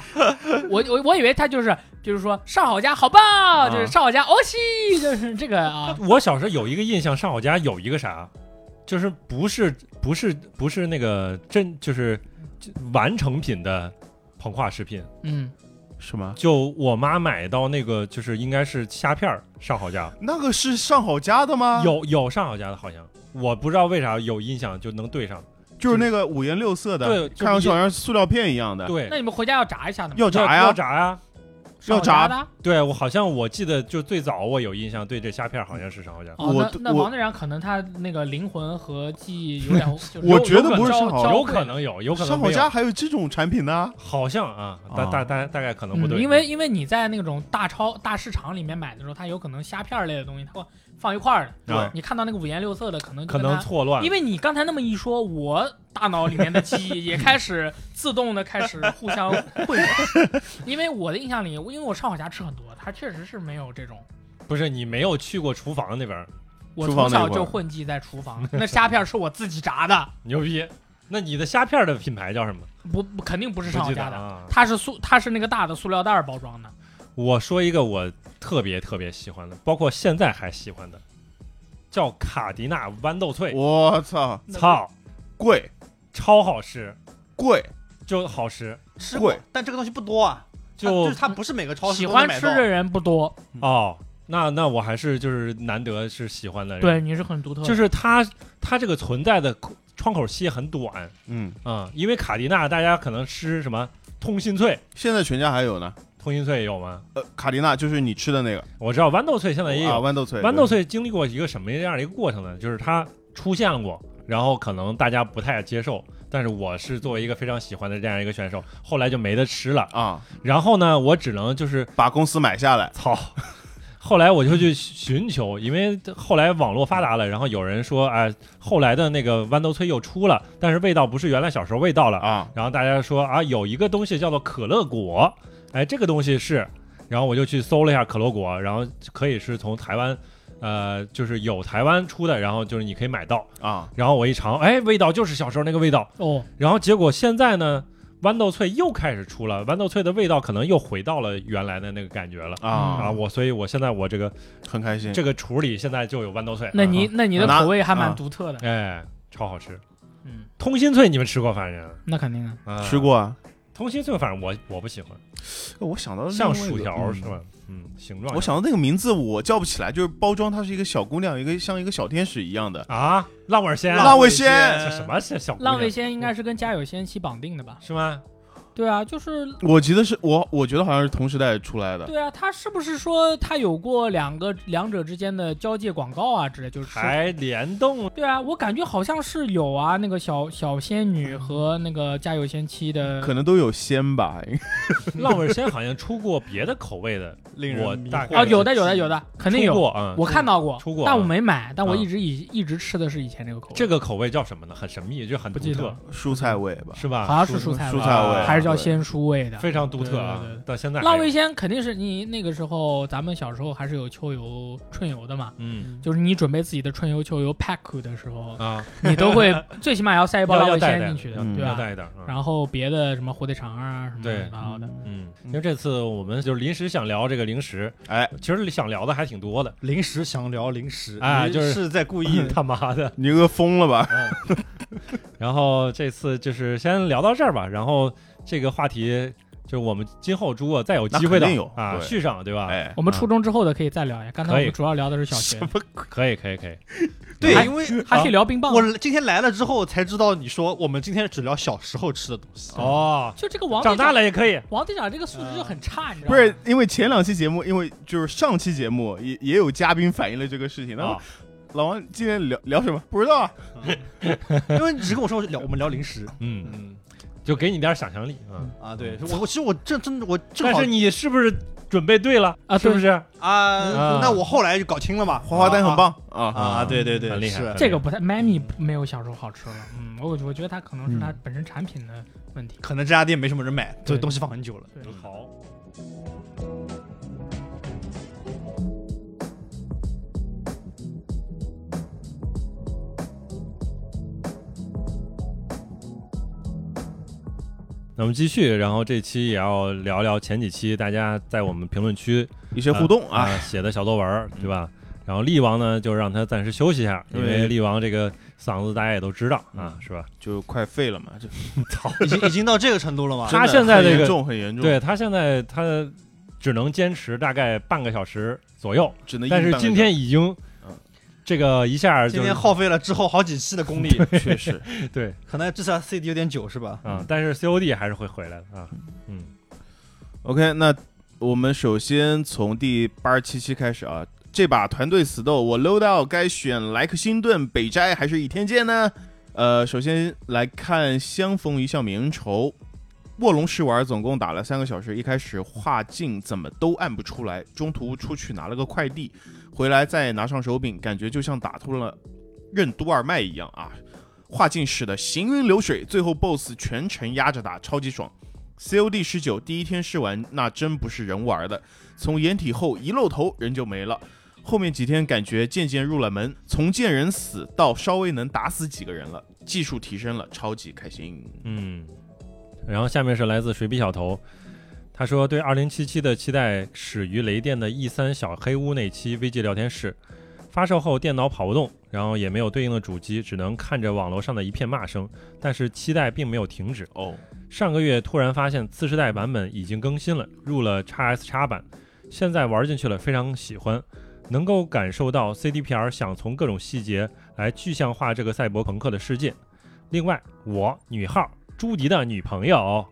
C: 我我我以为他就是就是说上好佳好棒，就是上好佳哦西，就是这个啊
B: 我小时候有一个印象，上好佳有一个啥，就是不是不是不是那个真就是完成品的膨化食品，
C: 嗯，
A: 什么？
B: 就我妈买到那个就是应该是虾片儿上好佳，
A: 那个是上好佳的
C: 啊
A: 吗？，
B: 有有上好佳的好像，我不知道为啥有印象就能对上，
A: 就是那个五颜六色的，
B: 对就
A: 看上去
B: 也
A: 好像塑料片一样的，
B: 对
C: 那，你们回家要炸一下的吗？
A: 要炸
B: 要
A: 呀，
B: 炸呀，
C: 上好佳的。
B: 对我好像我记得就最早我有印象对这虾片儿好像是上好佳，
C: 哦，
A: 我
C: 那那
A: 我
C: 王队长可能他那个灵魂和记忆有点，就是
B: 有
A: 我觉得不是上好
C: 交
A: 佳，
B: 有可能有，有可能
A: 上好
B: 没
A: 佳
B: 有，
A: 还有这种产品呢，
B: 好像啊，大大大大概可能不
C: 嗯，
B: 对，
C: 因为因为你在那种大超大市场里面买的时候，它有可能虾片儿类的东西，它会放一块儿的。
A: 对
C: 你看到那个五颜六色的，可能就
B: 可
C: 跟
B: 能
C: 它
B: 错乱了
C: 因。为你刚才那么一说，我大脑里面的记忆 也开始自动的开始互相混淆。因为我的印象里，因为我上好佳吃很多，它确实是没有这种。
B: 不是你没有去过厨房那边儿，
C: 我
A: 厨房那
C: 从小
A: 一块儿
C: 就混迹在厨房， 那虾片儿是我自己炸的，
B: 牛逼！那你的虾片儿的品牌叫什么？
C: 不不肯定不是
B: 不
C: 上好
B: 记得
C: 佳的，
B: 啊。
C: 它是塑它是那个大的塑料袋儿包装的。
B: 我说一个我特别特别喜欢的，包括现在还喜欢的，叫卡迪娜豌豆脆，
A: 我操，
B: 操，
A: 贵
B: 超好吃，
A: 贵，
B: 就好吃
D: 吃过
A: 贵，
D: 但这个东西不多啊，它
B: 就
D: 就是它不是每个超市
C: 喜
D: 都能
C: 欢
D: 买
C: 吃
D: 到
C: 的人不多，
B: 哦。那那我还是就是难得是喜欢的人，
C: 对，你是很独特的。
B: 就是它它这个存在的口窗口期很短
A: 嗯，
B: 啊、因为卡迪娜大家可能吃什么通心脆，
A: 现在全家还有呢，
B: 通心脆有吗？
A: 呃，卡迪娜就是你吃的那个
B: 我知道豌豆脆现在也有，
A: 啊，豌豆脆，
B: 豌豆脆经历过一个什么样的一个过程呢？就是它出现过，然后可能大家不太接受，但是我是作为一个非常喜欢的这样一个选手，后来就没得吃了。
A: 对啊，
B: 然后呢，我只能就是
A: 把公司买下来，
B: 操。 后来我就去寻求，因为后来网络发达了，然后有人说，哎，后来的那个豌豆脆又出了，但是味道不是原来小时候味道了。
A: 啊，
B: 然后大家说啊，有一个东西叫做可乐果，哎，这个东西是，然后我就去搜了一下可乐果，然后可以是从台湾，呃，就是有台湾出的，然后就是你可以买到，
A: 啊，
B: 然后我一尝，哎，味道就是小时候那个味道，
C: 哦，
B: 然后结果现在呢，豌豆脆又开始出了，豌豆脆的味道可能又回到了原来的那个感觉了。
A: 啊
B: 啊，，我所以，我现在我这个
A: 很开心。
B: 这个橱里现在就有豌豆脆，
C: 那你那你的
A: 那
C: 口味还
A: 啊
C: 蛮独特的，
B: 哎，超好吃。
C: 嗯，
B: 通心脆你们吃过反正
C: 那肯定啊。
B: 啊
A: 吃过啊，
B: 通心脆，反正我我不喜欢，
A: 我想到
B: 像
A: 另外一
B: 薯
A: 个
B: 条
A: 嗯
B: 是吧？嗯，形状
A: 我想到那个名字我叫不起来，就是包装它是一个小姑娘，一个像一个小天使一样的。
B: 啊，浪味鲜，
A: 浪味仙
B: 这什？么是小姑娘
C: 浪味仙应该是跟家有仙妻绑定的吧？
B: 是吗？
C: 对啊，就是
A: 我记得是我，我觉得好像是同时代出来的。
C: 对啊，他是不是说他有过两个两者之间的交界广告啊之类？就是 说
B: 还联 动
C: 对啊，我感觉好像是有啊，那个小小仙女和那个家有仙妻的，
A: 可能都有仙吧，
B: 浪味仙，好像出过别的口味 的，
D: 令人
B: 我
D: 迷
B: 大
D: 惑
B: 概
C: 啊，
D: 的
C: 有的
D: 记忆
C: 有的有，的，肯定
B: 出
C: 有，
B: 过啊。
C: 我看到过，
B: 出过
C: 但
B: 啊
C: 我没买，但我
B: 啊
C: 一直以一直吃的是以前那个口味，
B: 这个口味叫什么呢？很神秘，就很
C: 不
B: 独
C: 记得
B: 特
C: 了，
A: 蔬菜味吧。
B: 是吧？
C: 好像是
B: 蔬啊
C: 蔬菜
A: 蔬
C: 味，
A: 菜味
C: 还是叫
A: 对
C: 鲜蔬味的，
B: 非常独特啊
C: 对对对！
B: 到现在还
C: 浪味
B: 有
C: 仙肯定是你那个时候，咱们小时候还是有秋游、春游的嘛，
B: 嗯
C: 就是你准备自己的春游、秋游 pack 的 时候，
B: 啊，
C: 你都会最起码要塞一包
B: 要
C: 浪
B: 要
C: 味
B: 带
C: 仙
B: 带
C: 进去的，
A: 嗯
C: 对
B: 要
C: 吧？
B: 带一点啊。
C: 然后别的什么火腿肠啊什么
B: 对
C: 乱七八糟的，
B: 嗯，因为这次我们就是临时想聊这个零食，
A: 哎，
B: 其实想聊的还挺多的。
D: 零食想聊零食
B: 哎
D: 你
B: 就是嗯
D: 是在故意
C: 嗯
B: 咦， 他妈的！
A: 你这个疯了吧？
B: 然后这次就是先聊到这儿吧，然后这个话题就是我们今后如果再有机会的
A: 那肯定有
B: 啊，
A: 对
B: 续上对吧？
A: 哎，
C: 我们初中之后的可以再聊呀。刚才我
B: 可以
C: 们主要聊的是小学，
B: 可以可以可哎以，
D: 对
C: 还，
D: 因为
C: 还可以聊冰棒啊。
D: 我今天来了之后才知道，你说我们今天只聊小时候吃的东 西。
B: 哦，
C: 就这个王队
B: 长
C: 长
B: 大，了也可以。
C: 王队长这个素质就很差，你知道
A: 不
C: 吗？
A: 是，因为前两期节目，因为就是上期节目也也有嘉宾反映了这个事情。那
B: 啊
A: 么老王今天聊聊什么？不知道啊。
D: 因为你只跟我说聊，我们聊零食。
B: 嗯，
D: 嗯
B: 就给你点想象力啊。
D: 啊，对我我其实我这真的我正
B: 但
D: 好
B: 是你是不是准备对了
C: 啊
B: 是不
C: 对
B: 是？
D: 啊
B: 嗯，
D: 那我后来就搞清了嘛，
A: 花花丹很棒啊，
D: 啊，对对对，
B: 很厉害
D: 是
C: 这个不太，Mammy 没有小时候好吃了。嗯，我我觉得它可能是它本身产品的问题。
D: 可能这家店没什么人买，这
C: 对
D: 东西放很久了。
C: 对
B: 好。那我们继续，然后这期也要聊聊前几期大家在我们评论区
A: 一些互动
B: 啊、
A: 啊，
B: 写的小作文儿，对吧？然后力王呢，就让他暂时休息一下，因为
A: 对
B: 力王这个嗓子大家也都知道啊，是吧？
A: 就快废了嘛，就
D: 已经已经到这个程度 了吗？
B: 他
A: 真
B: 现
A: 的
B: 在
A: 很
B: 这个
A: 严重很严重，
B: 对他现在他只能坚持大概半个小时左右，
A: 只能硬
B: 但是
A: 办个
B: 今天已经
A: 嗯
B: 这个一下
D: 今
B: 就是
D: 天耗费了之后好几期的功力，
A: 小时确实
B: 对
D: 可能至少 CD 有点久是吧？
A: 嗯
B: 啊，但是 COD 还是会回来的啊，嗯
A: OK。那我们首先从第八十七期开始啊，这把团队死斗，我 load out 该选莱克星顿、北斋还是倚天剑呢？呃，首先来看相逢一笑泯恩仇。卧龙试玩总共打了三个小时，一开始画镜怎么都按不出来，中途出去拿了个快递，回来再拿上手柄，感觉就像打通了任督二脉一样啊！画镜使得行云流水，最后 BOSS 全程压着打，超级爽。COD 十九第一天试玩，那真不是人玩的，从掩体后一露头人就没了。后面几天感觉渐渐入了门，从见人死到稍微能打死几个人了，技术提升了，超级开心。
B: 嗯。然后下面是来自水笔小头，他说对二零七七的期待始于雷电的 E 三小黑屋那期 VG 聊天室。发售后电脑跑不动，然后也没有对应的主机，只能看着网楼上的一片骂声。但是期待并没有停止，
A: 哦，
B: 上个月突然发现次世代版本已经更新了，入了 x S 叉版，现在玩进去了，非常喜欢，能够感受到 CDPR 想从各种细节来具象化这个赛博朋克的世界。另外，我女号朱迪的女朋友，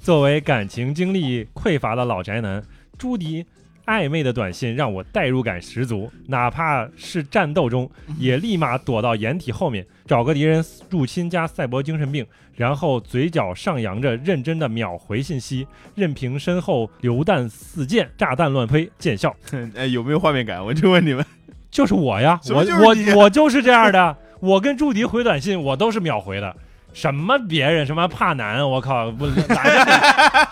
B: 作为感情经历匮乏的老宅男，朱迪。暧昧的短信让我代入感十足，哪怕是战斗中，也立马躲到掩体后面，找个敌人入侵加赛博精神病，然后嘴角上扬着，认真的秒回信息，任凭身后流弹四溅，炸弹乱飞，见效。
A: 哎，有没有画面感？我就问你们，
B: 就是我呀，
A: 什
B: 我
A: 么就是你
B: 我我就是这样的，我跟朱迪回短信，我都是秒回的。什么别人什么怕男，我靠，不哪个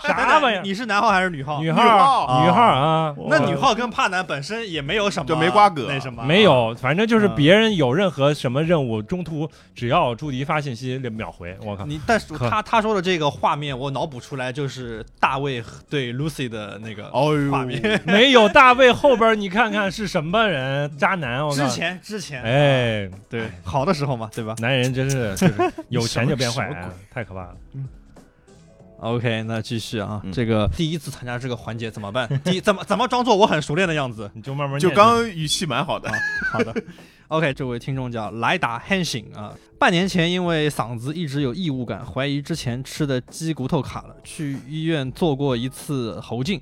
B: 啥玩意儿？
D: 你是男号还是女号？哦
B: 女
A: 号
B: 号，女号啊，
D: 那女号跟帕男本身也没有什么，
A: 就没瓜葛
D: 那什么
B: 没。有，反正就是
D: 嗯
B: 别人有任何什么任务，中途只要朱迪发信息，立秒回。我 靠，
D: 你但是
B: 可
D: 他他说的这个画面，我脑补出来就是大卫对 Lucy 的那个
A: 哦 呦，
D: 画面。
B: 没有大卫后边你看看是什么人，渣男。我靠，
D: 之前啊之前，
B: 哎，
D: 对，好的时候嘛，对吧
B: 男人真是就是有钱就变坏
D: 什么
B: 啊，太可怕了。
D: ？OK，那继续啊
A: 嗯
D: 这个第一次参加这个环节怎么办？第一怎么怎么装作我很熟练的样子？
B: 你就慢慢
A: 就
B: 念
A: 刚刚语气蛮好的，
D: 好的。OK，这位听众叫莱达 Henshin 啊，半年前因为嗓子一直有异物感，怀疑之前吃的鸡骨头卡了，去医院做过一次喉镜，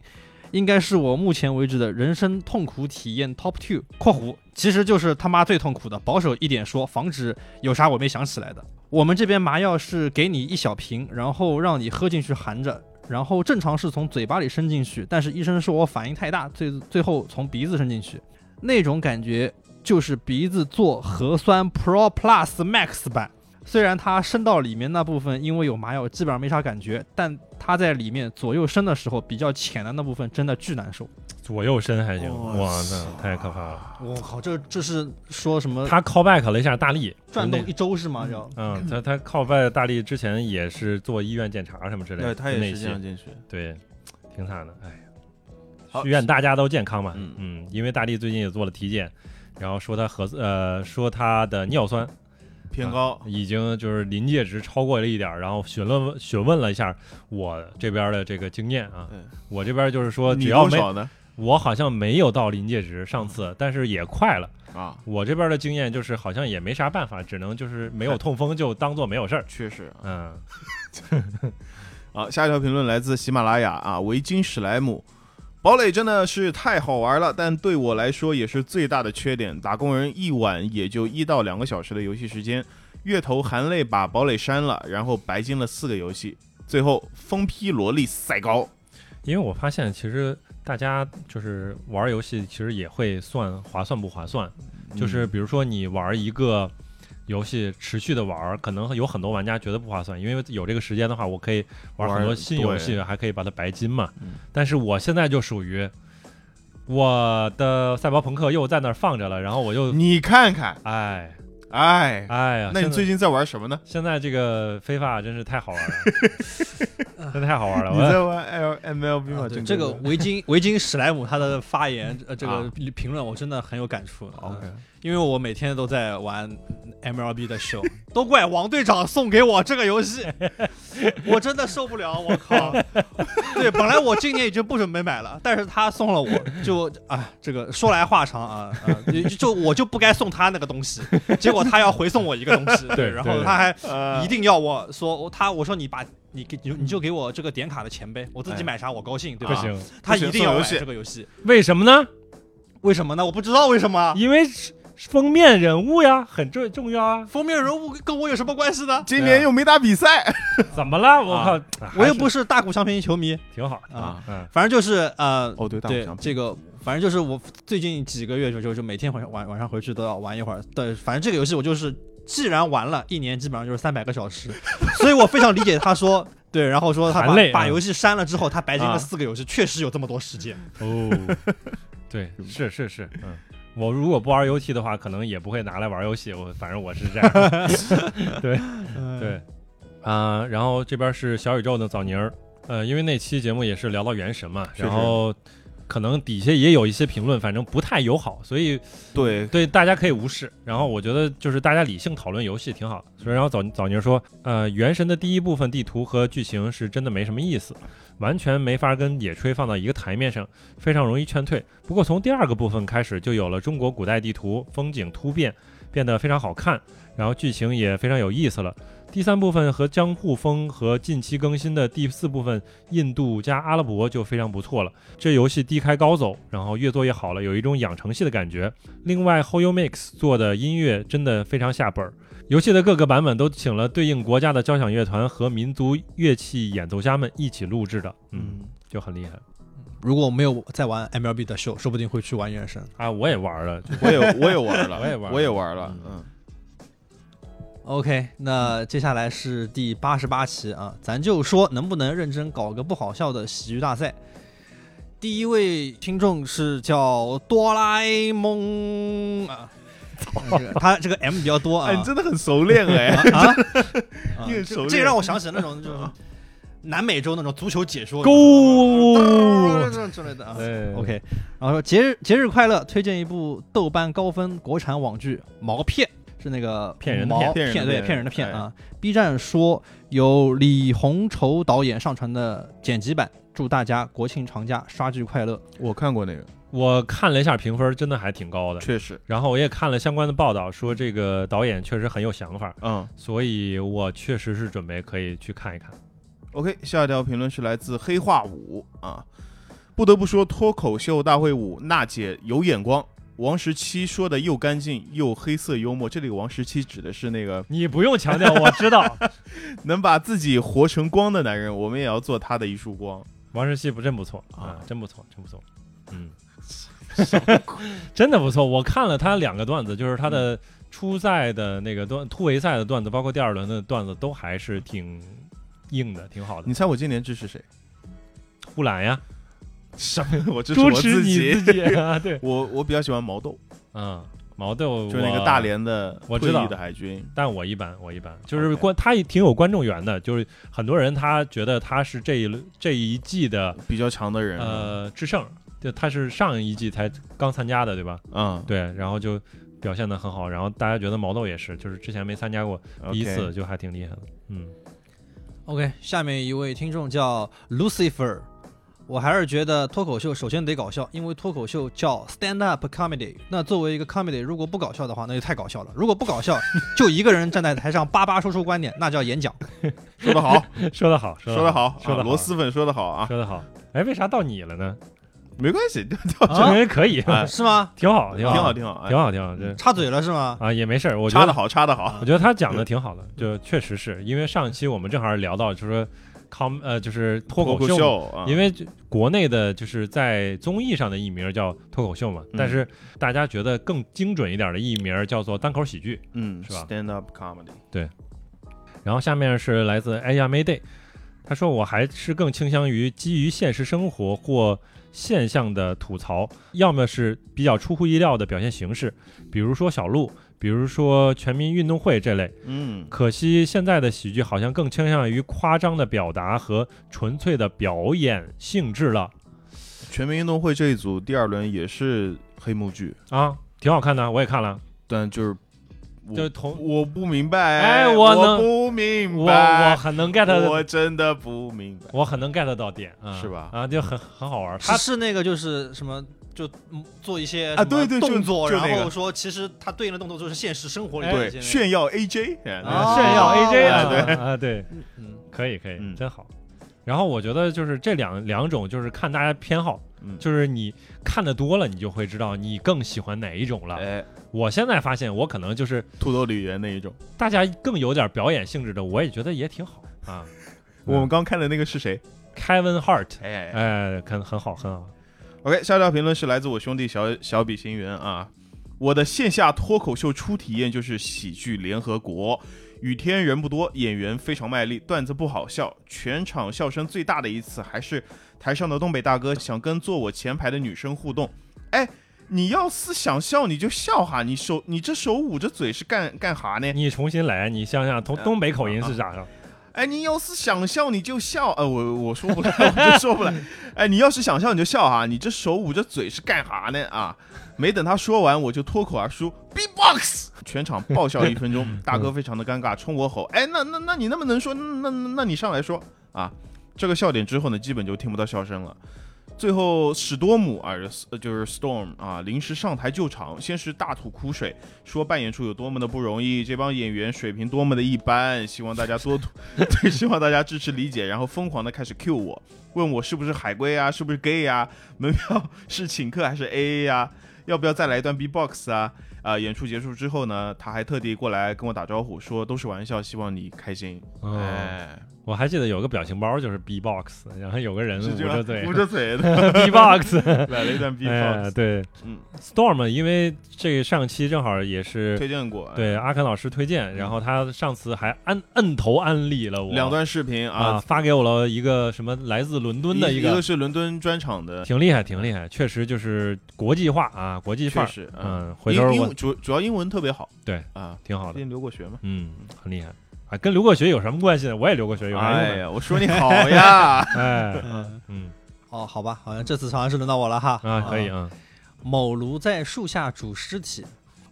D: 应该是我目前为止的人生痛苦体验 Top Two（括弧其实就是他妈最痛苦的），保守一点说，防止有啥我没想起来的。我们这边麻药是给你一小瓶，然后让你喝进去含着。然后正常是从嘴巴里伸进去，但是医生说我反应太大，最最后从鼻子伸进去，那种感觉就是鼻子做核酸 Pro Plus Max 版。虽然它伸到里面那部分，因为有麻药，基本上没啥感觉，但它在里面左右伸的时候，比较浅的那部分真的巨难受。
B: 左右伸还行，
A: 哇
B: 哇，
A: 塞
B: 那太可怕了。
D: 我靠，这这是说什么
B: 他 callback 了一下大力，
D: 转
B: 就
D: 动
B: 那
D: 一周是吗？要
B: 嗯，他他 callback 大力之前也是做医院检查什么之类的，那些
A: 进去。
B: 对，挺惨的，哎呀，
A: 好
B: 祝愿大家都健康吧。
A: 嗯
B: 嗯，因为大力最近也做了体检，然后说他核呃说他的尿酸
A: 偏高，
B: 已经就是临界值超过了一点儿，然后询问询问了一下我这边的这个经验啊
A: 嗯，
B: 我这边就是说
A: 你
B: 只要
A: 多
B: 没
A: 少呢？
B: 我好像没有到临界值，上次但是也快了。
A: 啊，
B: 我这边的经验就是好像也没啥办法，只能就是没有痛风就当做没有事儿。
A: 确实啊。
B: 嗯，
A: 好，啊下一条评论来自喜马拉雅啊，维京史莱姆。堡垒真的是太好玩了，但对我来说也是最大的缺点。打工人一晚也就一到两个小时的游戏时间，月头含泪把堡垒删了，然后白金了四个游戏，最后疯批萝莉赛高。
B: 因为我发现其实大家就是玩游戏，其实也会算划算不划算。
A: 嗯
B: 就是比如说你玩一个游戏持续的玩，可能有很多玩家觉得不划算，因为有这个时间的话，我可以玩很多
A: 玩
B: 新游戏，还可以把它白金嘛
A: 嗯。
B: 但是我现在就属于我的赛博朋克又在那儿放着了，然后我又
A: 你看看，
B: 哎
A: 哎，
B: 哎呀，
A: 那
B: 现
A: 你
B: 在
A: 最近在玩什么呢？
B: 现在这个非法真是太好玩了，真的太好玩了。
A: 你
B: 我
A: 在玩啊 L M L B 吗？
D: 嗯啊对
A: 真
D: 这个
A: 哥
D: 维京维京史莱姆他的发言，呃，这个
A: 啊
D: 评论我真的很有感触。嗯
A: OK，
D: 因为我每天都在玩 MLB 的 show，都 怪王队长送给我这个游戏， 我真的受不了，我靠！ 对，本来我今年已经不准备买了，但是他送了我，就啊，这个说来话长啊，啊就就我就不该送他那个 东西，结果他要回送我一个东西，
B: 对
D: 然
B: 对
D: 后
B: 对
D: 他还
A: 呃
D: 一定要我说我他我说你把你给你就你就给我这个点卡的钱呗，我自己买啥我高兴，对
B: 哎不
D: 吧？
B: 行，
D: 他一定要
A: 不行送游
D: 买
A: 戏
D: 这个游戏，
B: 为什么呢？
D: 为什么呢？我不知道为什么。
B: 因为是封面人物呀，很重重要啊。
D: 封面人物跟我有什么关系呢？
A: 今年又没打比赛
B: 怎么了？我靠，还
D: 我也不啊是大谷翔平球迷，
B: 挺好的。
D: 啊，
B: 嗯，
D: 反正就是呃，
A: 哦，对，大
D: 对这个，反正就是我最近几个月就就是每天晚上晚晚上回去都要玩一会儿。对，反正这个游戏我就是既然玩了一年，基本上就是三百个 小时，所以我非常理解他说。对，然后说他把
B: 含泪啊
D: 把游戏删了 之后，他白金
A: 啊
D: 了四个游戏，确实有这么多时间。
B: 哦，对，是是是，嗯。我如果不玩游戏的话，可能也不会拿来玩游戏。我反正我是这样，
A: 嗯
D: 呃
B: 对，嗯啊、然后这边是小宇宙的枣泥儿，呃，因为那期节目也是聊到原神嘛，
A: 确实
B: 然后可能底下也有一些评论，反正不太友好，所以
A: 对
B: 对，大家可以无视。然后我觉得就是大家理性讨论游戏挺好的。所以然后早早宁说，呃，《原神》的第一部分地图和剧情是真的没什么意思，完全没法跟野炊放到一个台面上，非常容易劝退。不过从第二个部分开始，就有了中国古代地图，风景突变，变得非常好看，然后剧情也非常有意思了。第三部分和江户风和近期更新的第四部分印度加阿拉伯就非常不错了。这游戏低开高走，然后越做越好了，有一种养成系的感觉。另外，Hoyo Mix 做的音乐真的非常下本儿。游戏的各个版本都请了对应国家的交响乐团和民族乐器演奏家们一起录制的，嗯，
D: 嗯，
B: 就很厉害
D: 如果我没有在玩 MLB 的 show，说不定会去玩原神。
B: 啊！我也玩了，就
A: 我也我也玩了，
B: 我也玩了
A: 我也玩了，嗯。
D: OK，那接下来是第八十八期啊，咱就说能不能认真搞个不好笑的喜剧大赛。第一位听众是叫哆啦 A 梦啊，这个他这个 M 比较多啊
A: 哎，，你真的很熟练 哎，
D: 啊，啊
A: 你很熟练
D: 这这让我想起那种就是南美洲那种足球解说，
B: Go！
D: 这种之类的啊。
B: 对
D: OK，然后说节日节日快乐，推荐一部豆瓣高分国产网剧《毛片》，是那个
B: 骗人的
D: 毛
B: 骗
A: 骗人的
D: 对
A: 骗
D: 骗人的骗
A: 哎
D: 啊。B 站说由李红绸导演上传的剪辑版，祝大家国庆长假刷剧快乐。
A: 我看过那个，
B: 我看了一下评分，真的还挺高的。
A: 确实，
B: 然后我也看了相关的报道，说这个导演确实很有想法，
A: 嗯
B: 所以我确实是准备可以去看一看。
A: ，OK，下一条评论是来自黑化五啊，不得不说脱口秀大会五娜姐有眼光。王十七说的又干净又黑色幽默，这里王十七指的是那个
B: 你不用强调，我知 道。
A: 能把自己活成光的男人，我们也要做他的一束光。
B: 王石溪不真不错
A: 啊
B: 啊，真不错，真不错。 嗯，真的不错。我看了他两个段子，就是他
A: 嗯
B: 的初赛的那个段、突围赛的段子，包括第二轮的段子，都还是挺硬的，挺好的
A: 你。猜我今年支持谁？
B: 呼兰呀，
A: 什么？我支持
B: 支
A: 我
B: 持
A: 自
B: 你
A: 己。
B: 自己啊， 对，
A: 我我比较喜欢毛豆，
B: 嗯，毛豆
A: 就是那
B: 我
A: 个大，连的
B: 我
A: 退
B: 知道
A: 役的海军。
B: 但我一般，我一般，就是
A: OK
B: 观他也挺有观众缘的，就是很多人他觉得他是这一轮这一季的
A: 比较强的人，
B: 呃制胜，就他是上一季才刚参加的，对吧？
A: 嗯，
B: 对，然后就表现的很好，然后大家觉得毛豆也是，就是之前没参加过，第一
A: OK
B: 次就还挺厉害的， 嗯，
D: OK，下面一位听众叫 Lucifer，我还是觉得脱口秀首先得搞笑，因为脱口秀叫 stand up comedy。那作为一个 comedy，如果不搞笑的话，那就太搞笑了；如果不搞笑，就一个人站在台上叭叭说出观点，那叫演 讲。
A: 说得好，
B: 说得好，
A: 说
B: 得
A: 得好，
B: 说
A: 啊
B: 得
A: 螺蛳粉说得好啊，
B: 说得好，哎，为啥到你了呢？
A: 没关系，挺
B: 证明可以，
A: 哎
D: 是吗？
B: 挺好，挺
A: 好
B: 好，
A: 挺好，哎
B: 挺好，挺好，这
D: 插嘴了是吗？
B: 啊也没事儿，我觉
A: 插
B: 得
A: 得好，插得好，
B: 我觉得他讲的挺好的，就确实是因为上期我们正好是聊到，就是说 com 呃，就是脱口
A: 口
B: 秀嘛，
A: 秀啊，
B: 因为就国内的就是在综艺上的艺名叫脱口秀嘛，
A: 嗯
B: 但是大家觉得更精准一点的艺名叫做单口喜剧。
A: 嗯，
B: 是吧
A: ？Stand up comedy，
B: 然后下面是来自哎呀 Mayday，他说我还是更倾向于基于现实生活或现象的吐槽，要么是比较出乎意料的表现形式，比如说小鹿，比如说全民运动会这类。
A: 嗯，
B: 可惜现在的喜剧好像更倾向于夸张的表达和纯粹的表演性质了
A: 全民运动会这一组第二轮也是黑幕剧，
B: 啊，挺好看的，我也看了，
A: 但就是
B: 就
A: 我
B: 同
A: 我不明白，
B: 哎
A: 我
B: 我能
A: 不
B: 我
A: 明
B: 我
A: 白，
B: 很能 get，
A: 我真的不明白，
B: 我很能 get 到点，啊、
A: 是吧
B: 啊，就很很好玩，
D: 他
B: 他
D: 是那个就是什么？就嗯做一些
A: 啊
D: 什么
A: 对对就
D: 动作，
A: 就那
D: 然
A: 个
D: 后说其实他对应的动作就是现实生活里的一些
A: 对，炫耀 AJ，
D: 啊
A: 哎
B: 炫耀 AJ 啊，
A: 啊对
B: 啊对，
D: 嗯
B: 可以可以，
A: 嗯
B: 真好。然后我觉得就是这两两种，就是看大家偏好，
A: 嗯
B: 就是你看的多了，你就会知道你更喜欢哪一种了。
A: 哎，
B: 我现在发现，我可能就是
A: 土豆李园那一种。
B: 大家更有点表演性质的，我也觉得也挺好啊。
A: 我们刚看的那个是谁？
B: Kevin Hart，
A: 嗯哎
B: 哎，很很好，很好。
A: OK，下一条评论是来自我兄弟小小比星云啊。我的线下脱口秀初体验就是喜剧联合国，雨天人不多，演员非常卖力，段子不好笑，全场笑声最大的一次还是台上的东北大哥想跟坐我前排的女生互动，哎，你要是想笑你就笑哈，你手你这手捂着嘴是干干哈呢？
B: 你重新来，你想想，从东北口音是啊咋的？
A: 哎，你要是想笑你就笑，呃，我我说不来， 我真说不来。哎，你要是想笑你就笑哈，你这手捂着嘴是干哈呢啊？没等他说完，我就脱口而出 B-box，全场爆笑一分钟。大哥非常的尴尬，冲我吼：“哎，那那那你那么能说？那那那你上来说啊！”这个笑点之后呢，基本就听不到笑声了。最后，史多姆啊，呃就是 Storm 啊，临时上台救场，先是大吐苦水，说扮演出有多么的不容易，这帮演员水平多么的一般，希望大家多对，希望大家支持理解，然后疯狂的开始 Q 我，问我是不是海归啊， 是不是 gay 啊，门票是请客还是 AA 啊，要不要再来一段 B-box 啊？呃，演出结束之后呢，他还特地过来跟我打招呼，说都是玩笑，希望你开心。
B: 嗯，
A: 哎，
B: 我还记得有个表情包就是 B box，然后有个人
A: 是
B: 捂
A: 这
B: 着
A: 样
B: 嘴
A: 捂着 嘴的，
B: B box，
A: 来了一段 B
B: 哎，
A: box，
B: 对
A: 嗯，
B: ，Storm，因为这个上期正好也是
A: 推哎荐过，
B: 对阿肯老师推荐，然后他上次还按摁头安利了我
A: 两段视频
B: 啊，
A: 啊，
B: 发给我了一个什么来自伦敦的
A: 一
B: 个，
A: 是伦敦专场的，
B: 挺厉害，挺厉害，确实就是国际化啊，国际范
A: 确
B: 儿，
A: 实，嗯，
B: 嗯，回
A: 英
B: 头
A: 英
B: 我
A: 文主主要英文特别好，
B: 对
A: 啊，
B: 挺好
A: 毕
B: 的，
A: 竟留过学嘛。
B: 嗯，很厉害。啊，跟留过学有什么关系呢？我也留过学，有啥
A: 哎
B: 用呢？
A: 呀，我说你好呀，
B: 哎，
D: 嗯，
B: 嗯
D: 哦，好吧，好像这次好像是轮到我了哈。
B: 啊，可以啊，
D: 某炉在树下煮尸体。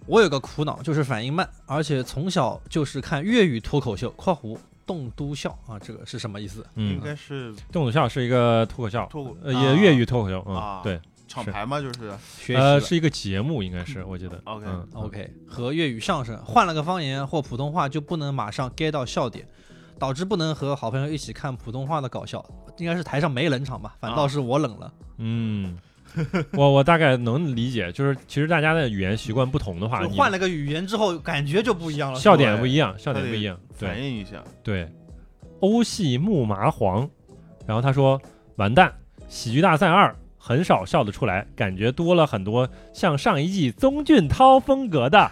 D: 我有个苦恼，就是反应慢，而且从小就是看粤语脱口秀（括弧栋笃笑）啊，这个是什么意思？
A: 应
B: 嗯，
A: 该是
B: 邓笃笑是一个脱口秀，
A: 脱口
B: 呃，
D: 啊
B: 也粤语脱口秀，
A: 啊
B: 嗯，对，
A: 厂牌嘛，就是
D: 学习了、
B: 呃，是一个节目，应该是我记得。
A: OK
B: 嗯
D: OK 和粤语相声，换了个方言或普通话就不能马上 get 到笑点，导致不能和好朋友一起看普通话的搞笑，应该是台上没冷场吧，反倒是我冷了。
B: 嗯，我我大概能理解，就是其实大家的语言习惯不同的话，
D: 就
B: 你
D: 换了个语言之后，感觉就不一样了。
B: 笑点不一样，笑点
A: 他
B: 不
A: 得
B: 一样，对
A: 反。映一 下，
B: 对，欧系木麻黄，然后他说完蛋，喜剧大赛二很少笑得出来，感觉多了很多像上一季宗俊涛风格的，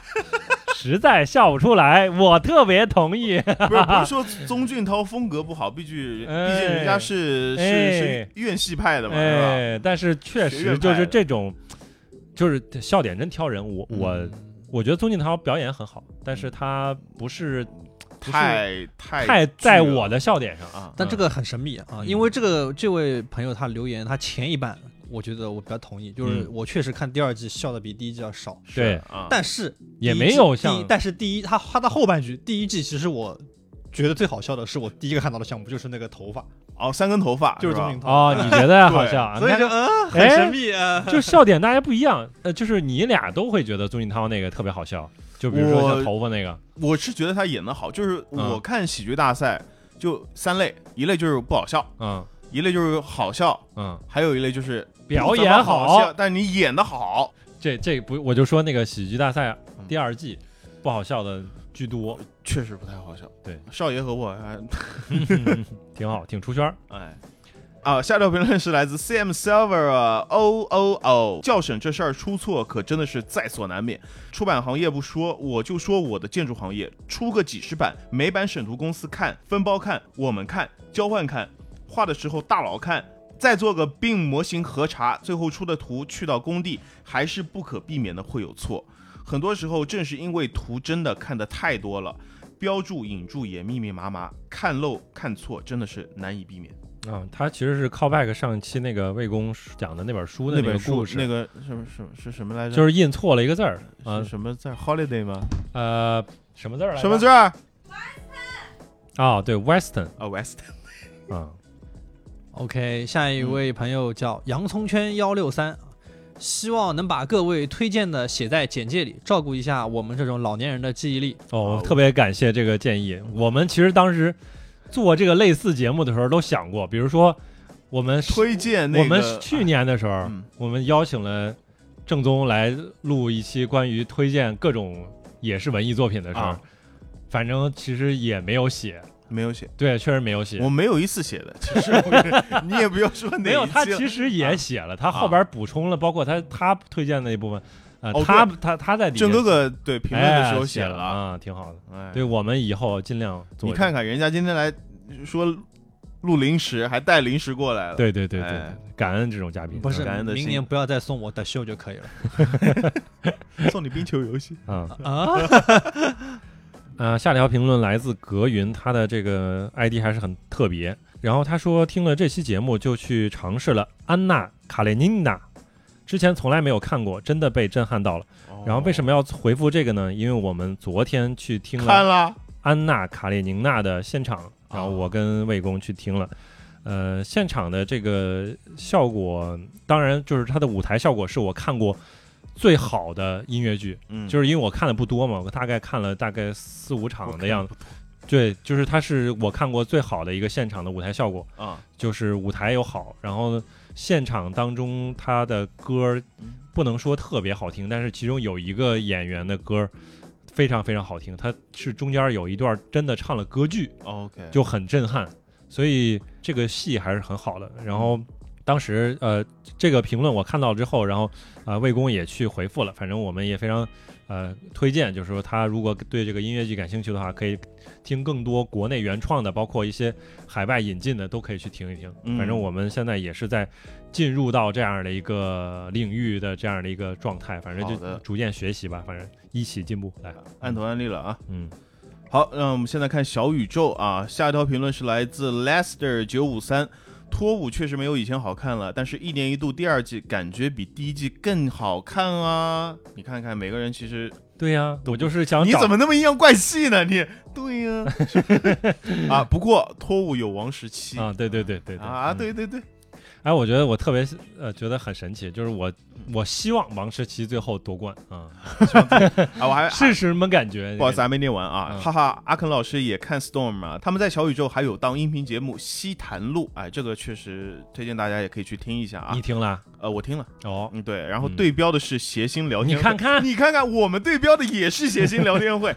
B: 实在笑不出来，我特别同意。
A: 不是不是说宗俊涛风格不好，毕竟毕
B: 哎
A: 竟人家是
B: 哎
A: 是是院系派的嘛，是吧？
B: 哎，但是确
A: 学院
B: 实
A: 派
B: 就
A: 的
B: 是这种，就是笑点真挑人。我
A: 嗯
B: 我我觉得宗俊涛表演很好，但是他不是不是
A: 太太
B: 太
A: 剧
B: 在
A: 了
B: 我的笑点上。
A: 啊，
D: 但这个很神秘啊，
B: 嗯
D: 因为这个这位朋友他留言，他前一半我觉得我比较同意，就是
B: 嗯
D: 我确实看第二季笑的比第一季要少，
A: 是
B: 对，
A: 啊，
D: 但是
B: 也
D: 第一
B: 没
D: 季
B: 有
D: 第一
B: 像
D: 但是第一他他的后半句，第一季其实我觉得最好笑的是我第一个看到的项目就是那个头发，
A: 哦，三根头发
D: 就是
A: 吧
D: 宗俊涛，
B: 哦，你觉得好
A: 对
B: 笑啊？
D: 所以就嗯很
B: 哎
D: 神秘啊。
B: 就笑点大家不一样，呃，就是你俩都会觉得宗俊涛那个特别好笑，就比如说
A: 我
B: 像头发那个，
A: 我是觉得他演的好，就是
B: 嗯
A: 我看喜剧大赛就三类，一类就是不好笑，
B: 嗯
A: 一类就是好笑，
B: 嗯，
A: 还有一类就是
B: 表演
A: 怎么
B: 好
A: 好笑，但你演的好，
B: 这这不我就说那个喜剧大赛
A: 嗯
B: 第二季不好笑的居多，
A: 确实不太好笑。
B: 对，
A: 少爷和我还
B: 挺好，挺出圈儿。
A: 哎。啊，下条评论是来自 CM Silver 啊 O O O，教审这事儿出错可真的是在所难免。出版行业不说，我就说我的建筑行业，出个几十版，每版审图公司看，分包看，我们看，交换看，画的时候大佬看，再做个并模型核查，最后出的图去到工地还是不可避免的会有错。很多时候正是因为图真的看得太多了，标注引注也密密麻麻，看漏看错真的是难以避免。
B: 嗯，他其实是 callback 上期那个魏公讲的那本书的
A: 那
B: 个
A: 本
B: 故
A: 书
B: 事，
A: 那个什么什么是什么来着？
B: 就是印错了一个字儿，啊
A: 是什么字儿？Holiday 吗？
B: 呃，什么字儿来着？
A: 什么字儿？
B: 哦，对，Western
A: 啊，West。
B: 啊、
D: OK，下一位朋友叫洋葱圈幺六三，希望能把各位推荐的写在简介里，照顾一下我们这种老年人的记忆力。
A: 啊
B: 哦，特别感谢这个建议。
A: 嗯
B: 我们其实当时做这个类似节目的时候都想过，比如说我们
A: 推荐那个
B: 我们去年的时候，
A: 嗯
B: 我们邀请了正宗来录一期关于推荐各种也是文艺作品的事儿，
A: 啊
B: 反正其实也没有写，
A: 没有写，
B: 对，确实没有写
A: 我。没有一次写的。其实 我你也不要说哪一期了啊
B: 没有，他其实也写了，他后边补充了，包括他他推荐的那一部分，呃，
A: 哦
B: 他他他在里面
A: 郑哥哥对评论的时候
B: 哎
A: 写
B: 写
A: 了啊。
B: 啊，挺好的。
A: 哎
B: 对，我们以后尽量做。
A: 你看，看人家今天来说录零食，还带零食过来了。
B: 对对对对
A: 哎，
B: 感恩这种嘉宾，
D: 不是
A: 感恩，的心
D: 明年不要再送我的秀就可以了。
A: 送你冰球 游戏。
B: 啊。
D: 啊，
B: 呃，下条评论来自格云，他的这个 ID 还是很特别。然后他说，听了这期节目就去尝试了安娜卡列尼娜，之前从来没有看过，真的被震撼到了。
A: 哦
B: 然后为什么要回复这个呢？因为我们昨天去听
A: 看
B: 了
A: 了？
B: 安娜卡列宁娜的现场，然后我跟魏工去听了。呃，现场的这个效果，当然就是它的舞台效果是我看过最好的音乐剧，
A: 嗯，
B: 就是因为我看的不多嘛，我大概看了大概四五场的样子，对，就是它是我看过最好的一个现场的舞台效果，
A: 啊，
B: 就是舞台有好，然后现场当中他的歌儿
A: 嗯
B: 不能说特别好听，但是其中有一个演员的歌儿非常非常好听，他是中间有一段真的唱了歌剧，
A: OK，
B: 就很震撼，所以这个戏还是很好的。然后当时呃，这个评论我看到之后，然后啊、呃魏公也去回复了，反正我们也非常呃推荐，就是说他如果对这个音乐剧感兴趣的话，可以听更多国内原创的，包括一些海外引进的，都可以去听一听。
A: 嗯
B: 反正我们现在也是在进入到这样的一个领域的这样的一个状态，反正
A: 好
B: 就
A: 的
B: 逐渐学习吧，反正一起进步来。
A: 按头按例了啊。
B: 嗯，
A: 好，让我们现在看小宇宙啊。下一条评论是来自 Lester 九五三，脱舞确实没有以前好看了，但是一年一度第二季感觉比第一季更好看啊！你看看每个人其实，
B: 对呀、我就是想
A: 你
B: 找
A: 怎么那么阴阳怪气呢？你对 呀、啊，不过脱舞有王时期
B: 啊？对对对对对
A: 啊，
B: 嗯
A: 对对对，
B: 哎，我觉得我特别呃，觉得很神奇，就是我我希望王石奇最后夺冠啊，
A: 啊，我还
B: 是什么感觉？
A: 不好意思，还没念完啊，
B: 嗯
A: 哈哈，阿肯老师也看 Storm 啊，他们在小宇宙还有档音频节目《西谈录》，哎，这个确实推荐大家也可以去听一下啊
B: 你。听了
A: 呃，我听了，
B: 哦，
A: 嗯，对，然后
B: 嗯
A: 对标的是谐星聊天会，
B: 你看看
A: 你看看，我们对标的也是谐星聊 天会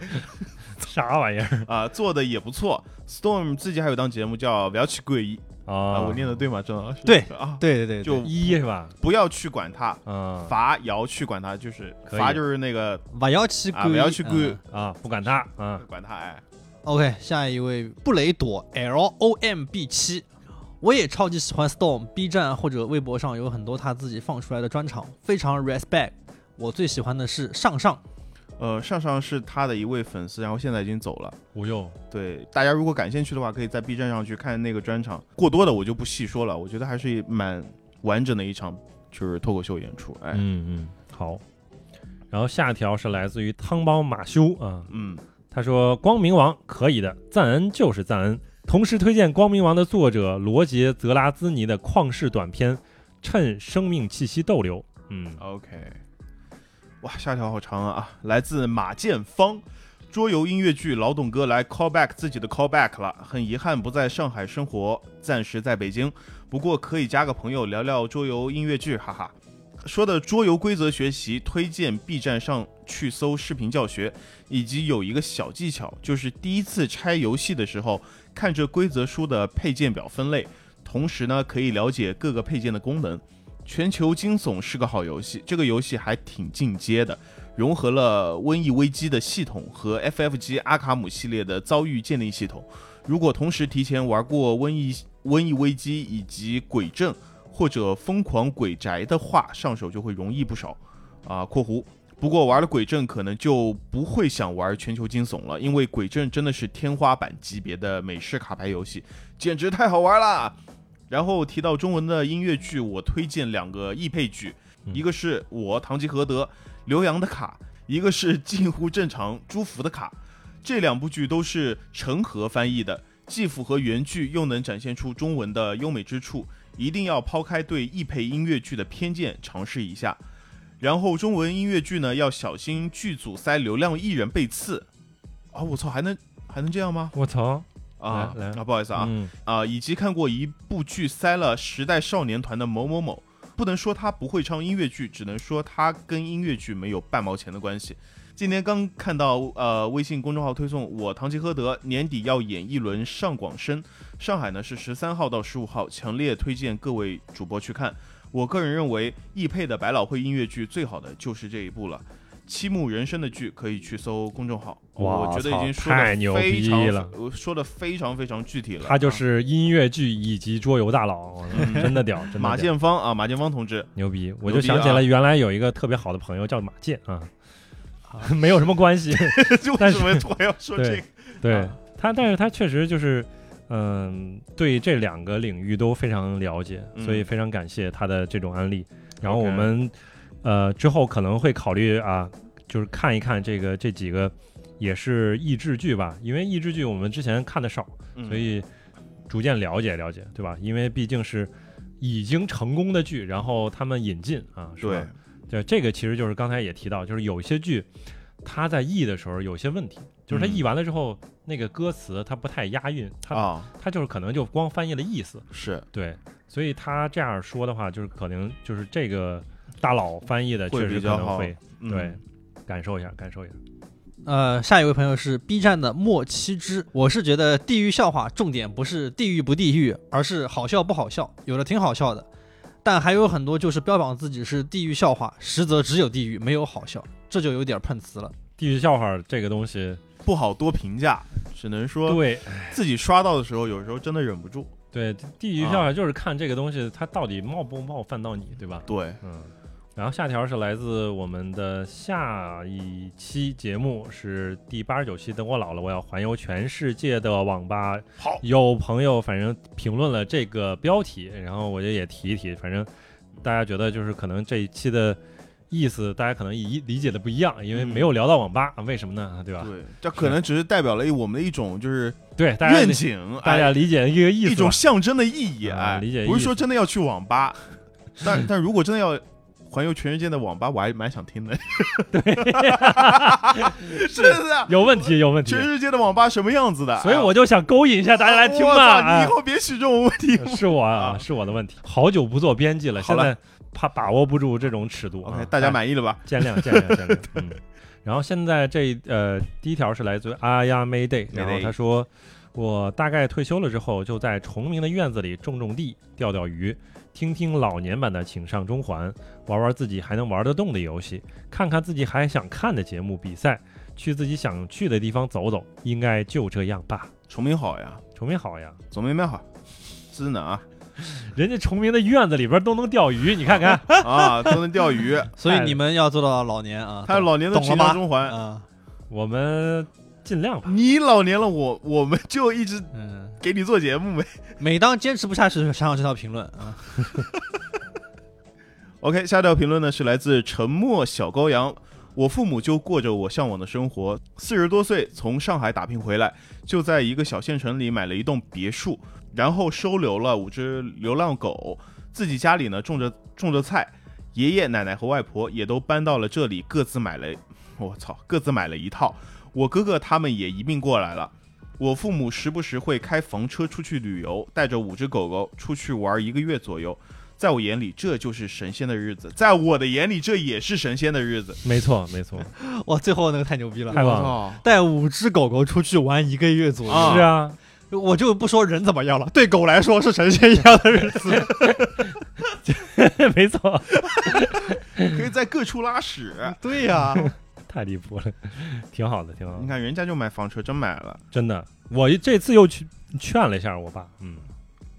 B: 啥玩意儿
A: 啊，做的也不错。Storm 自己还有档节目叫“不要去诡异”啊，
B: 啊？
A: 我念的对吗？郑老师？
D: 对
A: 啊，
D: 对对对，
A: 就
B: 一是吧？
A: 不要去管他，
B: 嗯
A: 罚也要去管他，就是
B: 可以
A: 罚就是那个
D: 瓦要去
A: 啊，不要去
D: 归
A: 管
B: 啊，不管他啊，
A: 管他，哎，
D: 嗯 OK，下一位布雷朵 L O M B 七，我也超级喜欢 Storm。B 站或者微博上有很多他自己放出来的专场，非常 respect。我最喜欢的是上上，
A: 呃，上上是他的一位粉丝，然后现在已经走了。
B: 我又
A: 对，大家如果感兴趣的话，可以在 B 站上去看那个专场。过多的我就不细说了，我觉得还是蛮完整的一场就是脱口秀演出。哎，
B: 嗯嗯好。然后下条是来自于汤包马修啊，
A: 嗯，
B: 他说：“光明王可以的，赞恩就是赞恩。”同时推荐《光明王》的作者罗杰·泽拉兹尼的旷世短篇《趁生命气息逗留》。嗯，
A: OK，哇，下条好长啊！来自马建芳，桌游音乐剧老董哥来 call back 自己的 call back 了。很遗憾不在上海生活，暂时在北京，不过可以加个朋友聊聊桌游音乐剧，哈哈。说的桌游规则学习，推荐 B 站上去搜视频教学，以及有一个小技巧，就是第一次拆游戏的时候，看着规则书的配件表分类，同时呢可以了解各个配件的功能。全球惊悚是个好游戏，这个游戏还挺进阶的，融合了《瘟疫危机》的系统和 FFG 阿卡姆系列的遭遇建立系统。如果同时提前玩过《瘟疫瘟疫危机》以及《鬼阵》或者《疯狂鬼宅》的话，上手就会容易不少。啊（括弧）不过玩了《鬼阵》可能就不会想玩全球惊悚了，因为《鬼阵》真的是天花板级别的美式卡牌游戏，简直太好玩啦！然后提到中文的音乐剧，我推荐两个易配剧，
B: 嗯
A: 一个是我堂吉诃德刘洋的卡，一个是近乎正常朱福的卡。这两部剧都是成河翻译的，既符合原剧，又能展现出中文的优美之处。一定要抛开对易配音乐剧的偏见，尝试一下。然后中文音乐剧呢，要小心剧组塞流量艺人背刺。啊，我操，还能还能这样吗？
B: 我操！
A: 啊
B: 来来
A: 啊，不好意思啊，
B: 嗯
A: 啊、以及看过一部剧塞了时代少年团的某某某，不能说他不会唱音乐剧，只能说他跟音乐剧没有半毛钱的关系。今天刚看到呃微信公众号推送，我堂吉诃德年底要演一轮上广深，上海呢是十三号到十五号，强烈推荐各位主播去看。我个人认为易配的百老汇音乐剧最好的就是这一部了。七木人生的剧可以去搜公众号，
B: 哇
A: 我觉得
B: 操
A: 已经说的
B: 太牛
A: 非
B: 逼
A: 常
B: 了，
A: 呃说的非常非常具体了。
B: 他就
A: 啊
B: 是音乐剧以及桌游大佬，我
A: 嗯
B: 真的屌，真的
A: 马
B: 屌
A: 建芳啊，马建芳 同志，
B: 牛逼！我
A: 牛
B: 就
A: 逼
B: 想起
A: 啊
B: 来，原来有一个特别好的朋友叫马健啊， 没有什么关 系。
A: 就为
B: 但
A: 什
B: 是
A: 么我要说这
B: 对
A: 个？
B: 对
A: 啊
B: 他，但是他确实就是，嗯，对这两个领域都非常了解，
A: 嗯
B: 所以非常感谢他的这种案例。然后
A: OK
B: 我们呃之后可能会考虑啊，就是看一看这个这几个也是益智剧吧，因为益智剧我们之前看的少，
A: 嗯
B: 所以逐渐了解了解，对吧？因为毕竟是已经成功的剧，然后他们引进啊，是吧
A: 对，
B: 对，这个其实就是刚才也提到，就是有一些剧他在译的时候有些问题，就是他译完了之后，那个歌词他不太押韵，他、
A: 嗯啊，
B: 他就是可能就光翻译了意思，
A: 是
B: 对，所以他这样说的话，就是可能就是这个大佬翻译的
A: 会
B: 确实
A: 比
B: 可
A: 较
B: 能
A: 好
B: 会
A: 嗯
B: 对，感受一下，感受一下。
D: 呃，下一位朋友是 B 站的莫七之，我是觉得地狱笑话重点不是地狱不地狱，而是好笑不好笑，有的挺好笑的，但还有很多就是标榜自己是地狱笑话，实则只有地狱没有好笑，这就有点碰瓷了。
B: 地狱笑话这个东西，
A: 不好多评价，只能说
B: 对
A: 自己刷到的时候，有时候真的忍不住。
B: 对，地
A: 啊
B: 狱笑话就是看这个东西它到底冒不冒犯到你，对吧？
A: 对，
B: 嗯，然后下条是来自我们的下一期节目，是第八十九期。等我老了，我要环游全世界的网吧。
A: 好，
B: 有朋友反正评论了这个标题，然后我就也提一提，反正大家觉得就是可能这一期的意思，大家可能一理解的不一样，因为
A: 嗯
B: 没有聊到网吧，啊为什么呢？对吧？
A: 对，这可能只是代表了我们的一种就是
B: 对，大家
A: 愿
B: 理
A: 景，
B: 大家
A: 哎
B: 理解一个意思吧，
A: 一种象征的意义，
B: 啊
A: 哎，
B: 理解
A: 不是
B: 意
A: 说
B: 思
A: 真的要去网 吧，但但如果真的要环游全世界的网吧，我还蛮想听的。 对，是不是啊？
B: 有问题，有问题
A: 全。世界的网吧什么样子的？
B: 所以
A: 哎
B: 我就想勾引一下大家来听
A: 啊我操
B: 嘛。
A: 你
B: 哎
A: 以后别许这种问题。
B: 是我啊
A: 啊，
B: 是我的问题。好久不做编辑了，
A: 好
B: 现
A: 了
B: 在怕把握不住这种尺度啊
A: OK，。大家
B: 哎
A: 满意了吧？
B: 见谅见 谅见谅。嗯。然后现在这呃第一条是来自阿呀 Mayday，然后
A: Mayday
B: 他说我大概退休了之后，就在崇明的院子里种种地、钓钓鱼，听听老年版的《请上中环》，玩玩自己还能玩得动的游戏，看看自己还想看的节目、比赛，去自己想去的地方走走，应该就这样吧。
A: 崇明好呀，
B: 崇明好啊呀，
A: 崇明蛮好，真的啊
B: 人家崇明的院子里边都能钓鱼，你看 看。
A: 啊，都能钓 鱼，
D: 所以
B: 哎
D: 你们要做到老年啊，
A: 还有哎老年的
D: 懂了
A: 情商
D: 吧？
A: 中环。
D: 啊，
B: 我们尽量吧。
A: 你老年了，我我们就一直
D: 嗯，
A: 给你做节目呗。
D: 每当坚持不下去的时候，想想这条评论啊。
A: OK，下条评论呢是来自沉默小羔羊。我父母就过着我向往的生活。四十多岁从上海打拼回来，就在一个小县城里买了一栋别墅，然后收留了五只流浪狗。自己家里呢种着种着菜，爷爷奶奶和外婆也都搬到了这里，各自买了，我操，各自买了一套。我哥哥他们也移民过来了。我父母时不时会开房车出去旅游，带着五只狗狗出去玩一个月左右。在我眼里，这就是神仙的日子；在我的眼里，这也是神仙的日子。
B: 没错，没 错，
D: 哇，最后那个太牛逼了
B: 太！棒了。
A: 哦，
D: 带五只狗狗出去玩一个月左右，
A: 啊
B: 是啊，
D: 我就不说人怎么样了，对狗来说是神仙一样的日子。
B: 没错，
A: 可以在各处拉屎。
D: 对呀、
B: 太离谱了，挺好的，挺好
A: 你
B: 的，
A: 看人家就买房车，真买了，
B: 真的。我这次又去劝了一下我爸，嗯，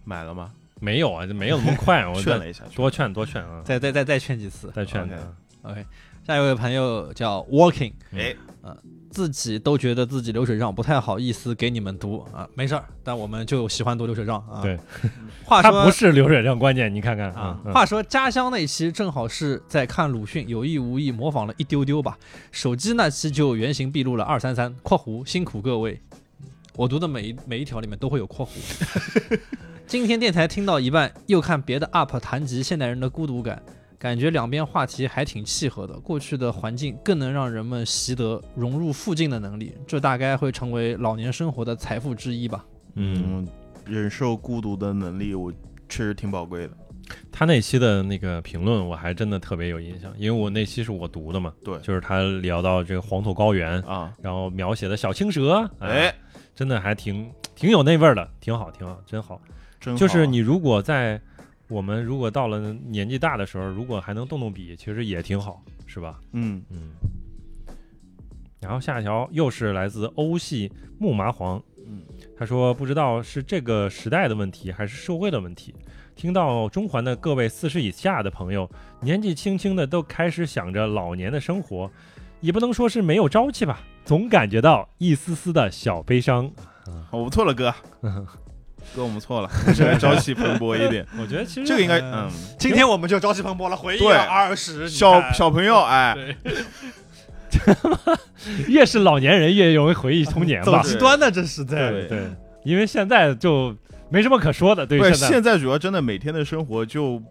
A: 买了吗？
B: 没有啊，就没有那么 快，我
A: 劝
B: 再
A: 了一下，
B: 多劝多劝啊，
D: 再再再再劝几次。
B: 再劝啊
A: OK
B: 他。
D: OK，下一位朋友叫 Walking，
A: 劝了。哎，
D: 自己都觉得自己流水账，不太好意思给你们读啊，没事儿，但我们就喜欢读流水账啊。
B: 对，
D: 话
B: 他
D: 说
B: 不是流水账，关键你看看
D: 啊
B: 啊，，嗯
D: 话说家乡那期正好是在看鲁迅，有意无意模仿了一丢丢吧。手机那期就原形毕露了二三三（括弧辛苦各位）。我读的每一每一条里面都会有括弧。 今天电台听到一半，又看别的 UP 谈及现代人的孤独感，感觉两边话题还挺契合的。过去的环境更能让人们习得融入附近的能力，这大概会成为老年生活的财富之一吧。
B: 嗯，
A: 嗯，忍受孤独的能力，我确实挺宝贵的。
B: 他那期的那个评论我还真的特别有印象，因为我那期是我读的嘛，
A: 对
B: 就是他聊到这个黄土高原，
A: 啊，
B: 然后描写的小青蛇，啊
A: 哎，，
B: 真的还挺挺有那味儿的，挺好，挺好，真好。
A: 真好啊
B: 就是你如果在我们如果到了年纪大的时候，如果还能动动笔，其实也挺好，是吧？
A: 嗯，
B: 嗯。然后下一条又是来自欧系木麻黄，
A: 嗯，
B: 他说不知道是这个时代的问题还是社会的问题。听到中环的各位四十以下的朋友，年纪轻轻的都开始想着老年的生活，也不能说是没有朝气吧，总感觉到一丝丝的小悲伤。
A: 好我们错了，哥，哥，我们错了，我是来朝气蓬勃一 点。
B: 我觉得其实
A: 这个应该，
D: 嗯
A: 嗯，
D: 今天我们就朝气蓬勃了，回忆
A: 对
D: 了二十
A: 小小朋友，哎，
B: 越是老年人越容易回忆童年吧
D: 走。极端的，这是在。
A: 对
B: 对，因为现在就没什么可说的，对于
A: 不是，
B: 现在，
A: 现在主要真的每天的生活就不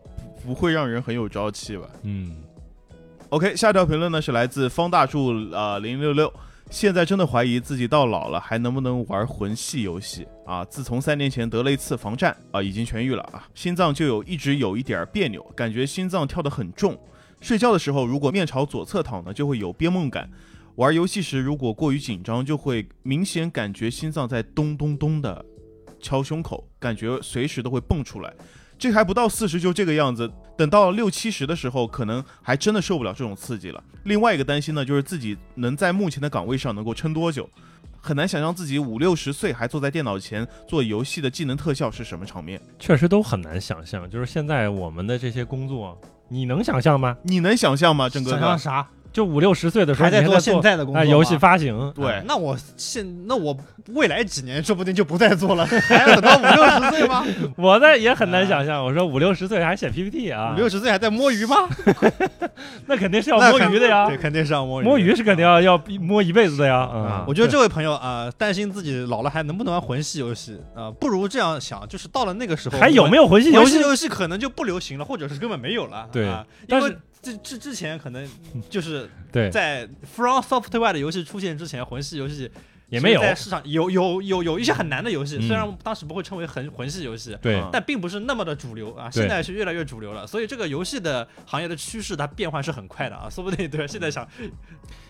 A: 不会让人很有朝气吧？
B: 嗯，
A: OK，下条评论呢是来自方大柱呃零六六，现在真的怀疑自己到老了还能不能玩魂系游戏啊！自从三年前得了一次房颤啊，已经痊愈了啊，心脏就有一直有一点儿别扭，感觉心脏跳得很重。睡觉的时候如果面朝左侧躺呢，就会有憋梦感。玩游戏时如果过于紧张，就会明显感觉心脏在咚咚咚的敲胸口，感觉随时都会蹦出来。这还不到四十就这个样子，等到六七十的时候，可能还真的受不了这种刺激了。另外一个担心呢，就是自己能在目前的岗位上能够撑多久，很难想象自己五六十岁还坐在电脑前做游戏的技能特效是什么场面。
B: 确实都很难想象。就是现在我们的这些工作，你能想象吗？
A: 你能想象吗，郑哥
E: 想
A: 哥
E: 象？啥？
B: 就五六十岁的时候，
E: 还
B: 你还
E: 做
B: 做
E: 现在的工作
B: 哎
E: 吗？
B: 游戏发行，
A: 对，
E: 哎那我现那我未来几年说不定就不再做了，还要等到五六十岁吗？
B: 我在也很难想象。我说五六十岁还写 PPT 啊
E: 五，六十岁还在摸鱼吗？
B: 那
E: 啊
B: 肯定是要摸鱼的呀
E: 对，，肯定是要摸鱼。
B: 摸鱼是肯定。要要摸一辈子的呀。嗯
A: 啊，
E: 我觉得这位朋友啊、呃担心自己老了还能不能玩魂系游戏啊、呃不如这样想，就是到了那个时候
B: 还有没有魂系
E: 游
B: 游
E: 戏
B: 戏？
E: 游戏可能就不流行了，或者是根本没有了。
B: 对
E: 啊、因
B: 但是
E: 为之之之前可 能就是
B: 对，
E: 在 From Software 的游戏出现之前，魂系游戏
B: 也没有
E: 其实。在市场有有有有一些很难的游戏，
B: 嗯
E: 虽然当时不会称为魂魂系游戏。
B: 对
A: 啊
E: 但并不是那么的主流啊，
B: 对
E: 现在是越来越主流了，所以这个游戏的行业的趋势它变换是很快的啊， 说不定对
B: 嗯
E: 吧？现在想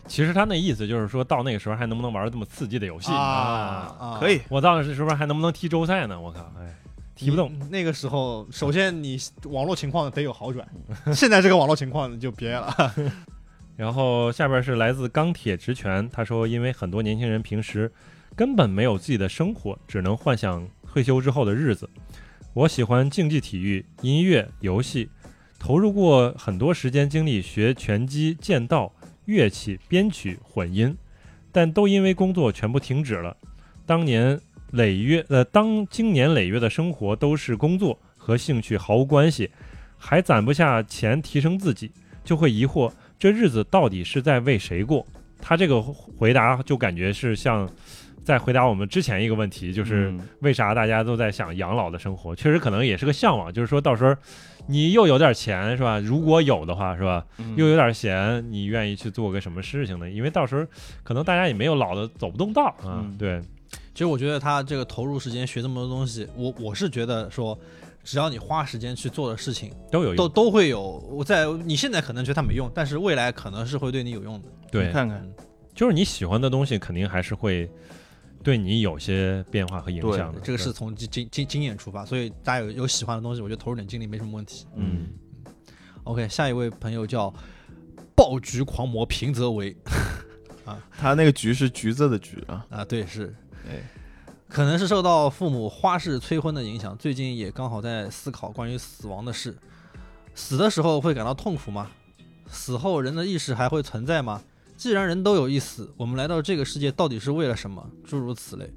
B: 其实他那意思就是说到那个时候还能不能玩这么刺激的游戏
E: 啊？
D: 嗯
E: 啊
A: 可以，
B: 我到那时候还能不能踢周赛呢？我靠，哎，踢不动。
E: 你。那个时候，首先你网络情况得有好转， 现在这个网络情况你就别 了。
B: 然后下边是来自钢铁直拳，他说，因为很多年轻人平时根本没有自己的生活，只能幻想退休之后的日子。我喜欢竞技体育、音乐、游戏，投入过很多时间精力学拳击、剑道、乐器、编曲、混音，但都因为工作全部停止了。当年累月，呃，当经年累月的生活都是工作和兴趣毫无关系，还攒不下钱提升自己，就会疑惑这日子到底是在为谁过？他这个回答就感觉是像在回答我们之前一个问题，就是
A: 嗯
B: 为啥大家都在想养老的生活？确实可能也是个向往，就是说到时候你又有点钱是吧？如果有的话是吧？
A: 嗯
B: 又有点闲，你愿意去做个什么事情呢？因为到时候可能大家也没有老的走不动道啊。
A: 嗯
B: 对，
D: 其实我觉得他这个投入时间学这么多东西，我我是觉得说，只要你花时间去做的事情，
B: 都有
D: 都
B: 用。
D: 都会有。我在你现在可能觉得它没用，但是未来可能是会对你有用的。
A: 你
B: 对，
A: 看看，
B: 就是你喜欢的东西，肯定还是会对你有些变化和影响的。
D: 这个
B: 对
D: 是从经经经经验出发，所以大家有有喜欢的东西，我觉得投入点精力没什么问题。
A: 嗯，
D: OK，下一位朋友叫暴菊狂魔平泽唯
A: 他那个橘是橘子的橘啊，
D: 啊，对，是
A: 哎，
D: 可能是受到父母花式催婚的影响，最近也刚好在思考关于死亡的事。死的时候会感到痛苦吗？死后人的意识还会存在吗？既然人都有一死，我们来到这个世界到底是为了什么？诸如此类。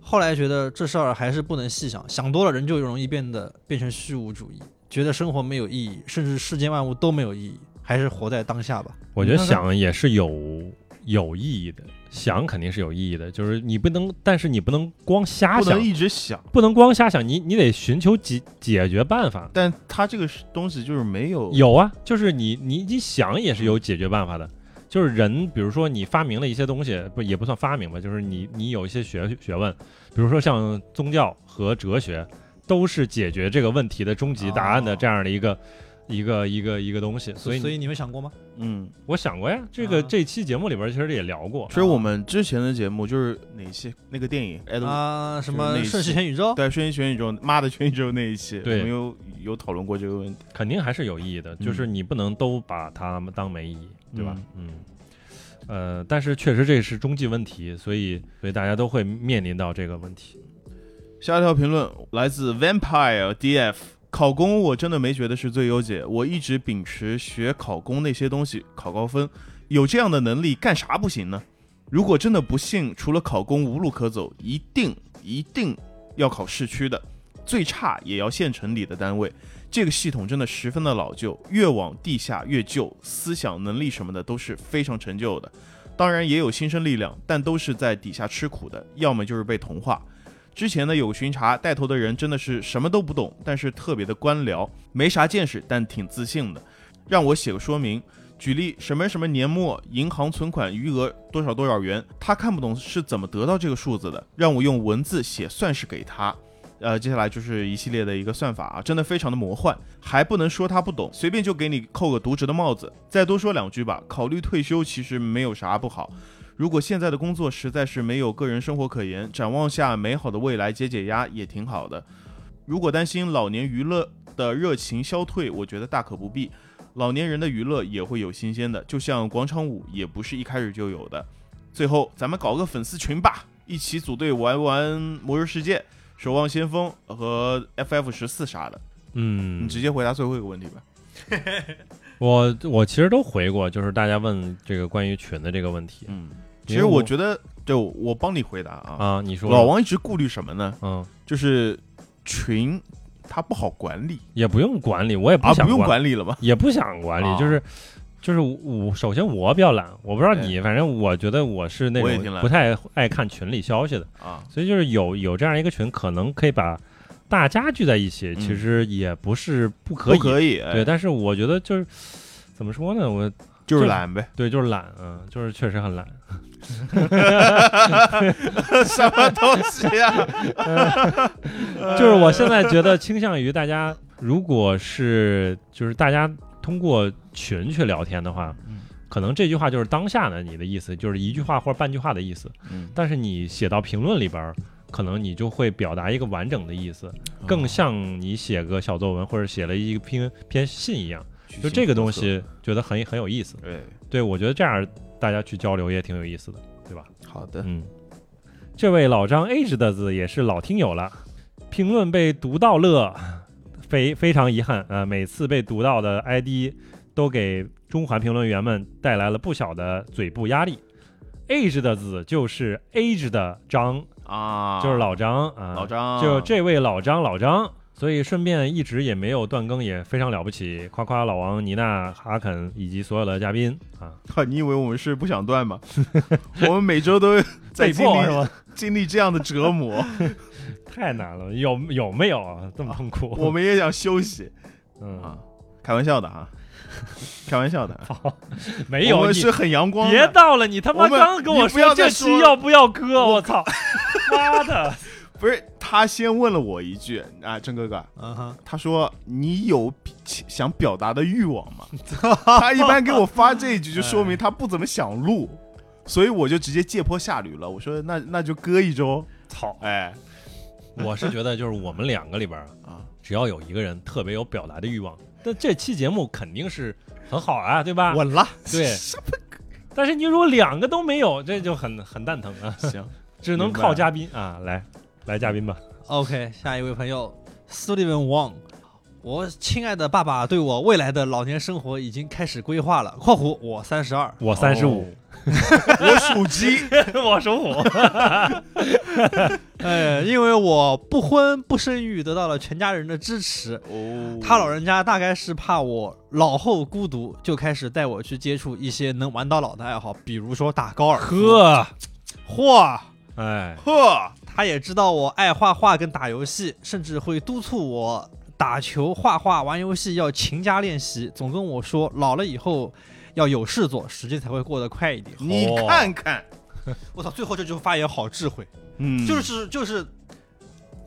D: 后来觉得这事儿还是不能细想，想多了人就容易变得变成虚无主义，觉得生活没有意义，甚至世间万物都没有意义，还是活在当下吧。
A: 嗯
B: 我觉得想也是有有意义的，想肯定是有意义的，就是你不能，但是你不能光瞎
A: 不
B: 想
A: 能，一直想，
B: 不能光瞎想，你你得寻求解解决办法。
A: 但他这个是东西就是没有
B: 有啊，就是你你你想也是有解决办法的。就是人，比如说你发明了一些东西，不也不算发明吧，就是你你有一些学学问，比如说像宗教和哲学，都是解决这个问题的终极答案的
D: 哦
B: 这样的一个、一个一个一个东西。所以
D: 所以你们想过吗？
A: 嗯，
B: 我想过呀，这个、
D: 啊
B: 这期节目里边其实也聊过
A: 其，实我们之前的节目就是哪些那个电影《Edward
D: 啊、
A: 就
D: 什
A: 是
D: 么
A: 类似
D: 瞬息全宇宙？
A: 对，瞬息全宇宙，妈的全宇宙那一期，
B: 对
A: 我们有有讨论过这个问题，
B: 肯定还是有意义的。就是你不能都把它们当没意义，对吧？嗯。呃，但是确实这是终极问题，所以所以大家都会面临到这个问题。
A: 下一条评论来自 Vampire DF。考公我真的没觉得是最优解，我一直秉持学考公那些东西，考高分。有这样的能力，干啥不行呢？如果真的不幸除了考公无路可走，一定一定要考市区的，最差也要县城里的单位。这个系统真的十分的老旧，越往地下越旧，思想能力什么的都是非常陈旧的。当然也有新生力量，但都是在底下吃苦的，要么就是被同化。之前呢有巡查带头的人真的是什么都不懂，但是特别的官僚，没啥见识，但挺自信的。让我写个说明，举例什么什么年末银行存款余额多少多少元，他看不懂是怎么得到这个数字的，让我用文字写算式给他。呃，接下来就是一系列的一个算法啊，真的非常的魔幻，还不能说他不懂，随便就给你扣个渎职的帽子。再多说两句吧，考虑退休其实没有啥不好。如果现在的工作实在是没有个人生活可言，展望下美好的未来解解压也挺好的。如果担心老年娱乐的热情消退，我觉得大可不必。老年人的娱乐也会有新鲜的，就像广场舞也不是一开始就有的。最后，咱们搞个粉丝群吧，一起组队玩玩《魔兽世界》、《守望先锋》和 FF 十四啥的。
B: 嗯
A: 你，直接回答最后一个问题吧。
B: 我我其实都回过，就是大家问这个关于群的这个问题
A: 嗯，其
B: 因为
A: 实我
B: 我
A: 觉得，对我帮你回答啊。
B: 啊，你说
A: 老，王一直顾虑什么呢？
B: 嗯，
A: 就是群它不好管理
B: 也不用管理，我也不
A: 啊，
B: 想
A: 不用管理了吧？
B: 也不想管理，
A: 啊
B: 就是就是我首先我比较懒，我不知道你，反正我觉得我是那
A: 哎我也挺
B: 种
A: 懒
B: 不太爱看群里消息的，
A: 啊，
B: 所以就是有有这样一个群，可能可以把大家聚在一起，
A: 嗯
B: 其实也不是不可
A: 不
B: 以，
A: 可以，哎
B: 对，但是我觉得就是怎么说呢，我
A: 就是
B: 这
A: 懒呗。
B: 对就是懒，嗯，就是确实很懒，
A: 什么东西呀？
B: 啊就是我现在觉得倾向于大家，如果是就是大家通过群去聊天的话，
A: 嗯
B: 可能这句话就是当下的你的意思，就是一句话或者半句话的意思。
A: 嗯
B: 但是你写到评论里边儿，可能你就会表达一个完整的意思，
A: 啊
B: 更像你写个小作文或者写了一篇篇信一样。就这个东，西，觉得很很有意思。
A: 对，
B: 对我觉得这样大家去交流也挺有意思的。
A: 好的，
B: 嗯，这位老张 H 的字也是老听友了，评论被读到乐，非非常遗憾啊、呃每次被读到的 ID 都给中环评论员们带来了不小的嘴部压力。H 的字就是 H 的张，
A: 啊，
B: 就是老张啊，
A: 老张，
B: 就这位老张老张，所以顺便一直也没有断更，也非常了不起，夸夸老王、妮娜、哈肯以及所有的嘉宾啊，
A: 靠， 你以为我们是不想 断吗？我们每周都在
B: 被
A: 经
B: 迫是
A: 历
B: 吧？
A: 经历这样的折 磨，
B: 太难了，有有没有啊？这么痛苦？
A: 我们也想休息
B: 嗯，
A: 啊，开玩笑 的啊，开玩笑的啊，
B: 没
A: 我
B: 有
A: 们
B: 你
A: 是很阳光的，
B: 别到了，你他
A: 我
B: 妈
A: 们
B: 刚跟
A: 你
B: 我
A: 不要
B: 这
A: 再说
B: 期
A: 了
B: 要不要割？我 操！妈的！
A: 不是他先问了我一句啊，郑哥哥，
E: 嗯哼，
A: 他说你有想表达的欲望吗？ 他一般给我发这一句， 就说明他不怎么想录，所以我就直接借坡下驴了。我说那那就搁一周，
B: 操！
A: 哎
B: 我是觉得就是我们两个里边儿，
A: 啊，
B: 只要有一个人特别有表达的欲望，那这期节目肯定是很好啊，对吧？
E: 稳了，
B: 对。但是你如果两个都没有，这就很很蛋疼啊，
A: 行，
B: 只能靠嘉宾啊，来来嘉宾吧，
A: 哦
D: OK，下一位朋友 Steven Wang，我亲爱的爸爸对我未来的老年生活已经开始规划了。（括弧我三十二
B: 我三十 五，
A: 哦我属鸡，
B: 我属虎，）。
D: 哎，因为我不婚不生育，得到了全家人的支持。
A: 哦
D: 他老人家大概是怕我老后孤独，就开始带我去接触一些能玩到老的爱好，比如说打高尔夫。
B: 呵，
D: 嚯！
B: 哎，
A: 呵，
D: 他也知道我爱画画跟打游戏，甚至会督促我打球、画画、玩游戏要勤加练习，总跟我说老了以后要有事做，时间才会过得快一点。
A: 你看看，
D: 嗯我操，最后这句发言好智慧，
A: 哦嗯
D: 就是就是。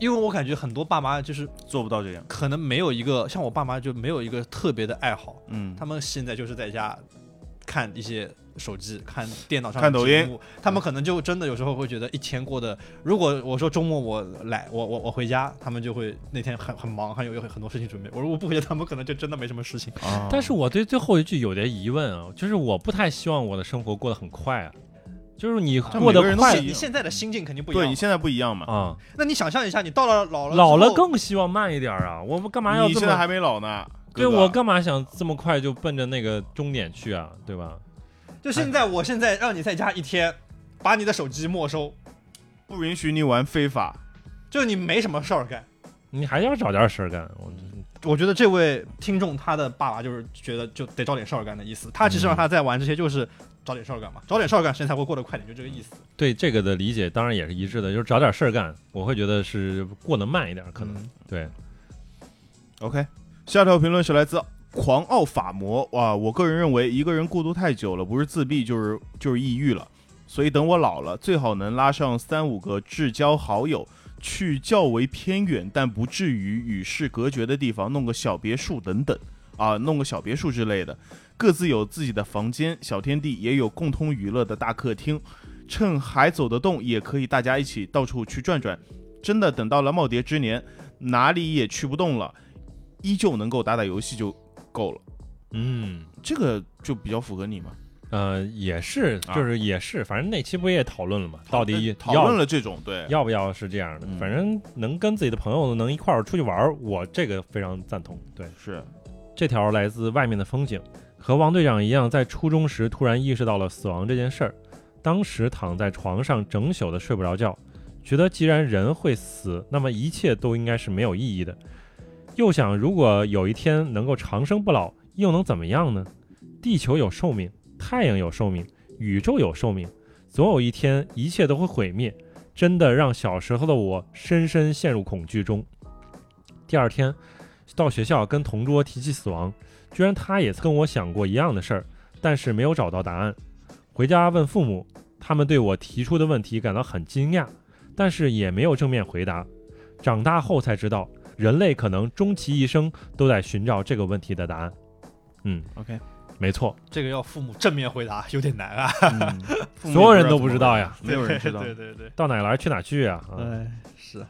D: 因为我感觉很多爸妈就是
A: 做不到这样，
D: 可能没有一个像我爸妈就没有一个特别的爱好，
A: 嗯
D: 他，们现在就是在家看一些手机、看电脑上
A: 看抖音
D: 音，他们可能就真的有时候会觉得一天过得，如果我说周末我来，我我我回家，他们就会那天很很忙，还有有很多事情准备。我如果不回家，他们可能就真的没什么事情。
A: 啊
B: 但是我对最后一句有点疑问啊，就是我不太希望我的生活过得很快啊，就是你
A: 这
B: 过
A: 每个
B: 得
A: 人都
B: 快
A: 是
D: 你现在的心境肯定不一
A: 对
D: 样
A: 你。现在不一样嘛，
B: 啊，
D: 那你想象一下，你到了老了
B: 老
D: 之
B: 了
D: 后
B: 更希望慢一点啊，我们干嘛要
A: 你
B: 这
A: 现在
B: 么？
A: 还没老呢，
B: 对
A: 哥哥
B: 我干嘛想这么快就奔着那个终点去啊？对吧？
D: 就现在，我现在让你在家一天，把你的手机没收，
A: 不允许你玩非法，
D: 就是你没什么事儿干。
B: 你还要找点事儿干。我
D: 我觉得这位听众他的爸爸就是觉得就得找点事儿干的意思，他其实让他在玩这些就是找点事儿干嘛，找点事儿干时间才会过得快点，就这个意思。
B: 对这个的理解当然也是一致的，就是找点事儿干，我会觉得是过得慢一点，可能、对。
A: OK，下条评论是来自狂傲法魔哇！我个人认为，一个人孤独太久了，不是自闭就是就是抑郁了。所以等我老了，最好能拉上三五个至交好友，去较为偏远但不至于与世隔绝的地方弄个小别墅等等啊，弄个小别墅之类的，各自有自己的房间，小天地也有共通娱乐的大客厅，趁还走得动，也可以大家一起到处去转转。真的等到了耄耋之年，哪里也去不动了，依旧能够打打游戏就够了。
B: 嗯，
A: 这个就比较符合你嘛？
B: 呃，也是，
A: 啊
B: 就是也是，反正那期不也讨论了嘛，到底
A: 讨
B: 要
A: 论了这种对，
B: 要不要是这样的
A: 嗯？
B: 反正能跟自己的朋友能一块儿出去玩儿，我这个非常赞同。对，
A: 是
B: 这条来自外面的风景，和王队长一样，在初中时突然意识到了死亡这件事儿。当时躺在床上整宿的睡不着觉，觉得既然人会死，那么一切都应该是没有意义的。又想，如果有一天能够长生不老，又能怎么样呢？地球有寿命，太阳有寿命，宇宙有寿命，总有一天一切都会毁灭，真的让小时候的我深深陷入恐惧中。第二天，到学校跟同桌提起死亡，居然他也跟我想过一样的事儿，但是没有找到答案。回家问父母，他们对我提出的问题感到很惊讶，但是也没有正面回答。长大后才知道，人类可能终其一生都在寻找这个问题的答案。嗯
A: OK，
B: 没错，
E: 这个要父母正面回答有点难啊。
A: 父母
B: 所有人都
A: 不
B: 不知道呀，
A: 没有人知 道。
E: 对对对对，
B: 到哪儿来去哪儿去啊？啊
D: 哎，是。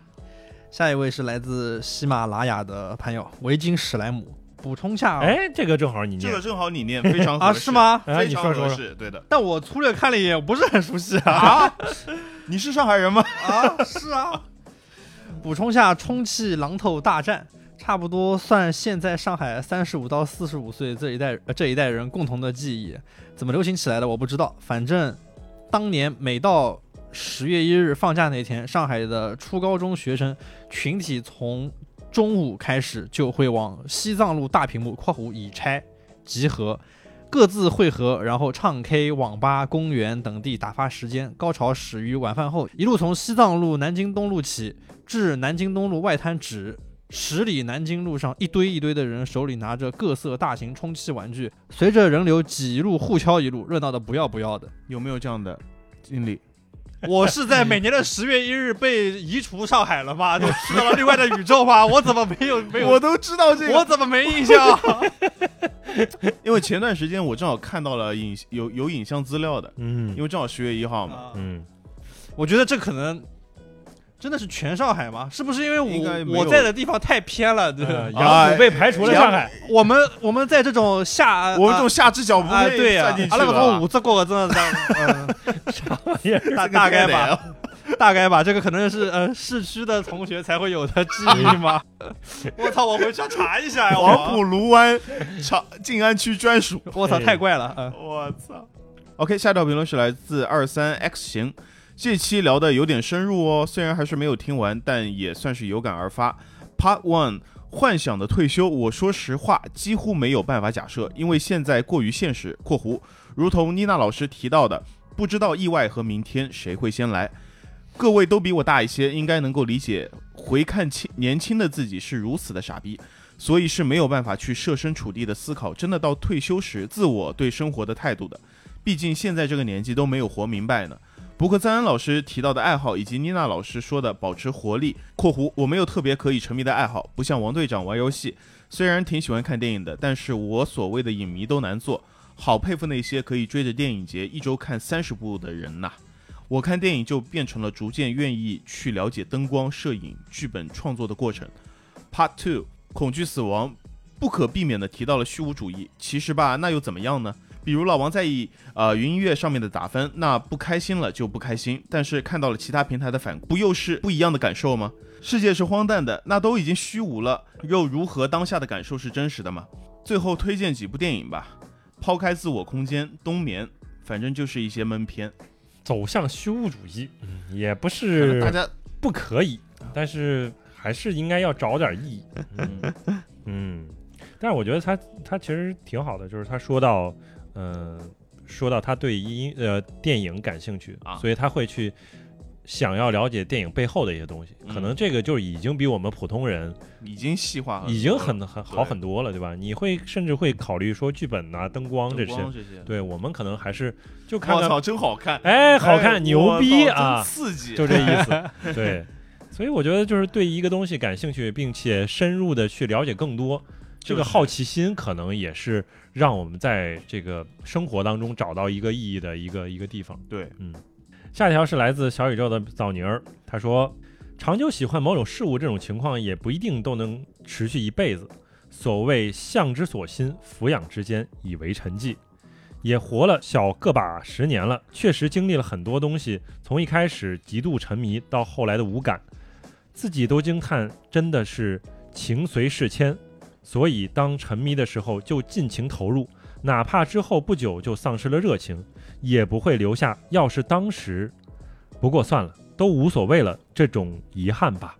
D: 下一位是来自喜马拉雅的朋友维京史莱姆，补充下、啊，
B: 哎，这个正好你
A: 这
B: 念
A: 个，正好你念非常合
D: 啊
A: 适
D: 是？吗？
B: 哎，
A: 非
B: 你
A: 常
B: 说说
A: 合
B: 说，
A: 适，对的
D: 但我粗略看了一眼，我不是很熟悉啊。
A: 啊。你是上海人吗？
D: 啊，是啊。补充下，充气榔头大战，差不多算现在上海三十五到四十五岁这一代、呃这一代人共同的记忆。怎么流行起来的我不知道，反正当年每到十月一日放假那天，上海的初高中学生群体从中午开始就会往西藏路大屏幕（括弧已拆）集合，各自汇合，然后唱 K、网吧、公园等地打发时间。高潮始于晚饭后，一路从西藏路南京东路起，至南京东路外滩止。十里南京路上，一堆一堆的人手里拿着各色大型充气玩具，随着人流挤一路互敲一路，热闹的不要不要的。
A: 有没有这样的经历？
E: 我是在每年的十月一日被移除上海了吗？就去到了另外的宇宙吗？我怎么没有没有？
A: 哎我都知道这
E: 我
A: 个，
E: 怎么没印象？
A: 因为前段时间我正好看到了影有有影像资料的，因
B: 嗯
A: 为正好十月一 号嘛，
E: 啊
B: 嗯，
E: 我觉得这可能真的是全上海吗？是不是因为
A: 应该没
E: 我
A: 有
E: 我在的地方太偏了？对吧啊
B: 呃？杨
A: 哎
B: 虎被排除了上海，
E: 我们我们在这种
D: 啊
E: 下
A: 我们这种下肢脚不
E: 啊，
D: 哎
A: 会
E: 对呀
A: 算进，去
E: 阿拉
A: 了
E: 伯
A: 吧
E: 从五。只国真的 是，
B: 也
E: 嗯，
B: 是
E: 大
A: 这个
E: 大概
A: 太难
E: 吧， 大概吧，这个可能是呃市区的同学才会有的记忆嘛。 我操，我回去要查一 下呀！
A: 黄
E: 我
A: 浦卢湾长静安区专属。
E: 我操，太怪了，嗯，
A: 我操！OK，下一条评论是来自二三 X 型，这期聊的有点深入哦，虽然还是没有听完，但也算是有感而发。Part One。幻想的退休，我说实话几乎没有办法假设，因为现在过于现实。（括弧）如同妮娜老师提到的，不知道意外和明天谁会先来。各位都比我大一些，应该能够理解，回看青年轻的自己是如此的傻逼。所以是没有办法去设身处地的思考，真的到退休时自我对生活的态度的。毕竟现在这个年纪都没有活明白呢。不过赞恩老师提到的爱好，以及妮娜老师说的保持活力（括弧我没有特别可以沉迷的爱好，不像王队长玩游戏，虽然挺喜欢看电影的，但是我所谓的影迷都难做。好佩服那些可以追着电影节一周看三十部的人呐、我看电影就变成了逐渐愿意去了解灯光、摄影、剧本创作的过程。Part Two，恐惧死亡不可避免地提到了虚无主义。其实吧，那又怎么样呢？比如老王在意呃云音乐上面的打分，那不开心了就不开心，但是看到了其他平台的反馈，不又是不一样的感受吗？世界是荒诞的，那都已经虚无了，又如何当下的感受是真实的吗？最后推荐几部电影吧，抛开自我空间、冬眠，反正就是一些闷片，
B: 走向虚无主义，嗯也不
A: 可
B: 是
A: 能 大家
B: 不可以，
A: 啊
B: 但是还是应该要找点意义。
A: 嗯
B: 嗯，但是我觉得他他其实挺好的，就是他说到，呃嗯、说到他对音呃电影感兴趣，
A: 啊
B: 所以他会去想要了解电影背后的一些东西，
A: 嗯
B: 可能这个就已经比我们普通人
A: 已经细化了，
B: 已经很很
A: 啊对
B: 好很多了，对吧？你会甚至会考虑说剧本呐、啊灯光这
A: 灯
B: 些，
A: 光这些。
B: 对我们可能还是就看
A: 我
B: 看，
A: 操，真好看，
B: 哎，好
A: 哎
B: 看，牛逼
A: 我操真
B: 啊，
A: 刺激，
B: 就这意思， 对。所以我觉得就是对一个东西感兴趣，并且深入的去了解更多，这
A: 就
B: 个
A: 是
B: 好奇心可能也是让我们在这个生活当中找到一个意义的一个一个地方。
A: 对，
B: 下一条是来自小宇宙的枣泥儿，他说：“长久喜欢某种事物这种情况也不一定都能持续一辈子。所谓向之所欣，俯仰之间，以为陈迹。也活了小个把十年了，确实经历了很多东西，从一开始极度沉迷到后来的无感，自己都惊叹真的是情随事迁。所以当沉迷的时候，就尽情投入，哪怕之后不久就丧失了热情。”也不会留下。要是当时，不过算了，都无所谓了，这种遗憾吧。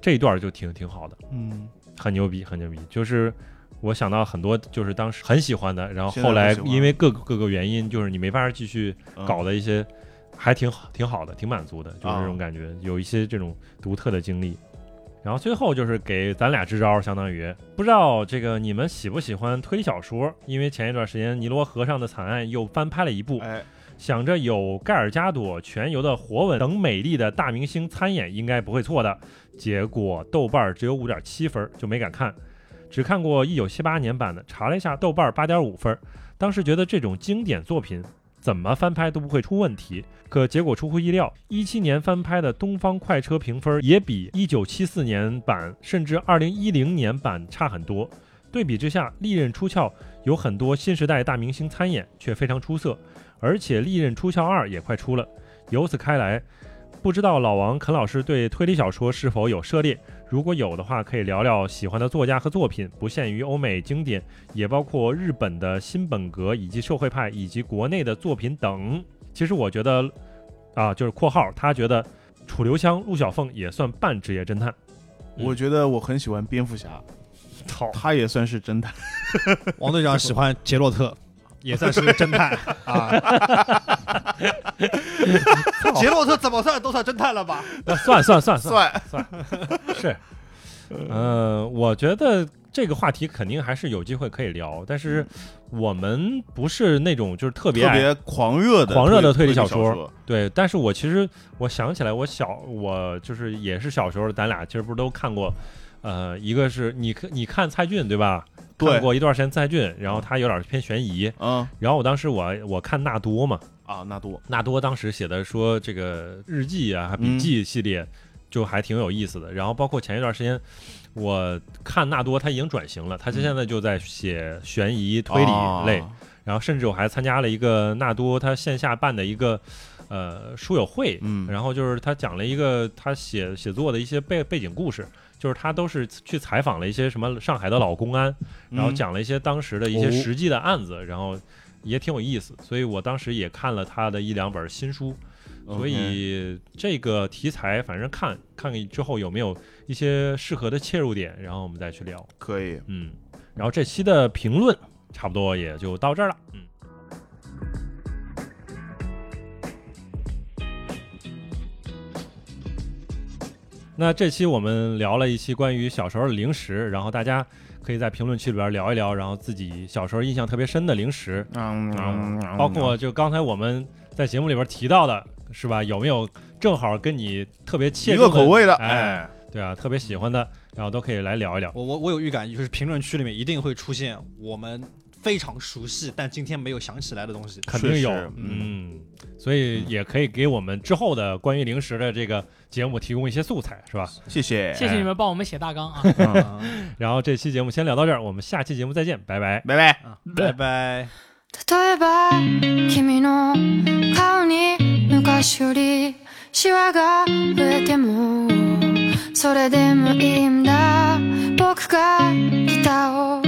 B: 这一段就挺挺好的，
A: 嗯，
B: 很牛逼，很牛逼。就是我想到很多，就是当时很喜欢的，然后
A: 现在
B: 后来
A: 不喜欢
B: 因为各个各个原因，就是你没法继续搞的一些，还挺好，挺好的，挺满足的，就是
A: 啊
B: 这种感觉，有一些这种独特的经历。然后最后就是给咱俩支招，相当于不知道这个你们喜不喜欢推理小说，因为前一段时间《尼罗河上的惨案》又翻拍了一部，
A: 哎，
B: 想着有盖尔加朵、全游的活吻等美丽的大明星参演，应该不会错的。结果豆瓣儿只有五点七分儿，就没敢看，只看过一九七八年版的，查了一下豆瓣八点五分儿。当时觉得这种经典作品怎么翻拍都不会出问题，可结果出乎意料，一七年翻拍的《东方快车》评分也比一九七四年版甚至二零一零年版差很多。对比之下，《利刃出鞘》有很多新时代大明星参演，却非常出色。而且《利刃出鞘二》也快出了。由此开来，不知道老王肯老师对推理小说是否有涉猎？如果有的话，可以聊聊喜欢的作家和作品，不限于欧美经典，也包括日本的新本格以及社会派以及国内的作品等。其实我觉得，啊，就是括号他觉得楚留香、陆小凤也算半职业侦探。嗯
A: 我觉得我很喜欢蝙蝠侠，
B: 操，
A: 他也算是侦探，
E: 王队长喜欢杰洛特，也算是个侦探啊。杰洛特怎么算都算侦探了 吧？
B: 算算算算，
A: 算
B: 是，呃，我觉得这个话题肯定还是有机会可以聊，但是我们不是那种就是特别
A: 嗯特
B: 爱
A: 别狂热的
B: 狂热的推
A: 推
B: 理
A: 小
B: 小说，对，但是我其实我想起来，我小我就是也是小时候，咱俩其实不是都看过，呃，一个是你你看蔡骏对吧？
A: 对
B: 看过一段时间蔡骏，然后他有点偏悬疑，
A: 嗯
B: 然后我当时我我看纳多嘛，
A: 啊，纳多，
B: 纳多当时写的说这个日记啊、笔记系列就还挺有意思的。然后包括前一段时间，我看纳多他已经转型了，他现在就在写悬疑推理类。
A: 啊
B: 然后甚至我还参加了一个纳多他线下办的一个呃书友会，
A: 嗯
B: 然后就是他讲了一个他写写作的一些背背景故事。就是他都是去采访了一些什么上海的老公啊安，然后
A: 嗯
B: 讲了一些当时的一些
A: 哦
B: 实际的案子，然后也挺有意思，所以我当时也看了他的一两本新书，所
A: OK
B: 以这个题材反正看看看之后有没有一些适合的切入点，然后我们再去聊。
A: 可以，
B: 嗯，然后这期的评论差不多也就到这儿了。嗯，那这期我们聊了一期关于小时候的零食，然后大家可以在评论区里边聊一聊，然后自己小时候印象特别深的零食，
A: 嗯
B: 嗯包括就刚才我们在节目里边提到的，是吧？有没有正好跟你特别切
A: 一
B: 中
A: 个口味的，
B: 哎，
A: 哎，
B: 对啊，特别喜欢的，然后都可以来聊一聊。
E: 我我我有预感，就是评论区里面一定会出现我们非常熟悉但今天没有想起来的东西。
B: 肯定有
A: 确实，
B: 嗯，所以也可以给我们之后的关于零食的这个节目提供一些素材，是吧？
A: 谢谢，
C: 谢谢你们帮我们写大纲啊。
A: 嗯
B: 然后这期节目先聊到这儿，我们下期节目再见，拜拜。
A: 拜拜。
E: 拜拜。
F: 例えば君の顔に昔よりシワが増えてもそれでもいいんだ僕がギターを思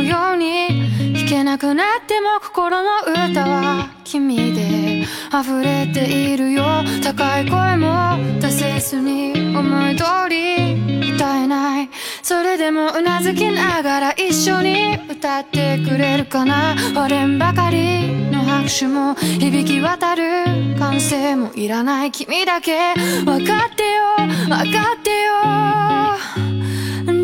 F: うように弾けなくなっても心の歌は君で溢れているよ高い声も出せずに思い通り歌えないそれでもうなずきながら一緒に歌ってくれるかな割れんばかりの白手も響き渡る歓声もいらない君だけ分かってよ分かってよ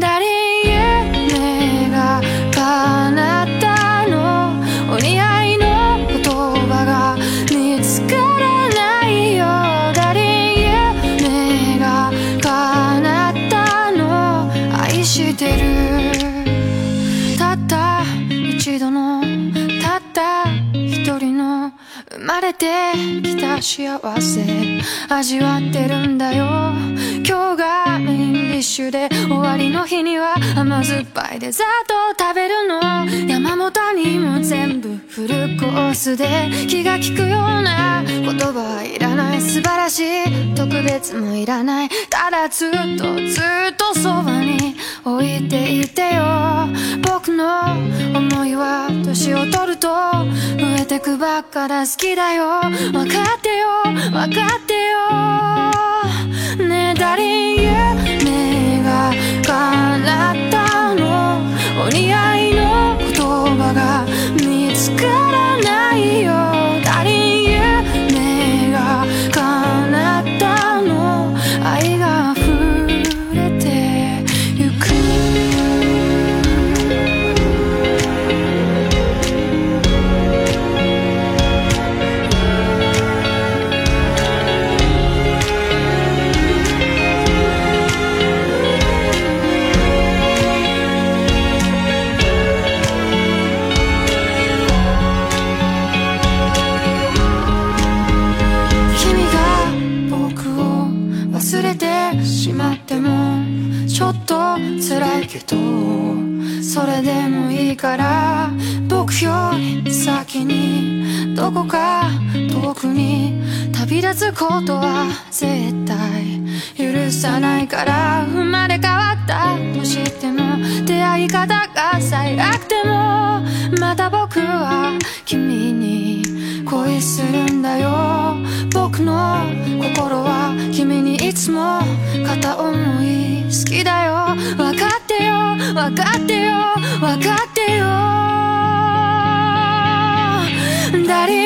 F: 誰夢が叶ったのお似合いの言葉が見つからないよ誰夢が叶ったの愛してるたった一度のたった一人の生まれてきた幸せ味わってるんだよ今日がメインディッシュで終わりの日には甘酸っぱいデザートを食べるの山本にも全部フルコースで気が利くような言葉はいらない素晴らしい特別もいらないただずっとずっとそばに置いていてよ僕の思いは年を取ると増えてくばっかだ好きだよ分かってよ分かってよねえ誰夢が叶ったのお似合いの言葉が見つからないよ誰夢が叶ったの愛が溢れてゆく君が僕を忘れてしまってもちょっと辛いけどそれでもいいから僕より先にどこか遠くに旅立つことは絶対許さないから生まれ変わったとしても出会い方が最悪でもまた僕は君に恋するんだよ僕の心は君にいつも片思い好きだよ分かってよ分かってよ分かってよ誰